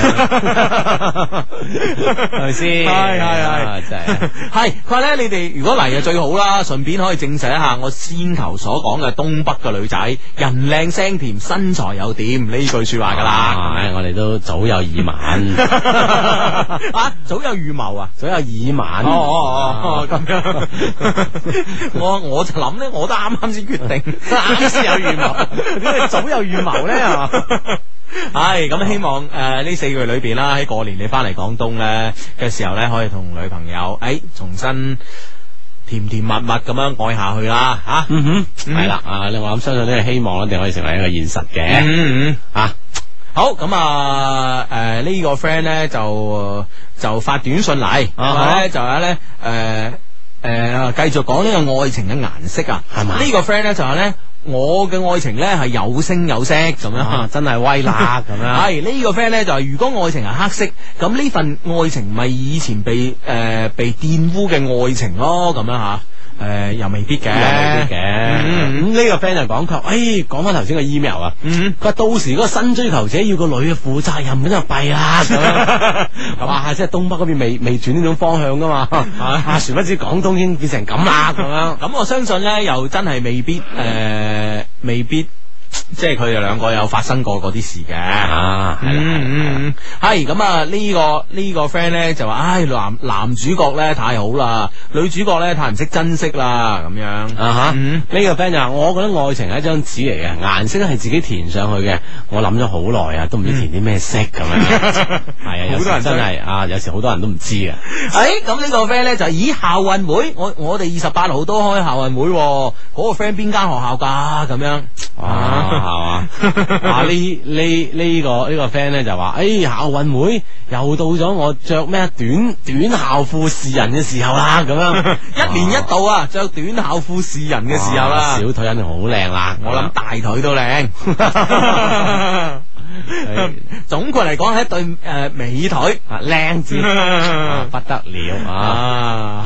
[SPEAKER 3] 系咪先？
[SPEAKER 1] 係係係
[SPEAKER 3] 啊真系。
[SPEAKER 1] 系，佢话咧，你哋如果嚟就最好啦，順便可以證實一下我先頭所講嘅東北嘅女仔，人靚聲甜，身材又掂呢句说話噶
[SPEAKER 3] 啊唉
[SPEAKER 1] 啦。
[SPEAKER 3] 我哋都早有 耳 聞，
[SPEAKER 1] 啊，早有預謀啊！
[SPEAKER 3] 早有耳聞。
[SPEAKER 1] 哦哦哦，咁樣， 我我就諗咧，我都啱啱先決定，啱先有預謀，點解早有預謀咧？啊！ 唉，咁希望诶呢、四個月裏边啦，喺過年你翻嚟廣東咧嘅時候咧，可以同女朋友诶、重新甜甜蜜蜜咁樣愛下去啦吓。
[SPEAKER 3] 嗯哼，
[SPEAKER 1] 嗯
[SPEAKER 3] 系啦啊！我諗相信呢個希望一定可以成為一個現實嘅
[SPEAKER 1] 嗯嗯。
[SPEAKER 3] 啊！
[SPEAKER 1] 好咁啊，诶、呢、個 friend 咧就呃就發短信嚟，
[SPEAKER 3] 啊
[SPEAKER 1] 話咧就話咧诶诶繼續講呢個愛情嘅顏色啊，
[SPEAKER 3] 係嘛
[SPEAKER 1] 呢個 friend 咧就話咧我嘅愛情咧係有聲有色咁樣。
[SPEAKER 3] 啊真係威啦咁 樣，
[SPEAKER 1] 系呢、個 friend 咧就係如果愛情係黑色，咁呢份愛情咪以前被诶、呃被玷污嘅愛情咯，咁樣吓，诶、又未必嘅，
[SPEAKER 3] 有啲嘅。咁
[SPEAKER 1] 嗯
[SPEAKER 3] 呢個 friend 就講佢，诶，講翻頭先個 email 啊。
[SPEAKER 1] 嗯
[SPEAKER 3] 佢話到時嗰個新追求者要個女嘅負責任，咁就弊啦咁 樣。哇！即係東北嗰邊未未轉呢種方向噶嘛，啊，殊不知廣東已經變成咁啦咁樣。
[SPEAKER 1] 咁我相信咧，又真係未必诶、呃未必即係佢哋兩個有發生過嗰啲事嘅。
[SPEAKER 3] 啊，係啦係啦
[SPEAKER 1] 嗯嗯嗯，系咁啊！呢個呢個 friend 咧就話：，唉，男男主角咧太好啦，女主角咧太唔識珍惜啦，咁樣。
[SPEAKER 3] 啊哈！
[SPEAKER 1] 嗯
[SPEAKER 3] 呢個 friend 就話我覺得愛情係一張紙嚟嘅，顏色咧係自己填上去嘅。我諗咗好耐啊，都唔知填啲咩色咁樣。 係啊，有
[SPEAKER 1] 好多
[SPEAKER 3] 時
[SPEAKER 1] 人
[SPEAKER 3] 真
[SPEAKER 1] 都
[SPEAKER 3] 係啊，有時好多人都唔知啊。
[SPEAKER 1] 诶，咁呢個 friend 咧就咦校運會，我我哋二十八號都開校運會喎，嗰、個 friend 邊間學校㗎？咁樣
[SPEAKER 3] 啊，係 嘛？ 啊呢呢呢個呢個 friend 咧就話：，誒校運會又到咗我着咩短短校褲示人嘅時候啦，咁 樣
[SPEAKER 1] 一年一度啊，着短校褲示人嘅時候啦
[SPEAKER 3] 哇。啊小腿肯定好靚啦。
[SPEAKER 1] 我諗大腿都靚， 總括嚟講係一對诶美腿。
[SPEAKER 3] 啊靚 字啊不得了啊！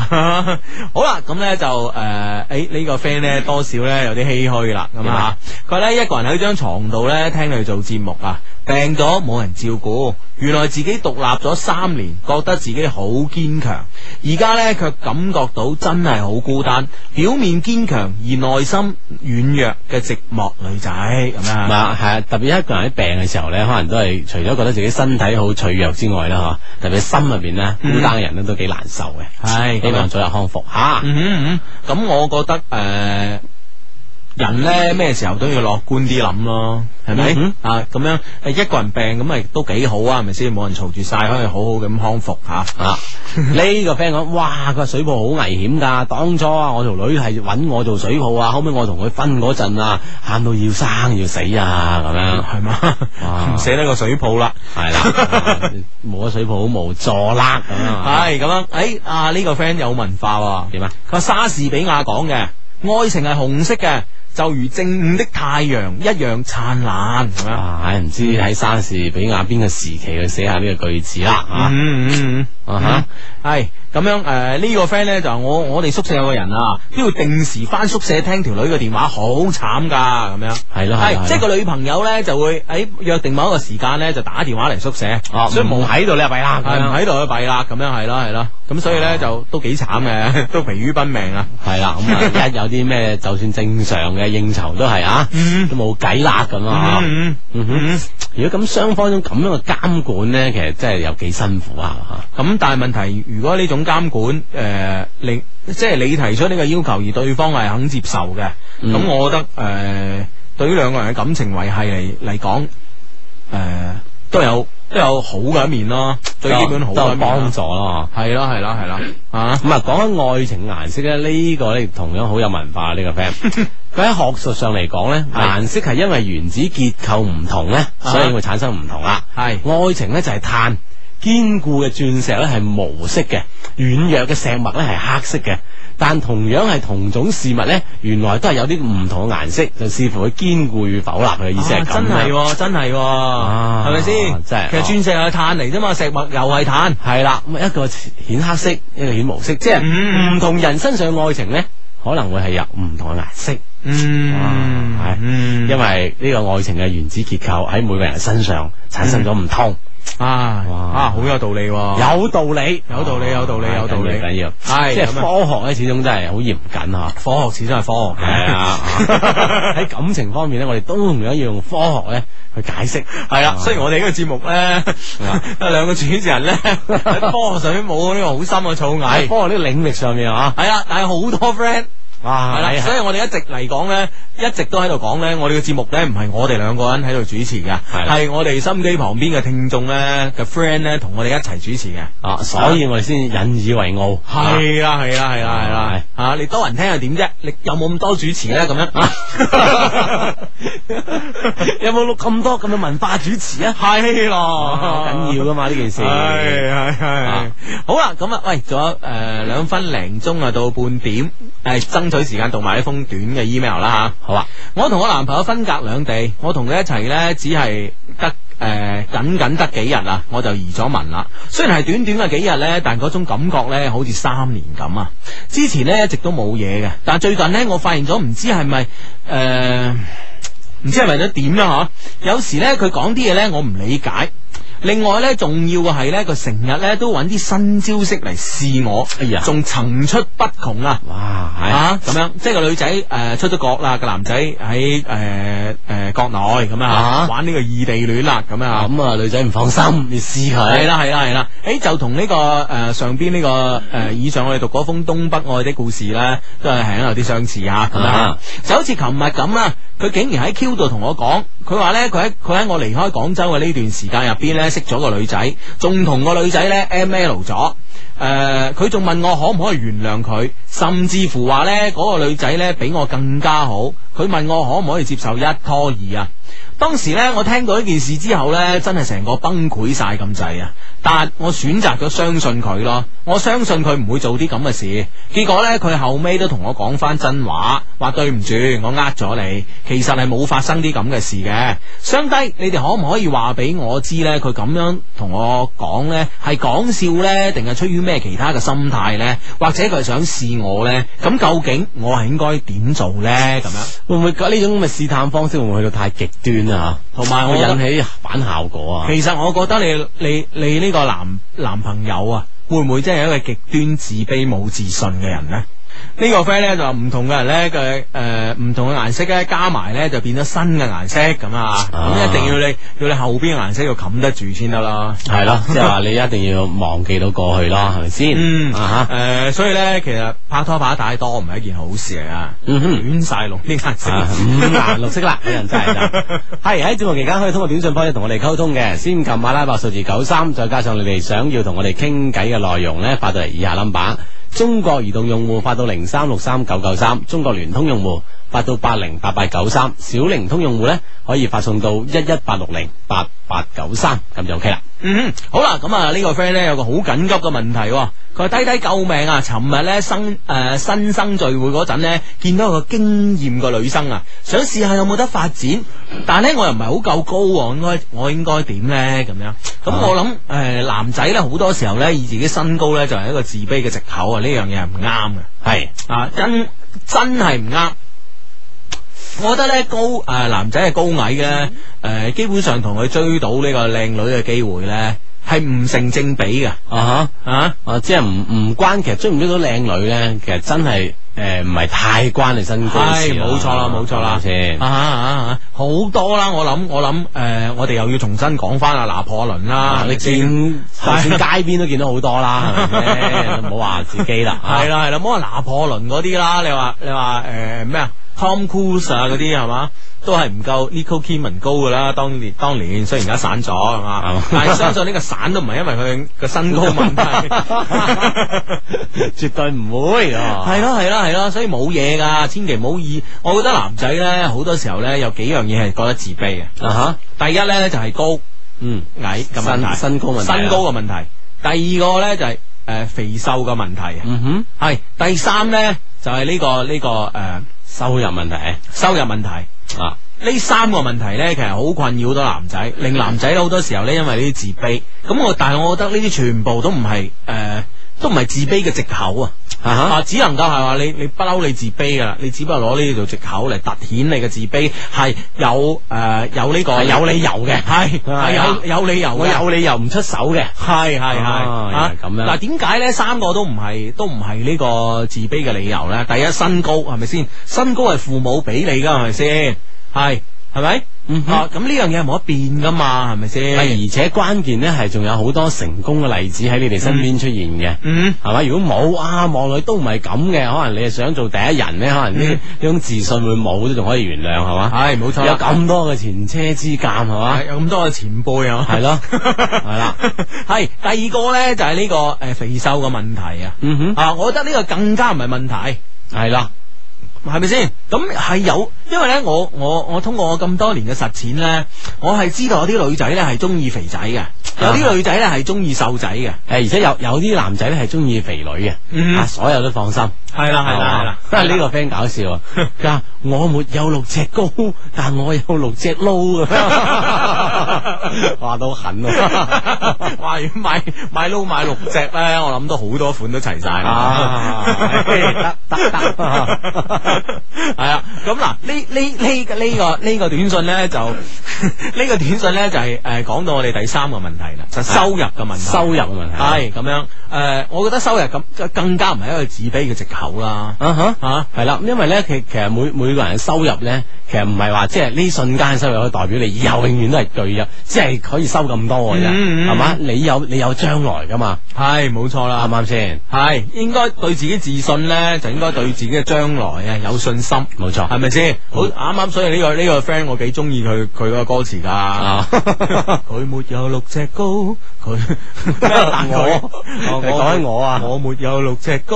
[SPEAKER 1] 啊， 好啦，咁咧就呃誒，誒、呢、個 friend 咧多少咧有啲唏噓啦，咁
[SPEAKER 3] 點啊
[SPEAKER 1] 啊，佢咧一個人喺張床度咧聽佢做節目啊，病咗冇人照顧，原來自己獨立咗三年，覺得自己好堅強，而家咧卻感覺到真係好孤單，表面堅強而內心軟弱嘅寂寞女仔咁樣
[SPEAKER 3] 咁
[SPEAKER 1] 啊。
[SPEAKER 3] 啊，系啊，特別一個人喺病嘅時候咧，可能都係除咗覺得自己身體好脆弱之外啦，吓，特別心入邊咧孤單嘅人咧都幾難受嘅。
[SPEAKER 1] 係
[SPEAKER 3] 希
[SPEAKER 1] 咁啊
[SPEAKER 3] 望早日康復吓。
[SPEAKER 1] 嗯哼嗯哼，咁我覺得誒、呃人咧咩時候都要樂觀啲諗咯，係咪、
[SPEAKER 3] 嗯
[SPEAKER 1] 啊？咁樣誒一個人病咁咪都幾好啊，係咪先？冇人嘈住晒，可以好好咁康復嚇。
[SPEAKER 3] 啊！呢個 friend 講，哇，佢話水泡好危險㗎。當初啊，我條女係揾我做水泡啊，後尾我同佢分嗰陣啊，喊到要生要死啊，咁樣
[SPEAKER 1] 係嘛？
[SPEAKER 3] 哇
[SPEAKER 1] 唔捨得個水泡啦。
[SPEAKER 3] 係啦，啊冇咗水泡好無助啦，咁樣 啊
[SPEAKER 1] 係咁樣，誒、啊呢、個 friend 有文化喎、
[SPEAKER 3] 點啊？
[SPEAKER 1] 佢話莎士比亞講嘅愛情係紅色嘅，就如正午的太陽一樣燦爛咁樣。
[SPEAKER 3] 啊，唉唔知喺莎士比亞邊個時期去寫下呢個句子啦，啊
[SPEAKER 1] 嗯嗯嗯。
[SPEAKER 3] 啊哈
[SPEAKER 1] 啊！吓，系咁样诶，呢個 friend 咧就話我我哋宿舍有個人啊，都要定時翻宿舍聽條女嘅電話，好慘噶咁樣。
[SPEAKER 3] 係咯係咯
[SPEAKER 1] 係即係個女朋友咧就會喺約定某一個時間咧就打電話嚟宿舍，
[SPEAKER 3] 哦
[SPEAKER 1] 所以冇
[SPEAKER 3] 唔喺度你就弊啦咁
[SPEAKER 1] 係
[SPEAKER 3] 樣
[SPEAKER 1] 唔喺度就弊啦，咁樣係啦係啦，咁所以咧就都幾慘嘅，都疲於奔命啊。
[SPEAKER 3] 系啦，咁啊，一有啲咩，就算正常嘅應酬都係啊，
[SPEAKER 1] 嗯
[SPEAKER 3] 都冇計啦咁啊。
[SPEAKER 1] 嗯
[SPEAKER 3] 嗯哼，如果咁雙方種咁樣嘅監管咧，其實真係有幾辛苦啊嚇。
[SPEAKER 1] 咁但係問題，如果呢種監管，诶、令即係你提出呢個要求，而對方係肯接受嘅，咁、
[SPEAKER 3] 嗯
[SPEAKER 1] 我覺得诶、誒對於兩個人嘅感情維係嚟嚟講，诶、都有都有好嘅一面咯，最基本好
[SPEAKER 3] 都
[SPEAKER 1] 嘅
[SPEAKER 3] 有
[SPEAKER 1] 一面啊啦
[SPEAKER 3] 幫助咯。啊
[SPEAKER 1] 係啦係啦係啦，啊，
[SPEAKER 3] 咁啊，講緊愛情顏色咧，呢、個咧同樣好有文化呢、個 friend。佢喺學術上嚟講咧，
[SPEAKER 1] 係啊
[SPEAKER 3] 顏色係因為原子結構唔同咧，所以會產生唔同啦。
[SPEAKER 1] 係
[SPEAKER 3] 愛情咧就係碳，堅固嘅鑽石咧係無色嘅，軟弱嘅石墨咧係黑色嘅。但同樣係同種事物咧，原來都係有啲唔同嘅顏色，就視乎佢堅固與否啦。佢嘅意思係
[SPEAKER 1] 啊
[SPEAKER 3] 咁
[SPEAKER 1] 真
[SPEAKER 3] 樣啊
[SPEAKER 1] 係喎真係喎，係咪先？
[SPEAKER 3] 真係
[SPEAKER 1] 其實鑽石係碳嚟啫嘛，石墨又係碳。
[SPEAKER 3] 系啦，咁一個顯黑色，一個顯無色，即係
[SPEAKER 1] 嗯
[SPEAKER 3] 唔同人身上嘅愛情咧，可能會係有唔同嘅顏色，
[SPEAKER 1] 嗯
[SPEAKER 3] 哇係
[SPEAKER 1] 嗯
[SPEAKER 3] 因為呢個愛情嘅原子結構喺每個人身上產生咗唔同，
[SPEAKER 1] 啊
[SPEAKER 3] 哇
[SPEAKER 1] 啊，好有道理喎，
[SPEAKER 3] 有道理，哦
[SPEAKER 1] 有道理有道理有道理
[SPEAKER 3] 緊要緊要，
[SPEAKER 1] 係
[SPEAKER 3] 即係
[SPEAKER 1] 咁啊
[SPEAKER 3] 科學咧，始終真係好嚴謹啊。
[SPEAKER 1] 科學始終係科學嘅。
[SPEAKER 3] 係啊， 喺感情方面咧，我哋都同樣要用科學咧去解釋，啊
[SPEAKER 1] 系啦，雖然
[SPEAKER 3] 我
[SPEAKER 1] 我哋呢個節目咧， 兩個主持人咧喺科學上面冇呢個好深嘅造
[SPEAKER 3] 喺
[SPEAKER 1] 詣，
[SPEAKER 3] 科學呢個領域上面啊，
[SPEAKER 1] 係啦，但係好多 friend
[SPEAKER 3] 哇，
[SPEAKER 1] 係啦，
[SPEAKER 3] 啊係
[SPEAKER 1] 所以我哋一直嚟講咧，一直都喺度講咧，我哋嘅節目咧唔係我哋兩個人喺度主持嘅，
[SPEAKER 3] 係
[SPEAKER 1] 係我哋心機旁邊嘅聽眾咧嘅 friend 咧同我哋一齊主持嘅。
[SPEAKER 3] 啊，所以我哋先引以為傲，啊
[SPEAKER 1] 系啦系啦系啦系啦，吓你多人聽又點啫？你有冇咁多主持咧？咁樣 啊？
[SPEAKER 3] 有冇錄咁多咁嘅文化主持啊？
[SPEAKER 1] 系咯，
[SPEAKER 3] 哦緊要噶嘛呢件
[SPEAKER 1] 系
[SPEAKER 3] 事。
[SPEAKER 1] 系
[SPEAKER 3] 啊
[SPEAKER 1] 好啦，咁啊，喂，仲有诶两分零鐘啊，到半點，诶，爭取時間讀埋呢封短嘅 email 啦吓。
[SPEAKER 3] 好啊，
[SPEAKER 1] 我同我男朋友分隔兩地，我同佢一齊呢，只係得诶僅僅得幾日啊，我就移咗民啦。雖然係短短嘅幾日呢，但嗰種感覺呢，好似三年咁啊。之前呢，一直都冇嘢嘅，但最近呢，我發現咗唔知係咪诶。呃唔知係為咗點啦吓，有時呢，佢講啲嘢呢，我唔理解。另外呢，重要嘅係呢，佢成日呢都揾啲新招式嚟試我
[SPEAKER 3] 哎呀，
[SPEAKER 1] 仲層出不窮啊！
[SPEAKER 3] 哇，係
[SPEAKER 1] 啊，咁樣，即係個女仔诶、呃出咗國啦，個男仔喺诶诶国内咁樣
[SPEAKER 3] 啊
[SPEAKER 1] 啊，玩呢個異地戀啦，咁樣啊。
[SPEAKER 3] 咁啊，女仔唔放心，你試佢
[SPEAKER 1] 系。啦系啦系啦，诶就同呢、個个诶、呃上邊呢、個个呃以上我哋讀嗰封《東北愛的故事》咧，都係係有啲相似吓咁
[SPEAKER 3] 啊
[SPEAKER 1] 樣，就好似琴日咁啦，佢竟然喺 Q 度同我講，佢話咧佢喺佢喺我離開廣州嘅呢段時間入邊咧識咗個女仔，仲同個女仔咧 M L 咗。誒，佢仲、問我可唔可以原諒佢，甚至乎話呢嗰、個女仔呢比我更加好。佢問我可唔可以接受一拖二啊？當時呢，我聽到呢件事之後呢，真係成個崩潰晒咁滯啊！但我選擇咗相信佢咯，我相信佢唔會做啲咁嘅事。結果呢，佢後尾都同我講翻真話，話對唔住，我呃咗你，其實係冇發生啲咁嘅事嘅。相低，你哋可唔可以話俾我知呢？佢咁樣同我講呢，係講笑呢？定係出於咩其他嘅心態呢？或者佢係想試我呢？咁究竟我係應該點做呢？咁樣，
[SPEAKER 3] 會唔會覺得呢種咁嘅試探方式會唔會去到太極端啊？
[SPEAKER 1] 同埋
[SPEAKER 3] 會
[SPEAKER 1] 我
[SPEAKER 3] 引起反效果啊？
[SPEAKER 1] 其實我覺得你你你呢個男男朋友啊，會唔會真係一個極端自卑冇自信嘅人呢？呢個 friend 咧就話唔同嘅人咧嘅誒唔同嘅顏色咧加埋咧就變咗新嘅顏色咁啊，
[SPEAKER 3] 啊
[SPEAKER 1] 咁一定要你要你後邊嘅顏色要冚得住先得啦。
[SPEAKER 3] 係咯，即係話你一定要忘記到過去咯，係咪先？
[SPEAKER 1] 嗯
[SPEAKER 3] 啊
[SPEAKER 1] 誒、
[SPEAKER 3] 哈，
[SPEAKER 1] 所以咧其實拍拖拍得太多唔係一件好事嚟啊，
[SPEAKER 3] 嗯哼。
[SPEAKER 1] 亂晒龍啲顏色。
[SPEAKER 3] 啊五顏六 色啦，有人真係得。係喺節目期間可以通過短信方式同我哋溝通嘅，先撳阿拉伯數字九三，再加上你哋想要同我哋傾偈嘅內容呢，發到嚟以下 number。中國移動用戶發到零三六三九九三，中國聯通用戶發到八零八八九三，小靈通用戶呢，可以發送到一一八六零八八九三，咁就 OK 啦。
[SPEAKER 1] 嗯，好啦，咁啊呢個 friend 咧有個好緊急嘅問題喎，佢話低低救命啊！尋日咧生誒、呃新生聚會嗰陣咧，見到有個驚豔嘅女生啊，想試下有冇得發展，但係咧我又唔係好夠高喎，應該我應該點咧咁樣？咁我諗誒、呃男仔咧好多時候咧以自己身高咧就係、一個自卑嘅藉口啊，呢樣嘢係唔啱嘅。
[SPEAKER 3] 係
[SPEAKER 1] 啊，真真系唔啱。我覺得咧高诶、呃男仔係高矮嘅咧，
[SPEAKER 3] 嗯
[SPEAKER 1] 诶、基本上同佢追到呢個靚女嘅機會咧係唔成正比嘅
[SPEAKER 3] 啊哈。
[SPEAKER 1] 啊！
[SPEAKER 3] 啊，即系唔唔关，其实追唔追到靓女咧，其实真系诶唔係太關你身高事
[SPEAKER 1] 系冇錯啦，冇錯啦，
[SPEAKER 3] 係咪先
[SPEAKER 1] 啊啊啊好多啦，我諗我諗诶、誒我哋又要重新講翻啊拿破崙啦
[SPEAKER 3] 啊，你見就算街邊都見到好多啦，係 咪 先？唔好話自己啦，啊
[SPEAKER 1] 系啦系啦，唔好話拿破崙嗰啲啦，你話你話诶咩啊，Tom Cruise 啊嗰啲係嘛，都係唔夠 Nicole Kidman 高噶啦，當年當年雖然而家散咗係
[SPEAKER 3] 係
[SPEAKER 1] 嘛
[SPEAKER 3] 嘛，
[SPEAKER 1] 但係相信呢個散都唔係因為佢個身高問題。
[SPEAKER 3] 絕對唔會啊！
[SPEAKER 1] 系咯系咯系咯，所以冇嘢噶，千祈唔好以。我覺得男仔咧，好多時候咧有幾樣嘢係覺得自卑嘅。
[SPEAKER 3] 啊哈，
[SPEAKER 1] 第一咧就係高
[SPEAKER 3] 嗯，
[SPEAKER 1] 矮嘅問題，
[SPEAKER 3] 身身高問題啊
[SPEAKER 1] 身高嘅問題。第二個咧就係诶肥瘦嘅問題。
[SPEAKER 3] 嗯哼，
[SPEAKER 1] 係第三咧就係呢個呢個诶
[SPEAKER 3] 收入問題
[SPEAKER 1] 收入問題。
[SPEAKER 3] 啊，
[SPEAKER 1] 呢三個問題呢，其實好困擾到男仔，令男仔好多時候呢，因為呢啲自卑。咁我，但係我覺得呢啲全部都唔係诶，呃都唔係自卑嘅藉口啊！
[SPEAKER 3] 啊哈
[SPEAKER 1] 啊，只能夠係話你你不嬲你自卑噶啦，你只不過攞呢度藉口嚟突顯你嘅自卑係有诶、呃有呢、個
[SPEAKER 3] 係有理由嘅
[SPEAKER 1] 係係
[SPEAKER 3] 係啊
[SPEAKER 1] 有有理由嘅，
[SPEAKER 3] 我有理由唔出手嘅，
[SPEAKER 1] 係係係
[SPEAKER 3] 啊
[SPEAKER 1] 啊
[SPEAKER 3] 原來咁樣
[SPEAKER 1] 嗱，點解咧三個都唔係都唔係呢個自卑嘅理由咧？第一身高係咪先？身高係父母俾你噶係咪先？係係咪？
[SPEAKER 3] 嗯哼
[SPEAKER 1] 啊，咁呢樣嘢係冇得變噶嘛，係咪先？
[SPEAKER 3] 而且關鍵咧係仲有好多成功嘅例子喺你哋身邊出現嘅。
[SPEAKER 1] 嗯。
[SPEAKER 3] 係嘛？如果冇啊，望落去都唔係咁嘅，可能你係想做第一人咧，可能呢呢種自信會冇都仲可以原諒，係嘛？
[SPEAKER 1] 係冇錯啦
[SPEAKER 3] 有咁多嘅前車之鑑，啊係嘛
[SPEAKER 1] 係？有咁多嘅前輩啊，
[SPEAKER 3] 係咯，係啦，
[SPEAKER 1] 係第二個咧就係呢個誒肥瘦嘅問題啊，
[SPEAKER 3] 嗯哼，
[SPEAKER 1] 啊，我覺得呢個更加唔係問題，
[SPEAKER 3] 係啦，
[SPEAKER 1] 係咪先？咁係有，因為咧我我我通過我咁多年嘅實踐咧，我係知道有啲女仔咧係中意肥仔嘅，有啲女仔咧係中意瘦仔嘅，
[SPEAKER 3] 誒，而且有有啲男仔咧係中意肥女嘅，
[SPEAKER 1] 嗯
[SPEAKER 3] 啊，所有都放心。
[SPEAKER 1] 係啦
[SPEAKER 3] 係嘛 呢個 friend 搞笑啊！佢話我沒有六隻高， 但我有六隻撈咁 樣，話到 狠啊！
[SPEAKER 1] 哇！如果 買買撈買六隻咧，我諗到好多款都齊晒啦
[SPEAKER 3] 啊。得得得
[SPEAKER 1] 系啊，咁嗱，呢呢呢個呢個呢個短信咧就 呢個短信咧就係诶講到我哋第三個問題啦，就收入嘅問題。
[SPEAKER 3] 收入嘅問題
[SPEAKER 1] 係咁樣诶，誒我覺得收入咁更加唔係一個自卑嘅藉口啦。
[SPEAKER 3] 啊哈
[SPEAKER 1] 啊
[SPEAKER 3] 系啦，因為咧，其其實每每個人嘅收入咧，其實唔係話即係呢瞬間嘅收入可以代表你以後永遠都係巨入，即係可以收咁多嘅啫，
[SPEAKER 1] 嗯嗯啊
[SPEAKER 3] 係嘛？你有你有將來噶嘛？
[SPEAKER 1] 係冇錯
[SPEAKER 3] 啱
[SPEAKER 1] 啦
[SPEAKER 3] 唔。啱先？
[SPEAKER 1] 系，應該對自己自信咧，就應該對自己嘅將來啊有信心，
[SPEAKER 3] 冇錯
[SPEAKER 1] 係咪先？好啱啱，所以呢、個呢、個 friend 我幾中意佢佢嗰個歌詞㗎，
[SPEAKER 3] 啊
[SPEAKER 1] 佢沒有六隻高， 佢但佢
[SPEAKER 3] 我你講緊我啊
[SPEAKER 1] 我沒有六隻高，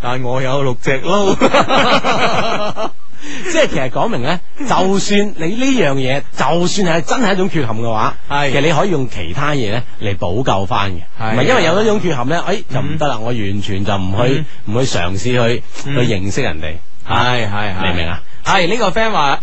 [SPEAKER 1] 但我有六隻撈，
[SPEAKER 3] 即係其實講明咧，就算你呢樣嘢，就算係真係一種缺陷嘅話，
[SPEAKER 1] 係
[SPEAKER 3] 其實你可以用其他嘢咧嚟補救翻嘅，
[SPEAKER 1] 係嗯
[SPEAKER 3] 唔係因為有一種缺陷咧，哎就唔得啦，我完全就唔去唔去嘗試去去認識人哋，
[SPEAKER 1] 係係係，
[SPEAKER 3] 啊明唔明啊？
[SPEAKER 1] 係呢、個 friend 話誒誒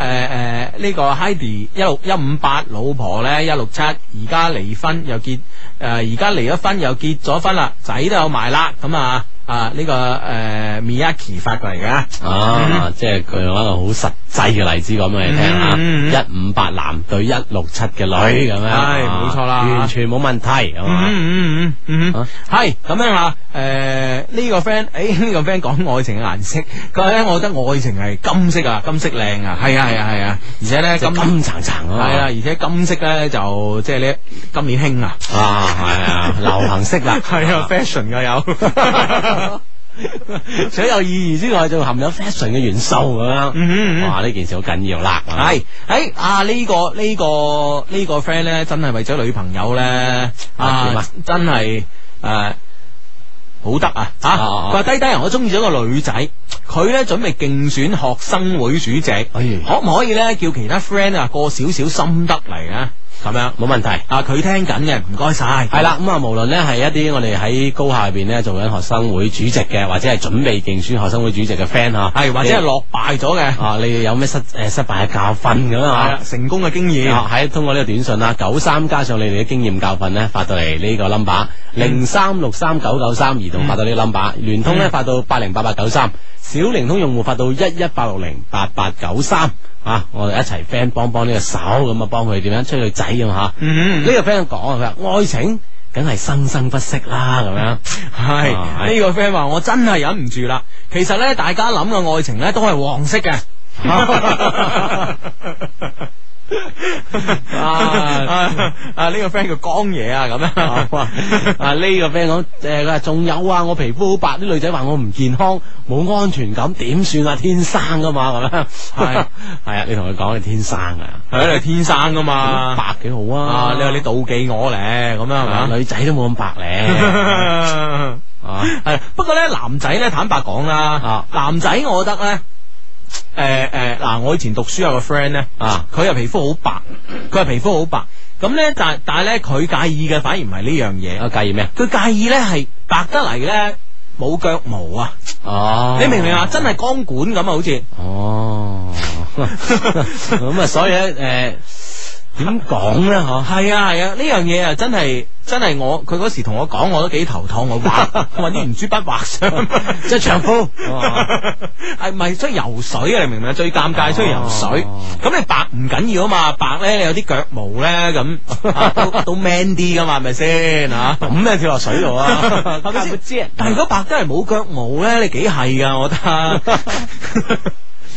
[SPEAKER 1] 呢個 Heidi 一六一五八老婆咧一六七，而家離婚又結誒呃而家離咗婚又結咗婚啦，仔都有埋啦，咁啊啊呢、個誒、呃、Miyaki 發過嚟嘅。嗯
[SPEAKER 3] 啊，即係佢用一個好實際嘅例子講俾你
[SPEAKER 1] 嗯嗯
[SPEAKER 3] 聽吓，一五八男對一六七嘅女咁樣，
[SPEAKER 1] 係冇錯啦
[SPEAKER 3] 啊完全冇問題，係嘛？
[SPEAKER 1] 嗯嗯嗯嗯
[SPEAKER 3] 啊，
[SPEAKER 1] 系咁样啊！诶，呢個 friend，诶 呢個 friend 講愛情嘅顏色，佢話咧，我覺得愛情係金色啊，金色靚啊，係啊係啊係啊，而且咧
[SPEAKER 3] 即係
[SPEAKER 1] 金
[SPEAKER 3] 金層層啊
[SPEAKER 1] 係
[SPEAKER 3] 嘛，
[SPEAKER 1] 啊，而且金色咧就即係呢今年興啊，
[SPEAKER 3] 啊係啊，流行色啦，
[SPEAKER 1] 係 啊，fashion 噶有。
[SPEAKER 3] 除咗有意義之外，仲含有 fashion 嘅元素咁樣。
[SPEAKER 1] 嗯嗯嗯
[SPEAKER 3] 哇！呢件事好緊要啦。
[SPEAKER 1] 系，诶啊呢、個呢、個呢、個 friend 咧，真係為咗女朋友咧，
[SPEAKER 3] 啊點
[SPEAKER 1] 啊
[SPEAKER 3] 啊
[SPEAKER 1] 真係诶好得啊吓！
[SPEAKER 3] 啊啊
[SPEAKER 1] 佢話低低人，我中意咗個女仔，佢咧準備競選學生會主席，
[SPEAKER 3] 哎
[SPEAKER 1] 可唔可以咧叫其他 friend 啊過少少心得嚟啊？咁樣
[SPEAKER 3] 冇問題。
[SPEAKER 1] 啊，佢聽緊嘅，唔該晒。
[SPEAKER 3] 係啦，咁啊，無論咧係一啲我哋喺高校入邊咧做緊學生會主席嘅，或者係準備競選學生會主席嘅 friend 嚇，
[SPEAKER 1] 係，係或者係
[SPEAKER 3] 你
[SPEAKER 1] 落敗咗嘅，
[SPEAKER 3] 啊，你哋有咩失誒失敗嘅教訓咁
[SPEAKER 1] 係
[SPEAKER 3] 樣
[SPEAKER 1] 啦
[SPEAKER 3] 啊？
[SPEAKER 1] 成功嘅經驗。
[SPEAKER 3] 啊喺通過呢個短信啦，九三加上你哋嘅經驗教訓咧，發到嚟呢個 number 零三六三九九三，移動發到呢個 number，聯通咧發到八零八八九三，小靈通用戶發到一一八六零八八九三。啊！我哋一齊 friend 幫幫呢個手咁啊，幫佢點樣吹佢仔咁吓。呢、
[SPEAKER 1] 嗯嗯嗯
[SPEAKER 3] 個 friend 講啊，佢話愛情梗係生生不息啦，咁樣
[SPEAKER 1] 系
[SPEAKER 3] 啊
[SPEAKER 1] 呢個 friend 話我真係忍唔住啦。其實咧，大家諗嘅愛情咧都係黃色 嘅。啊啊！呢個 friend 叫江爺啊，咁
[SPEAKER 3] 啊
[SPEAKER 1] 樣。
[SPEAKER 3] 啊呢個 friend 講诶，誒佢話仲有啊，我皮膚好白，啲女仔話我唔健康，冇安全感，點算啊？天生噶嘛，咁樣
[SPEAKER 1] 係
[SPEAKER 3] 係啊，你同佢講你天生啊，
[SPEAKER 1] 係你天生噶嘛？
[SPEAKER 3] 白幾好
[SPEAKER 1] 啊
[SPEAKER 3] 啊！！
[SPEAKER 1] 你話你妒忌我咧，咁樣係
[SPEAKER 3] 啊
[SPEAKER 1] 嘛？
[SPEAKER 3] 女仔都冇咁白 咧，啊
[SPEAKER 1] 系，不過咧男仔咧，坦白講啦
[SPEAKER 3] 啊，
[SPEAKER 1] 男仔我覺得咧，诶诶，誒嗱，我以前讀書有個 friend 咧，
[SPEAKER 3] 啊
[SPEAKER 1] 佢又皮膚好白，佢又皮膚好白，咁咧但但係咧佢介意嘅反而唔係呢樣嘢，
[SPEAKER 3] 啊介意咩？
[SPEAKER 1] 佢介意咧係白得嚟咧冇腳毛啊，
[SPEAKER 3] 哦，
[SPEAKER 1] 你明唔明啊？真係光管咁啊，好似。
[SPEAKER 3] 哦， 咁啊，所以咧，诶、點講咧？嗬，
[SPEAKER 1] 系啊系啊，呢樣嘢啊真係真係我佢嗰時同我講，我都幾頭痛。我畫 我搵啲圓珠筆畫上，
[SPEAKER 3] 即係長褲，哇
[SPEAKER 1] 係咪出游水啊？你明唔明啊？最尷尬出游水
[SPEAKER 3] 哦哦，
[SPEAKER 1] 咁你白唔緊要啊嘛，白咧你有啲腳毛咧 咁啊都都 man 啲噶嘛，係咪先啊？
[SPEAKER 3] 咁咧跳落水度啊，
[SPEAKER 1] 係咪先？但係如果白得係冇腳毛咧，你幾係噶？我覺得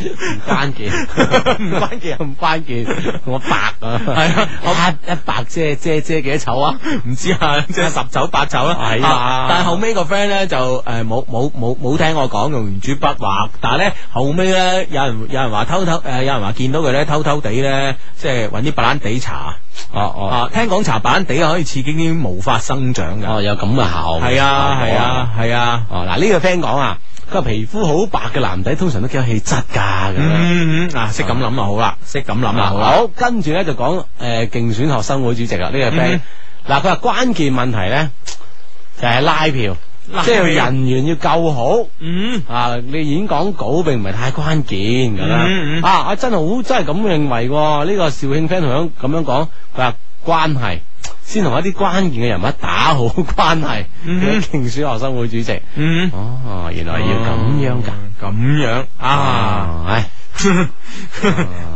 [SPEAKER 3] 唔關鍵，
[SPEAKER 1] 唔關鍵啊
[SPEAKER 3] 唔關鍵， 我白啊，
[SPEAKER 1] 係啊
[SPEAKER 3] 啊， 一一白遮遮遮幾多丑啊？
[SPEAKER 1] 唔知啊， 即係十走八走啦。
[SPEAKER 3] 係啦啊
[SPEAKER 1] 但係後尾個 friend 咧就诶冇冇冇冇聽我講用圓珠筆畫，但係咧後尾咧有人有人話偷偷诶、有人話見到佢咧偷偷地咧即係搵啲白蘭地茶
[SPEAKER 3] 哦哦
[SPEAKER 1] 啊，聽講茶白蘭地可以刺激啲毛髮生長㗎。
[SPEAKER 3] 哦，有咁嘅效，
[SPEAKER 1] 係啊
[SPEAKER 3] 效果
[SPEAKER 1] 係啊係啊。
[SPEAKER 3] 哦嗱，呢個 friend 講啊，佢話皮膚好白嘅男仔通常都幾有氣質㗎，咁樣。
[SPEAKER 1] 嗯嗯，嗱、識咁諗就好啦，識咁諗就
[SPEAKER 3] 咁啊，
[SPEAKER 1] 好啦。
[SPEAKER 3] 好，跟住咧就講诶竞选學生會主席啦，呢個 friend，
[SPEAKER 1] 嗯
[SPEAKER 3] 嗱佢話關鍵問題咧就係拉票，
[SPEAKER 1] 拉
[SPEAKER 3] 即係
[SPEAKER 1] 票
[SPEAKER 3] 人緣要夠好。
[SPEAKER 1] 嗯，
[SPEAKER 3] 啊！你演講稿並唔係太關鍵咁樣、
[SPEAKER 1] 嗯嗯
[SPEAKER 3] 啊！我真係好真係咁認為喎，呢、個肇慶 friend 同樣咁樣講，佢話關係先同一啲關鍵嘅人物打好關係，
[SPEAKER 1] 嗯
[SPEAKER 3] 競選學生會主席。
[SPEAKER 1] 嗯，
[SPEAKER 3] 哦，原來要咁樣㗎，
[SPEAKER 1] 哦，咁樣啊，
[SPEAKER 3] 啊！唉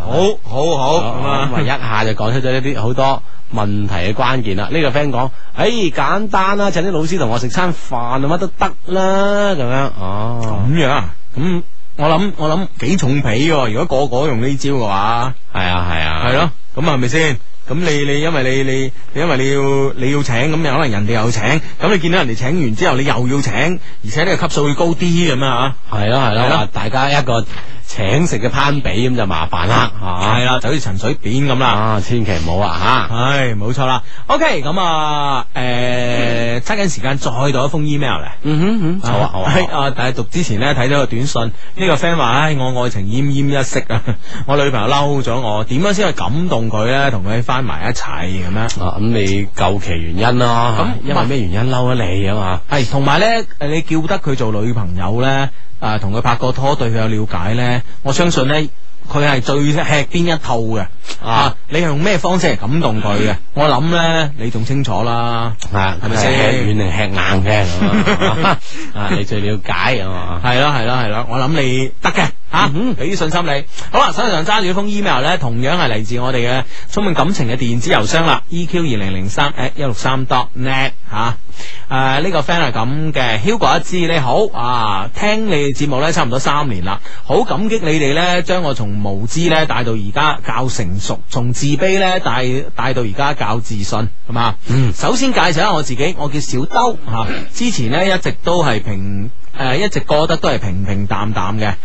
[SPEAKER 1] 好好好咁啊
[SPEAKER 3] 咁，啊，一下就講出咗一啲好多問題嘅關鍵啦。呢、個 friend 講：，唉、簡單啦，請啲老師同我食餐飯啊，乜都得啦，咁樣。哦，
[SPEAKER 1] 咁樣啊，咁我諗我諗幾重皮喎，如果個個用呢招嘅話，
[SPEAKER 3] 係啊，係啊，
[SPEAKER 1] 係咯，咁係咪先？咁你你因為你你你因為你要你要請，咁有可能人哋又請，咁你見到人哋請完之後，你又要請，而且呢個級數會高啲咁啊
[SPEAKER 3] 係咯，係
[SPEAKER 1] 係
[SPEAKER 3] 咯，
[SPEAKER 1] 咯
[SPEAKER 3] 話大家一個請食嘅攀比咁就麻煩啦，嚇、
[SPEAKER 1] 吓，係啦，就好似陳水扁咁啦。
[SPEAKER 3] 啊，千祈唔好啊，嚇、
[SPEAKER 1] 唉，冇錯啦。OK，咁啊， 诶、揸緊時間再讀一封 email 嚟。
[SPEAKER 3] 嗯哼嗯好啊，好啊，
[SPEAKER 1] 喺啊！但系讀之前咧睇到個短信，呢、個 friend 話：，唉，我愛情奄奄一息啊！ 我女朋友嬲咗我，點樣先可以感動佢咧？同佢翻埋一齊咁樣。
[SPEAKER 3] 啊咁、你究其原因咯，
[SPEAKER 1] 咁
[SPEAKER 3] 因為咩原因嬲咗你啊嘛？
[SPEAKER 1] 係，同埋咧，誒你叫得佢做女朋友咧，啊，同佢拍過拖，對佢有了解咧，我相信咧，佢係最吃邊一套嘅。啊，你係用咩方式嚟感動佢嘅？我諗咧，你仲清楚啦。
[SPEAKER 3] 係啊，
[SPEAKER 1] 係咪
[SPEAKER 3] 佢
[SPEAKER 1] 先
[SPEAKER 3] 係吃軟定吃硬嘅咁 啊？啊，你最了解啊嘛？
[SPEAKER 1] 系啦系啦系啦，我諗你得嘅吓，
[SPEAKER 3] 嗯哼
[SPEAKER 1] 啊俾啲信心你。好啦，手上揸住封 email 咧，同樣係嚟自我哋嘅充滿感情嘅電子郵箱啦，EQ 二零零三 at 一六三 dot net 吓。诶、呢、個 friend 係咁嘅，Hugo 一知你好啊，聽你哋節目咧差唔多三年啦，好感激你哋咧將我從無知咧帶到而家較成熟，從自卑咧帶帶到而家較自信，係嘛？
[SPEAKER 3] 嗯
[SPEAKER 1] 首先介紹下我自己，我叫小兜吓、啊之前咧一直都係平诶、一直過得都係平平淡淡嘅。诶、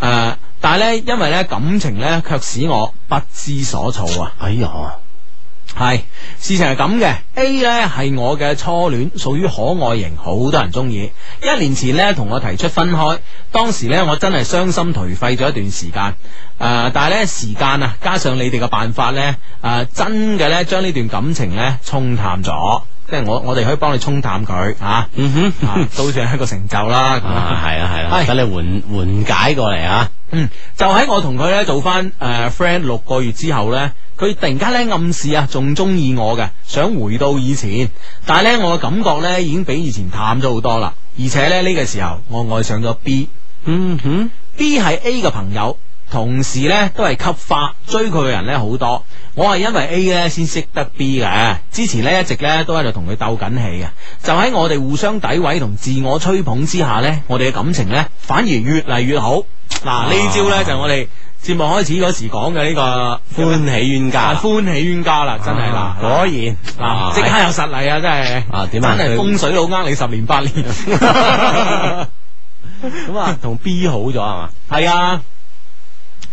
[SPEAKER 1] 呃但係咧，因為咧感情咧，卻使我不知所措啊！
[SPEAKER 3] 哎呀，
[SPEAKER 1] 係事情係咁嘅，A 呢係我嘅初戀，屬於可愛型，好多人中意。一年前呢，同我提出分開，當時呢，我真係傷心頹廢咗一段時間。誒、但係呢，時間啊，加上你哋嘅辦法呢，誒、真嘅呢，將呢段感情呢沖淡咗，即係我我哋可以幫你沖淡佢啊，
[SPEAKER 3] 嗯哼。
[SPEAKER 1] 啊都算係一個成就啦。咁
[SPEAKER 3] 啊，系啦系啦，
[SPEAKER 1] 係
[SPEAKER 3] 等你缓缓解過嚟啊！
[SPEAKER 1] 嗯，就喺我同佢咧做翻诶 friend 六個月之後咧，佢突然間咧暗示啊，仲中意我嘅，想回到以前，但係咧我嘅感覺咧已經比以前淡咗好多啦，而且咧呢、個時候我愛上咗 B。
[SPEAKER 3] 嗯哼，
[SPEAKER 1] B 係 A 嘅朋友，同時咧都係吸花，追佢嘅人咧好多。我係因為 A 咧先識得 B 嘅，之前咧一直咧都喺度同佢鬥緊氣嘅。就喺我哋互相詆毀同自我吹捧之下咧，我哋嘅感情咧反而越嚟越好。
[SPEAKER 3] 啊
[SPEAKER 1] 嗱，呢招咧就係我哋節目開始嗰時講嘅
[SPEAKER 3] 啊
[SPEAKER 1] 呢個
[SPEAKER 3] 歡喜冤家
[SPEAKER 1] 啊，歡喜冤家啦，真係啦，
[SPEAKER 3] 果然
[SPEAKER 1] 嗱，即刻有實例啊！真係
[SPEAKER 3] 啊點啊
[SPEAKER 1] 真係風水佬呃你十年八年，
[SPEAKER 3] 咁啊，同 B 好咗系嘛？
[SPEAKER 1] 係啊。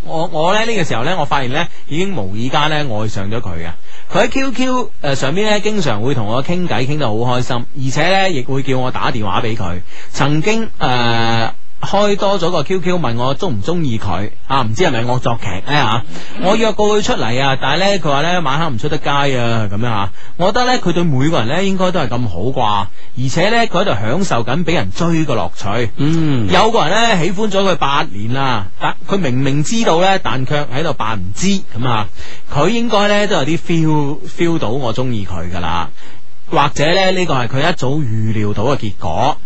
[SPEAKER 1] 我我咧呢、個時候咧，我發現咧已經無意間咧愛上咗佢啊！佢喺 QQ 誒上邊咧，經常會同我傾偈，傾得好開心，而且咧亦會叫我打電話俾佢。曾經誒、呃、開多咗個 QQ 問我中唔中意佢啊？唔知係咪我作劇咧嚇？我約過佢出嚟啊，但係咧佢話咧晚黑唔出得街啊咁樣嚇。我覺得咧佢對每個人咧應該都係咁好啩，而且咧佢喺度享受緊俾人追嘅樂趣。
[SPEAKER 3] 嗯
[SPEAKER 1] 有個人咧喜歡咗佢八年啦，但佢明明知道咧，但卻喺度扮唔知咁啊！佢應該咧都有啲 feel feel 到我中意佢噶啦，或者咧呢個係佢一早預料到嘅結果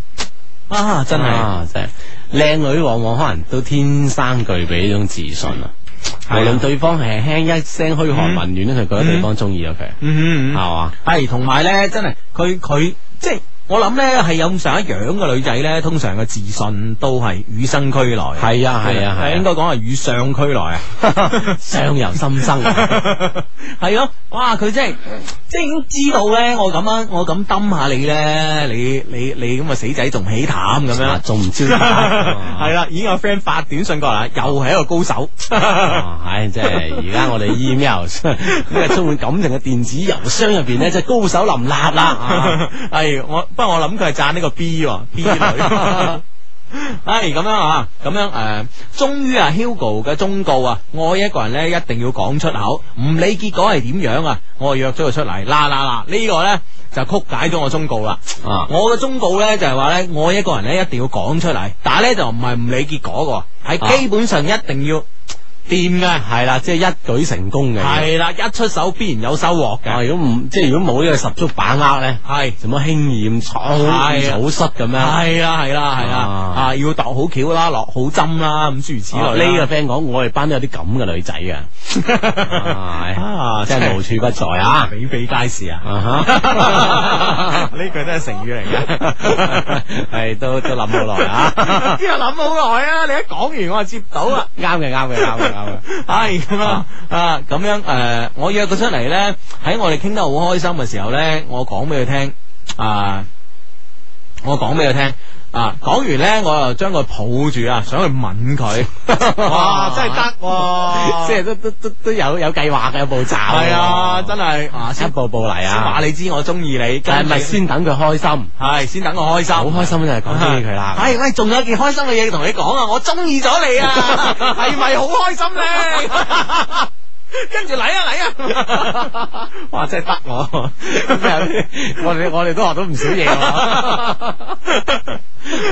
[SPEAKER 1] 啊！真係
[SPEAKER 3] 啊真系靚女往往可能都天生具備呢種自信啊。無
[SPEAKER 1] 係啊
[SPEAKER 3] 論對方係輕一聲噓寒問暖咧，佢覺得對方中意咗啊佢，
[SPEAKER 1] 嗯
[SPEAKER 3] 係嘛？
[SPEAKER 1] 系，同埋咧，真係佢佢即係我諗咧，係有咁上一樣嘅女仔咧，通常嘅自信都係與生俱來。
[SPEAKER 3] 係啊係啊係啊
[SPEAKER 1] 應該講係與上俱來啊，
[SPEAKER 3] 相由心生，
[SPEAKER 1] 係咯，哇！佢真係即係已經知道咧，我咁樣我咁抌下你咧，你你你咁啊死仔仲起淡咁
[SPEAKER 3] 啊
[SPEAKER 1] 樣。
[SPEAKER 3] 仲唔 招
[SPEAKER 1] 係啊啦，已經有 friend 發短信過嚟，又係一個高手。
[SPEAKER 3] 啊唉，即係而家我哋 email 呢個充滿感情嘅電子郵箱入邊咧，即係高手林 立啦。啊
[SPEAKER 1] 系我，不過我諗佢係讚呢個 B 喎，B 女。 系咁樣啊，咁樣诶，终于啊，Hugo 嘅忠告啊，愛一個人咧一定要講出口，唔理結果係點樣啊，我約咗佢出嚟，嗱嗱嗱，呢個咧就曲解咗我忠告啦。
[SPEAKER 3] 啊
[SPEAKER 1] 我嘅忠告咧就係話咧，愛一個人咧一定要講出嚟，但係咧就唔係唔理結果嘅喎，係基本上一定要掂嘅，
[SPEAKER 3] 係啦，即係一舉成功嘅。
[SPEAKER 1] 係啦，一出手必然有收穫
[SPEAKER 3] 啊，
[SPEAKER 1] 嘅，
[SPEAKER 3] 如果唔即係如果冇呢個十足把握咧，
[SPEAKER 1] 係。
[SPEAKER 3] 就冇輕易咁
[SPEAKER 1] 係啊
[SPEAKER 3] 草草率咁樣。
[SPEAKER 1] 系啦系啦系啦，
[SPEAKER 3] 啊
[SPEAKER 1] 啊要度好橋啦，落好針啦，咁諸如此
[SPEAKER 3] 啊
[SPEAKER 1] 類啦。
[SPEAKER 3] 呢個 friend 講，我哋班都有啲咁嘅女仔嘅，
[SPEAKER 1] 啊
[SPEAKER 3] 哦 啊真係無處不在
[SPEAKER 1] 啊
[SPEAKER 3] 啊！
[SPEAKER 1] 比比皆是啊，
[SPEAKER 3] 啊哈，
[SPEAKER 1] 呢句都系成語嚟嘅。
[SPEAKER 3] 係都都諗好耐啊！
[SPEAKER 1] 邊個諗好耐啊？你一講完我就接到啦。
[SPEAKER 3] 啱嘅，啱嘅，啱嘅， 啱嘅。
[SPEAKER 1] 系咁啊啊咁樣诶、呃我約佢出嚟咧，喺我哋傾得好開心嘅時候咧，我講俾佢聽啊，我講俾佢聽啊，講完咧，我又將佢抱住啊，想去吻佢，
[SPEAKER 3] 哇真係
[SPEAKER 1] 得喎
[SPEAKER 3] 即係都都都都有有計劃嘅，有步驟。
[SPEAKER 1] 系哦啊，
[SPEAKER 3] 哦
[SPEAKER 1] 真係啊，
[SPEAKER 3] 係一
[SPEAKER 1] 先
[SPEAKER 3] 步步嚟
[SPEAKER 1] 先話
[SPEAKER 3] 啊！
[SPEAKER 1] 你啊知我中意你，
[SPEAKER 3] 但係咪
[SPEAKER 1] 跟住
[SPEAKER 3] 先等佢開心？
[SPEAKER 1] 系先等我開心，
[SPEAKER 3] 好開心就啊係講中意佢啦。
[SPEAKER 1] 啊系喂，仲有一件開心嘅嘢同你講啊！我中意咗你啊， 係咪好開心咧？ 跟住嚟啊嚟啊！ 哇，真係得我， 啊
[SPEAKER 3] 我哋我哋都學到唔少 嘢喎。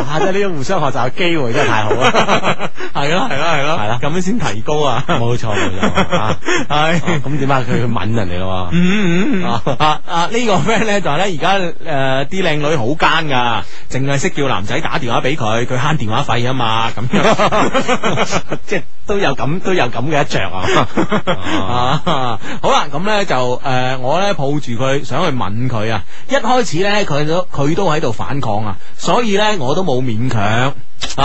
[SPEAKER 3] 哇！真係呢種互相學習嘅機會真係太好啊啦。
[SPEAKER 1] 係咯係咯係咯，
[SPEAKER 3] 係啦
[SPEAKER 1] 咁樣先提高啊！
[SPEAKER 3] 冇錯冇錯啊！
[SPEAKER 1] 係
[SPEAKER 3] 咁點啊？佢去吻人哋咯喎。
[SPEAKER 1] 嗯嗯嗯
[SPEAKER 3] 啊
[SPEAKER 1] 啊啊！呢個 friend 咧就係咧，而家誒呃啲靚女好奸噶，淨係識叫男仔打電話俾佢，佢慳電話費啊嘛，咁樣
[SPEAKER 3] 即係都有咁都有咁嘅一着 啊！
[SPEAKER 1] 啊，好啦，咁呢就诶、呃我呢抱住佢想去吻佢啊。一開始呢，佢都佢都喺度反抗啊，所以呢，我都冇勉強啊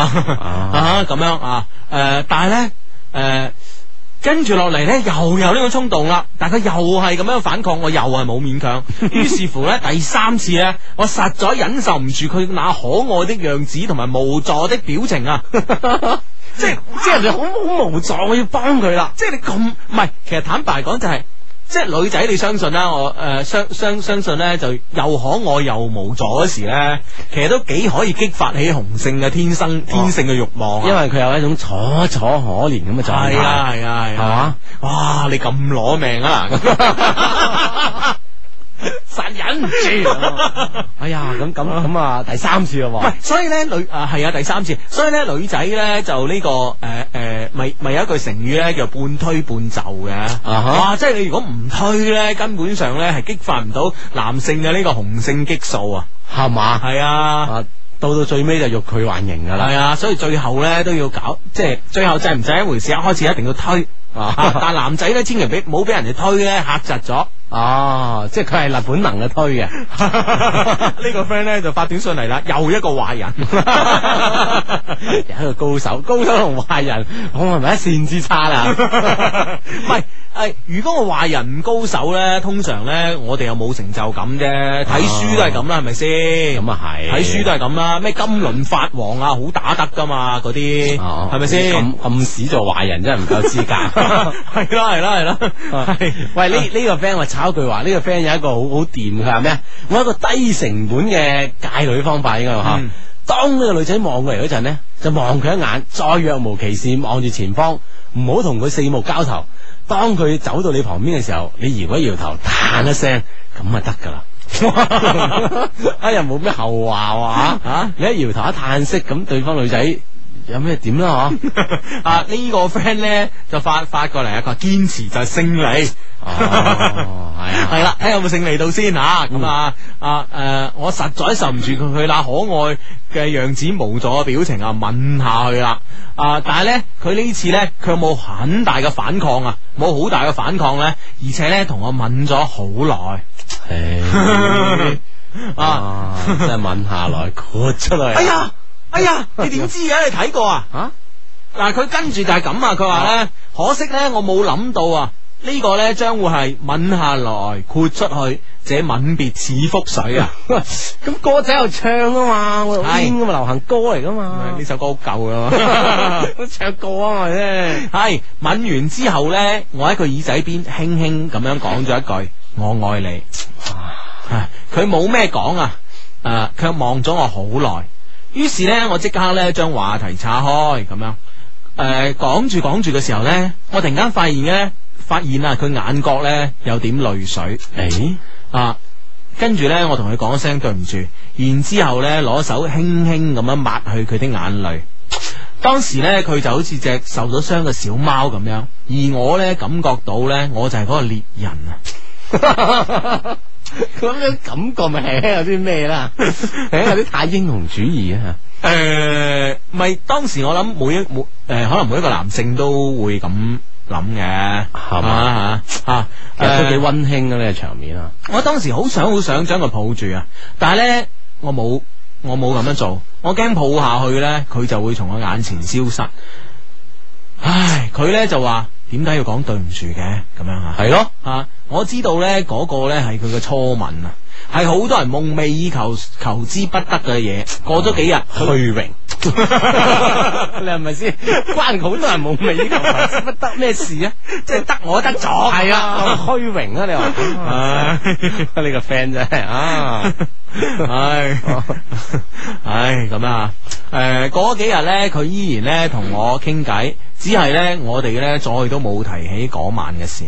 [SPEAKER 1] 啊咁樣啊，诶、但係呢，诶、跟住落嚟呢，又有呢個衝動啦，但佢又係咁樣反抗，我又係冇勉強。於是乎呢，第三次呢，我實在忍受唔住佢那可愛的樣子同埋無助的表情啊！即係即係你好好無助，我要幫佢啦。即係你咁唔係，其實坦白講就係、即係女仔，你相信啦，我誒、呃相相相信咧，就又可愛又無助嗰時咧，其實都幾可以激發起雄性嘅天生天性嘅慾望啊、
[SPEAKER 3] 因為佢有一種楚楚可憐咁嘅狀
[SPEAKER 1] 係啊係
[SPEAKER 3] 態。
[SPEAKER 1] 啊係啊，
[SPEAKER 3] 係嘛？
[SPEAKER 1] 哇！你咁攞命 啊！殺 人唔住啊
[SPEAKER 3] 哎呀，咁咁咁啊，第三次咯
[SPEAKER 1] 唔係
[SPEAKER 3] 喎。，
[SPEAKER 1] 所以咧女啊係啊第三次，所以咧女仔咧就呢、個誒誒，咪、咪有一句成語咧叫半推半就嘅，
[SPEAKER 3] 哈
[SPEAKER 1] 哇！即係你如果唔推咧，根本上咧係激發唔到男性嘅呢個雄性激素啊，
[SPEAKER 3] 係嘛？
[SPEAKER 1] 係啊。
[SPEAKER 3] 啊，到到最尾就欲拒還迎噶 啦
[SPEAKER 1] 系。啊，所以最後咧都要搞，即係最後制唔制一回事，一開始一定要推。 啊但男仔咧，千祈俾冇俾人哋推咧嚇窒咗。
[SPEAKER 3] 哦，即係佢係立本能嘅推嘅，
[SPEAKER 1] 呢個 friend 咧就發短信嚟啦，又一個壞人。
[SPEAKER 3] 有一個高手，高手同壞人，我係咪一線之差啊啦？
[SPEAKER 1] 唔係，誒，如果個壞人唔高手咧，通常咧我哋又冇成就感啫。睇書都係咁啦，係咪先？
[SPEAKER 3] 咁啊係，
[SPEAKER 1] 睇書都係咁啦，咩金輪法王啊，好打得噶嘛，嗰啲
[SPEAKER 3] 哦
[SPEAKER 1] 係咪先？
[SPEAKER 3] 咁咁屎做壞人真係唔夠資 格。
[SPEAKER 1] 係啦係啦係啦， 係
[SPEAKER 3] 哦啊
[SPEAKER 1] 啊
[SPEAKER 3] 喂，呢呢個 friend 話炒一句話，呢個 friend 有一個好好掂，佢話咩啊？我一個低成本嘅戒女方法應該話嚇
[SPEAKER 1] 嗯。
[SPEAKER 3] 當呢個女仔望過嚟嗰陣呢，就望佢一眼，再若無其事望住前方，唔好同佢四目交投。當佢走到你旁邊嘅時候，你搖一搖頭，嘆一聲，咁啊得噶啦。 哎呀，冇咩後話喎 嚇
[SPEAKER 1] 啊
[SPEAKER 3] 你一搖頭一嘆息，咁對方女仔有咩點啦嗬？
[SPEAKER 1] 啊呢個 friend 咧就發發過嚟啊，佢話堅持就係勝利。
[SPEAKER 3] 哦， 係啊。
[SPEAKER 1] 系啦，睇下有冇勝利到先吓，咁啊啊诶，我實在受唔住佢佢那可愛嘅樣子無助嘅表情啊，吻下去啦。啊，但係咧，佢呢次咧，佢冇很大嘅反抗啊，冇好大嘅反抗咧，而且咧同我吻咗好耐
[SPEAKER 3] 唉
[SPEAKER 1] 啊。
[SPEAKER 3] 啊，真係吻下來豁出啊嚟。
[SPEAKER 1] 哎呀，哎呀，你點知嘅？你睇過啊？
[SPEAKER 3] 啊，
[SPEAKER 1] 嗱，佢跟住就係咁啊，佢話咧，可惜咧，我冇諗到啊。呢個咧將會係吻下來豁出去，這吻別似覆水啊！
[SPEAKER 3] 咁歌仔又唱啊嘛，我
[SPEAKER 1] 係
[SPEAKER 3] 邊噶嘛，流行歌嚟噶嘛
[SPEAKER 1] 呢，首歌好舊啦。
[SPEAKER 3] 都唱過啊嘛啫。
[SPEAKER 1] 係吻完之後呢，我喺佢耳仔邊輕輕咁樣講咗一句：我愛你。唉佢冇咩講啊，誒、卻望咗我好耐。於是呢，我即刻呢將話題岔開咁樣。誒講住講住嘅時候呢，我突然間發現呢，發現啊佢眼角呢有點淚水。
[SPEAKER 3] 誒，
[SPEAKER 1] 啊，跟住呢，我同佢講一聲對唔住，然之後咧攞手輕輕咁樣抹去佢的眼淚。當時呢，佢就好似隻受咗傷嘅小貓咁樣，而我呢，感覺到呢，我就係嗰個獵人啊！
[SPEAKER 3] 咁樣感覺咪係有啲咩 啦？係有啲太英雄主義啊！
[SPEAKER 1] 誒，咪當時我諗每一每誒、可能每一個男性都會咁諗嘅，
[SPEAKER 3] 係嘛
[SPEAKER 1] 嘛嚇啊，
[SPEAKER 3] 其實都幾
[SPEAKER 1] 誒
[SPEAKER 3] 温馨嘅呢個場面啊！
[SPEAKER 1] 我當時好想好想將佢抱住啊，但係咧我冇我冇咁樣做，我驚抱下去咧佢就會從我眼前消失。唉，佢咧就話點解要講對唔住嘅咁樣啊？
[SPEAKER 3] 係咯，
[SPEAKER 1] 啊，我知道咧嗰、個咧係佢嘅初吻啊，係好多人夢寐以求、求之不得嘅嘢。過咗幾日，佢
[SPEAKER 3] 虛榮。你係咪先？關好多人夢寐以求，乜得咩事啊？
[SPEAKER 1] 即係得我得咗，
[SPEAKER 3] 係啊，虛榮啊！你 話
[SPEAKER 1] 唉。
[SPEAKER 3] 呢個 friend 真係 啊！
[SPEAKER 1] 唉，唉，咁啊，诶、過咗幾日咧，佢依然咧同我傾偈，只係咧我哋咧再都冇提起嗰晚嘅事。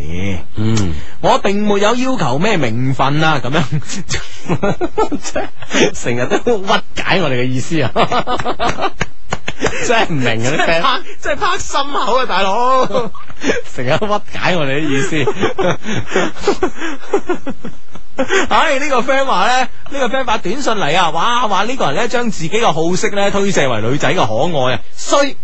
[SPEAKER 3] 嗯，
[SPEAKER 1] 我並沒有要求咩名分啊，咁樣
[SPEAKER 3] 成日都屈解我哋嘅意思啊，真係唔明
[SPEAKER 1] 啊
[SPEAKER 3] 嘅啲 friend，
[SPEAKER 1] 即係拍心口啊，大 佬！
[SPEAKER 3] 成日屈解我哋啲意思。
[SPEAKER 1] 唉，呢、個 friend 話咧，呢、個 friend 發短信嚟啊，哇，話呢個人咧將自己嘅好色咧推卸為女仔嘅可愛啊， 衰！
[SPEAKER 3] 系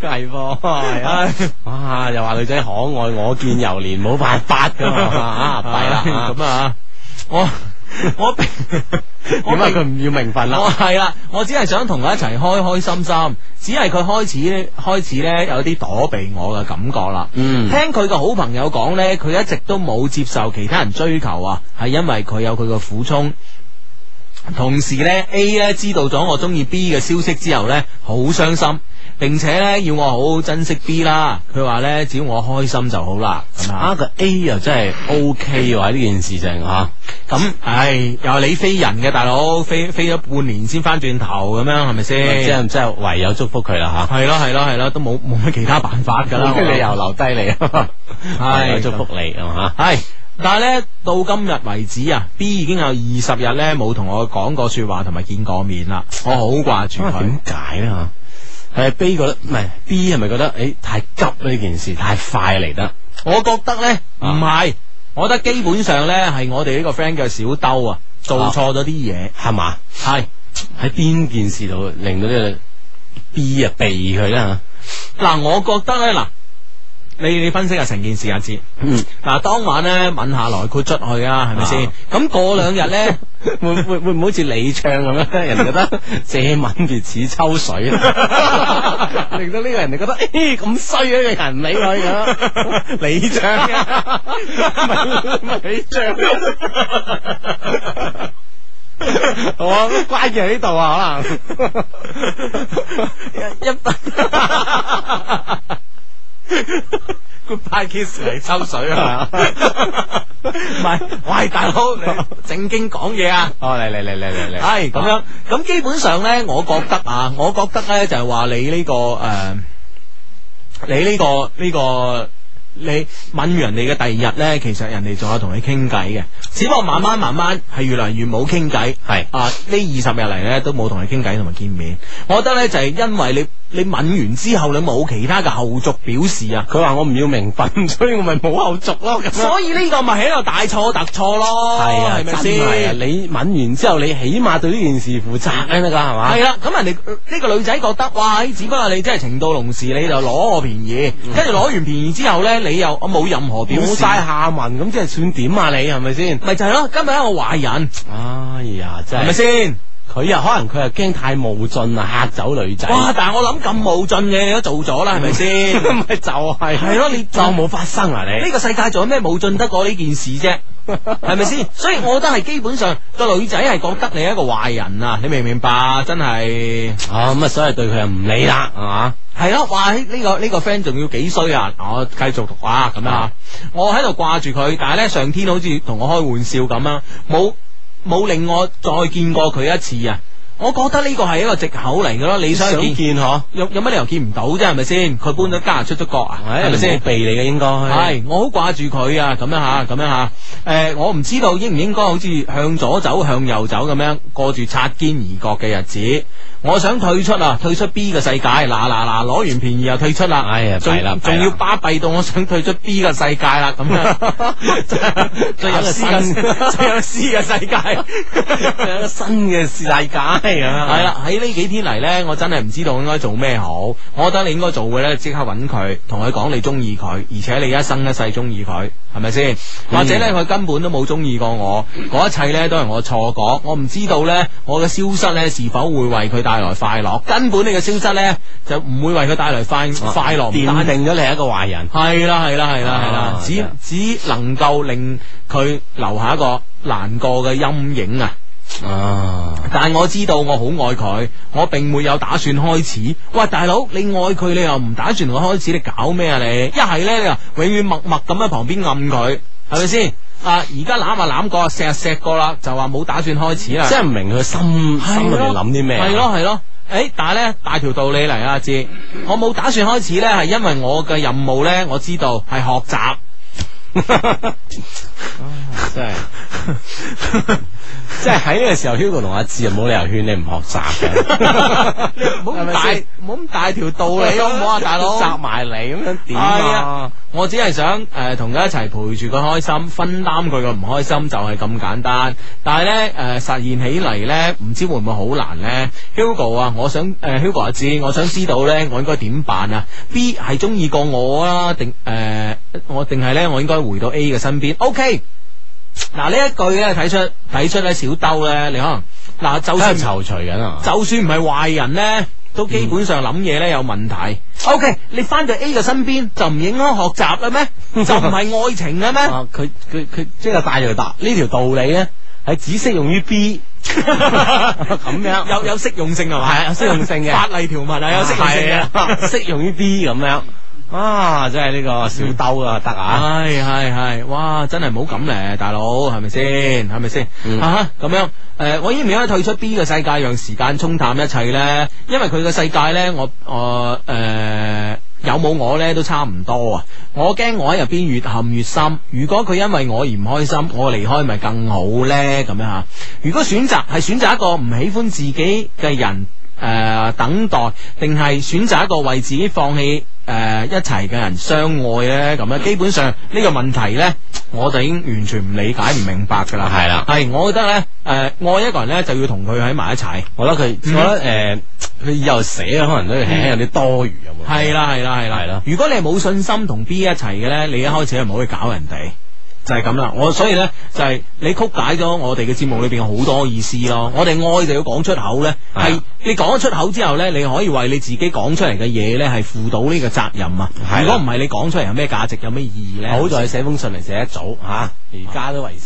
[SPEAKER 3] 噃，係啊
[SPEAKER 1] 唉
[SPEAKER 3] 哇！又話女仔可愛，我見猶憐，冇辦法噶嘛，啊弊啦，咁
[SPEAKER 1] 咁啊，我我並我
[SPEAKER 3] 點解佢
[SPEAKER 1] 並
[SPEAKER 3] 唔要名啊分
[SPEAKER 1] 我
[SPEAKER 3] 啦？
[SPEAKER 1] 系啦，我只係想同佢一齊開開心心，只係佢開始開始咧有啲躲避我嘅感覺啦。
[SPEAKER 3] 嗯
[SPEAKER 1] 聽佢個好朋友講呢，佢一直都冇接受其他人追求啊，係因為佢有佢嘅苦衷。同時呢 A 呢知道咗我中意 B 嘅消息之後呢，好傷心，並且呢要我好好珍惜 B 啦。佢話呢，只要我開心就好啦，咁啊
[SPEAKER 3] 啊。個 A 又真係 O K 喎，喺呢件事情啊吓，
[SPEAKER 1] 咁，唉，又係你飛人嘅大佬，飛飛咗半年先翻轉頭咁樣，係咪先？
[SPEAKER 3] 啊即係即係唯有祝福佢啦啊
[SPEAKER 1] 係咯係咯係咯，都冇 冇乜其他辦法
[SPEAKER 3] 吓，
[SPEAKER 1] 㗎啦。
[SPEAKER 3] 冇咩理由留低你 啊，
[SPEAKER 1] 係
[SPEAKER 3] 唯有祝福你啊嘛。
[SPEAKER 1] 係，但係咧到今日為止啊，B 已經有二十日咧冇同我講過说話同埋見過面啦，我好掛住
[SPEAKER 3] 啊
[SPEAKER 1] 佢
[SPEAKER 3] 點。解咧吓？係 B 覺得唔係 B 係咪覺得誒太急呢件事太快嚟得？
[SPEAKER 1] 我覺得咧唔係，我覺得基本上咧係我哋呢個 friend 嘅小兜啊，做錯咗啲嘢，
[SPEAKER 3] 系啊嘛？系喺邊件事度令到呢個 B 啊避佢啦？
[SPEAKER 1] 嗱，我覺得咧，嗱，你你分析下成件事啊，哲。
[SPEAKER 3] 嗯，
[SPEAKER 1] 嗱，當晚咧吻下來豁出去啊，係咪先
[SPEAKER 3] 啊？
[SPEAKER 1] 咁過兩 日 咧，
[SPEAKER 3] 會會會唔會好似你唱咁樣？人哋覺得借吻如似抽 水，令到呢個人哋覺得，咦咁衰嘅人唔理 佢咁。
[SPEAKER 1] 你 唱嘅，
[SPEAKER 3] 唔係你 唱。我關鍵喺呢度啊，可能。
[SPEAKER 1] 一一 Goodbye kiss 嚟抽水 啊！唔係，喂大佬，你正經講嘢啊！
[SPEAKER 3] 哦，嚟嚟嚟嚟嚟嚟，
[SPEAKER 1] 系咁樣，咁基本上咧，我覺得啊，我覺得咧就係話你呢、個个呃你呢、個呢、個你問完人哋嘅第二日咧，其實人哋仲有同你傾偈嘅，只不過慢慢慢慢係越嚟越冇傾偈，
[SPEAKER 3] 係
[SPEAKER 1] 啊呢二十日嚟咧都冇同你傾偈同埋見面，我覺得咧就係因為你你吻完之後你冇其他嘅後續表示啊。
[SPEAKER 3] 佢話我唔要名分， 所以我咪冇後續咯。咁樣
[SPEAKER 1] 所以呢個咪喺度大錯特錯咯，
[SPEAKER 3] 哦係啊，
[SPEAKER 1] 係咪
[SPEAKER 3] 真係啊
[SPEAKER 1] 先？
[SPEAKER 3] 你吻完之後，你起碼對呢件事負責咧得㗎，係啊嘛？
[SPEAKER 1] 系啦，咁人哋呃呢個女仔覺得，哇！只不過啊你真係情到濃時，你就攞我便宜，跟住攞完便宜之後咧，你又我啊冇任何表
[SPEAKER 3] 表
[SPEAKER 1] 示，
[SPEAKER 3] 晒下文，咁即係算點啊？你係咪先？
[SPEAKER 1] 咪就係咯，今日一個壞人，
[SPEAKER 3] 哎呀，真
[SPEAKER 1] 係咪
[SPEAKER 3] 係
[SPEAKER 1] 先？
[SPEAKER 3] 佢又可能佢又驚太無盡啊，嚇走女仔。
[SPEAKER 1] 哇！但係我諗咁冇盡嘅你都做咗啦，係咪先？
[SPEAKER 3] 咪就係
[SPEAKER 1] 係咯你
[SPEAKER 3] 就冇發生啊！
[SPEAKER 1] 呢
[SPEAKER 3] 你
[SPEAKER 1] 個世界仲有咩冇盡得過呢件事啫？係咪先？所以我覺得係基本上個女仔係覺得你係一個壞人啊！你明唔明白？真係。
[SPEAKER 3] 啊咁啊，所以對佢又唔理啦，係嘛？
[SPEAKER 1] 系咯，哇！呢、個个呢、個个 friend 仲要幾衰啊！我繼續讀啊，咁啊
[SPEAKER 3] 啊，
[SPEAKER 1] 我喺度掛住佢，但係咧上天好似同我開玩笑咁啊，冇冇令我再見過佢一次啊！我覺得呢個係一個藉口嚟嘅咯，你想
[SPEAKER 3] 想
[SPEAKER 1] 見
[SPEAKER 3] 見嗬，
[SPEAKER 1] 有有乜理由見唔到啫？係咪先？佢搬咗家出咗國啊？係
[SPEAKER 3] 係
[SPEAKER 1] 咪
[SPEAKER 3] 咪
[SPEAKER 1] 先
[SPEAKER 3] 先？？避你嘅應該係
[SPEAKER 1] 系，我好掛住佢啊！咁樣吓，咁樣吓，诶、我唔知道應唔應該好似向左走、向右走咁樣過住擦肩而過嘅日子。我想退出啊，退出 B 嘅世界，嗱嗱嗱，攞完便宜又退出啦，
[SPEAKER 3] 哎呀
[SPEAKER 1] 仲
[SPEAKER 3] 弊啦弊啦
[SPEAKER 1] 仲要巴閉到我想退出 B 嘅世界啦，咁樣， 進入 C
[SPEAKER 3] 啊
[SPEAKER 1] 嘅， 進入 C 嘅世界，
[SPEAKER 3] 有一個 新嘅世界咁啊，
[SPEAKER 1] 系啦，喺呢幾天嚟呢，我真係唔知道應該做咩好。我覺得你應該做嘅呢，即刻揾佢，同佢講你中意佢，而且你一生一世中意佢，係咪先？或者呢，佢根本都冇中意過我，嗰一切呢都係我錯覺。我唔知道呢，我嘅消失呢是否會為佢帶來快樂？根本你嘅消失呢，就唔會為佢帶來快
[SPEAKER 3] 啊
[SPEAKER 1] 快樂，唔
[SPEAKER 3] 奠
[SPEAKER 1] 單
[SPEAKER 3] 定咗你係一個壞人。
[SPEAKER 1] 係啦，係啦，係啦，係啦
[SPEAKER 3] 啊，
[SPEAKER 1] 只
[SPEAKER 3] 真係
[SPEAKER 1] 只能夠令佢留下一個難過嘅陰影啊！
[SPEAKER 3] 啊，
[SPEAKER 1] 但我知道我好愛佢，我並沒有打算開始。喂，大佬，你愛佢，你又唔打算同佢開始，你搞咩啊你？一係咧，你就永遠默默咁喺旁邊暗佢，係咪先？啊，而家攬下攬過，錫下錫過啦，就話冇打算開始啦。
[SPEAKER 3] 即係唔明佢心心裏邊諗啲咩啊？
[SPEAKER 1] 系咯系咯。诶，但系咧大條道理嚟啊，知我冇打算開始咧，係因為我嘅任務咧，我知道係學習。
[SPEAKER 3] 啊真 係，即係喺呢個時候，Hugo 同阿志啊冇理由勸你唔學習嘅，
[SPEAKER 1] 唔好
[SPEAKER 3] 係
[SPEAKER 1] 咁
[SPEAKER 3] 咪
[SPEAKER 1] 大
[SPEAKER 3] 先，
[SPEAKER 1] 唔好咁大條道理好唔好啊，大 佬？
[SPEAKER 3] 集埋你咁樣點
[SPEAKER 1] 係
[SPEAKER 3] 啊
[SPEAKER 1] 啊？我只係想诶同佢一齊陪住佢開心，分擔佢嘅唔開心就係咁簡單。但係咧诶實現起嚟咧，唔知會唔會好難咧？Hugo 啊，我想诶、呃 Hugo 阿志，我想知道咧，我應該點辦啊？B 係中意過我啊，定诶、我定係咧，我應該回到 A 嘅身邊？OK，嗱呢一句咧睇出睇出咧小兜咧，你可能嗱就
[SPEAKER 3] 喺
[SPEAKER 1] 算
[SPEAKER 3] 度躊躇緊啊！
[SPEAKER 1] 就算唔係壞人呢，都基本上諗嘢呢有問題。O、k 你翻到 A 嘅身邊就唔影響學習啦 咩？就唔係愛情啦咩？
[SPEAKER 3] 啊，佢佢佢即係大條答呢條道 理咧，係只適用於 B 咁樣，
[SPEAKER 1] 有有適用性係嘛？
[SPEAKER 3] 係有適用性嘅
[SPEAKER 1] 法例條文係有適用性
[SPEAKER 3] 係啊
[SPEAKER 1] 嘅。
[SPEAKER 3] 適用於 B 咁樣啊！真係呢個小兜啊，得啊！
[SPEAKER 1] 系系系，哇！真係唔好咁咧，大佬係咪先？係咪先？
[SPEAKER 3] 嗯
[SPEAKER 1] 啊咁樣诶、誒我應唔應該退出 B 嘅世界，讓時間沖淡一切呢？因為佢嘅世界呢，我我诶、有冇我呢都差唔多啊！我驚我喺入邊越陷越深。如果佢因為我而唔開心，我離開咪更好呢？咁樣吓。如果選擇係選擇一個唔喜呃歡自己嘅人。誒、等待，定係選擇一個為自己放棄诶一齊嘅人相愛咧？咁樣基本上呢個問題咧，我哋已經完全唔理解、唔明白㗎啦。
[SPEAKER 3] 係啦
[SPEAKER 1] 係我覺得咧，诶愛一個人咧就要同佢喺埋一齊。
[SPEAKER 3] 我覺得佢，我覺得誒，佢以後寫可能都輕輕有啲多餘咁啊。
[SPEAKER 1] 係啦，係啦，係啦，
[SPEAKER 3] 係啦
[SPEAKER 1] 如果你係冇信心同 B 一齊嘅咧，你一開始係唔好去搞人哋。就係咁啦，我所以咧就係、你曲解咗我哋嘅節目裏邊好多意思咯。我哋愛就要講出口咧，
[SPEAKER 3] 係啊
[SPEAKER 1] 係你講咗出口之後咧，你可以為你自己講出嚟嘅嘢咧係負到呢個責任啊
[SPEAKER 3] 係。啦
[SPEAKER 1] 如果唔係，你講出嚟有咩價值，有咩意義咧？
[SPEAKER 3] 好在寫封信嚟寫一早嚇，而家都為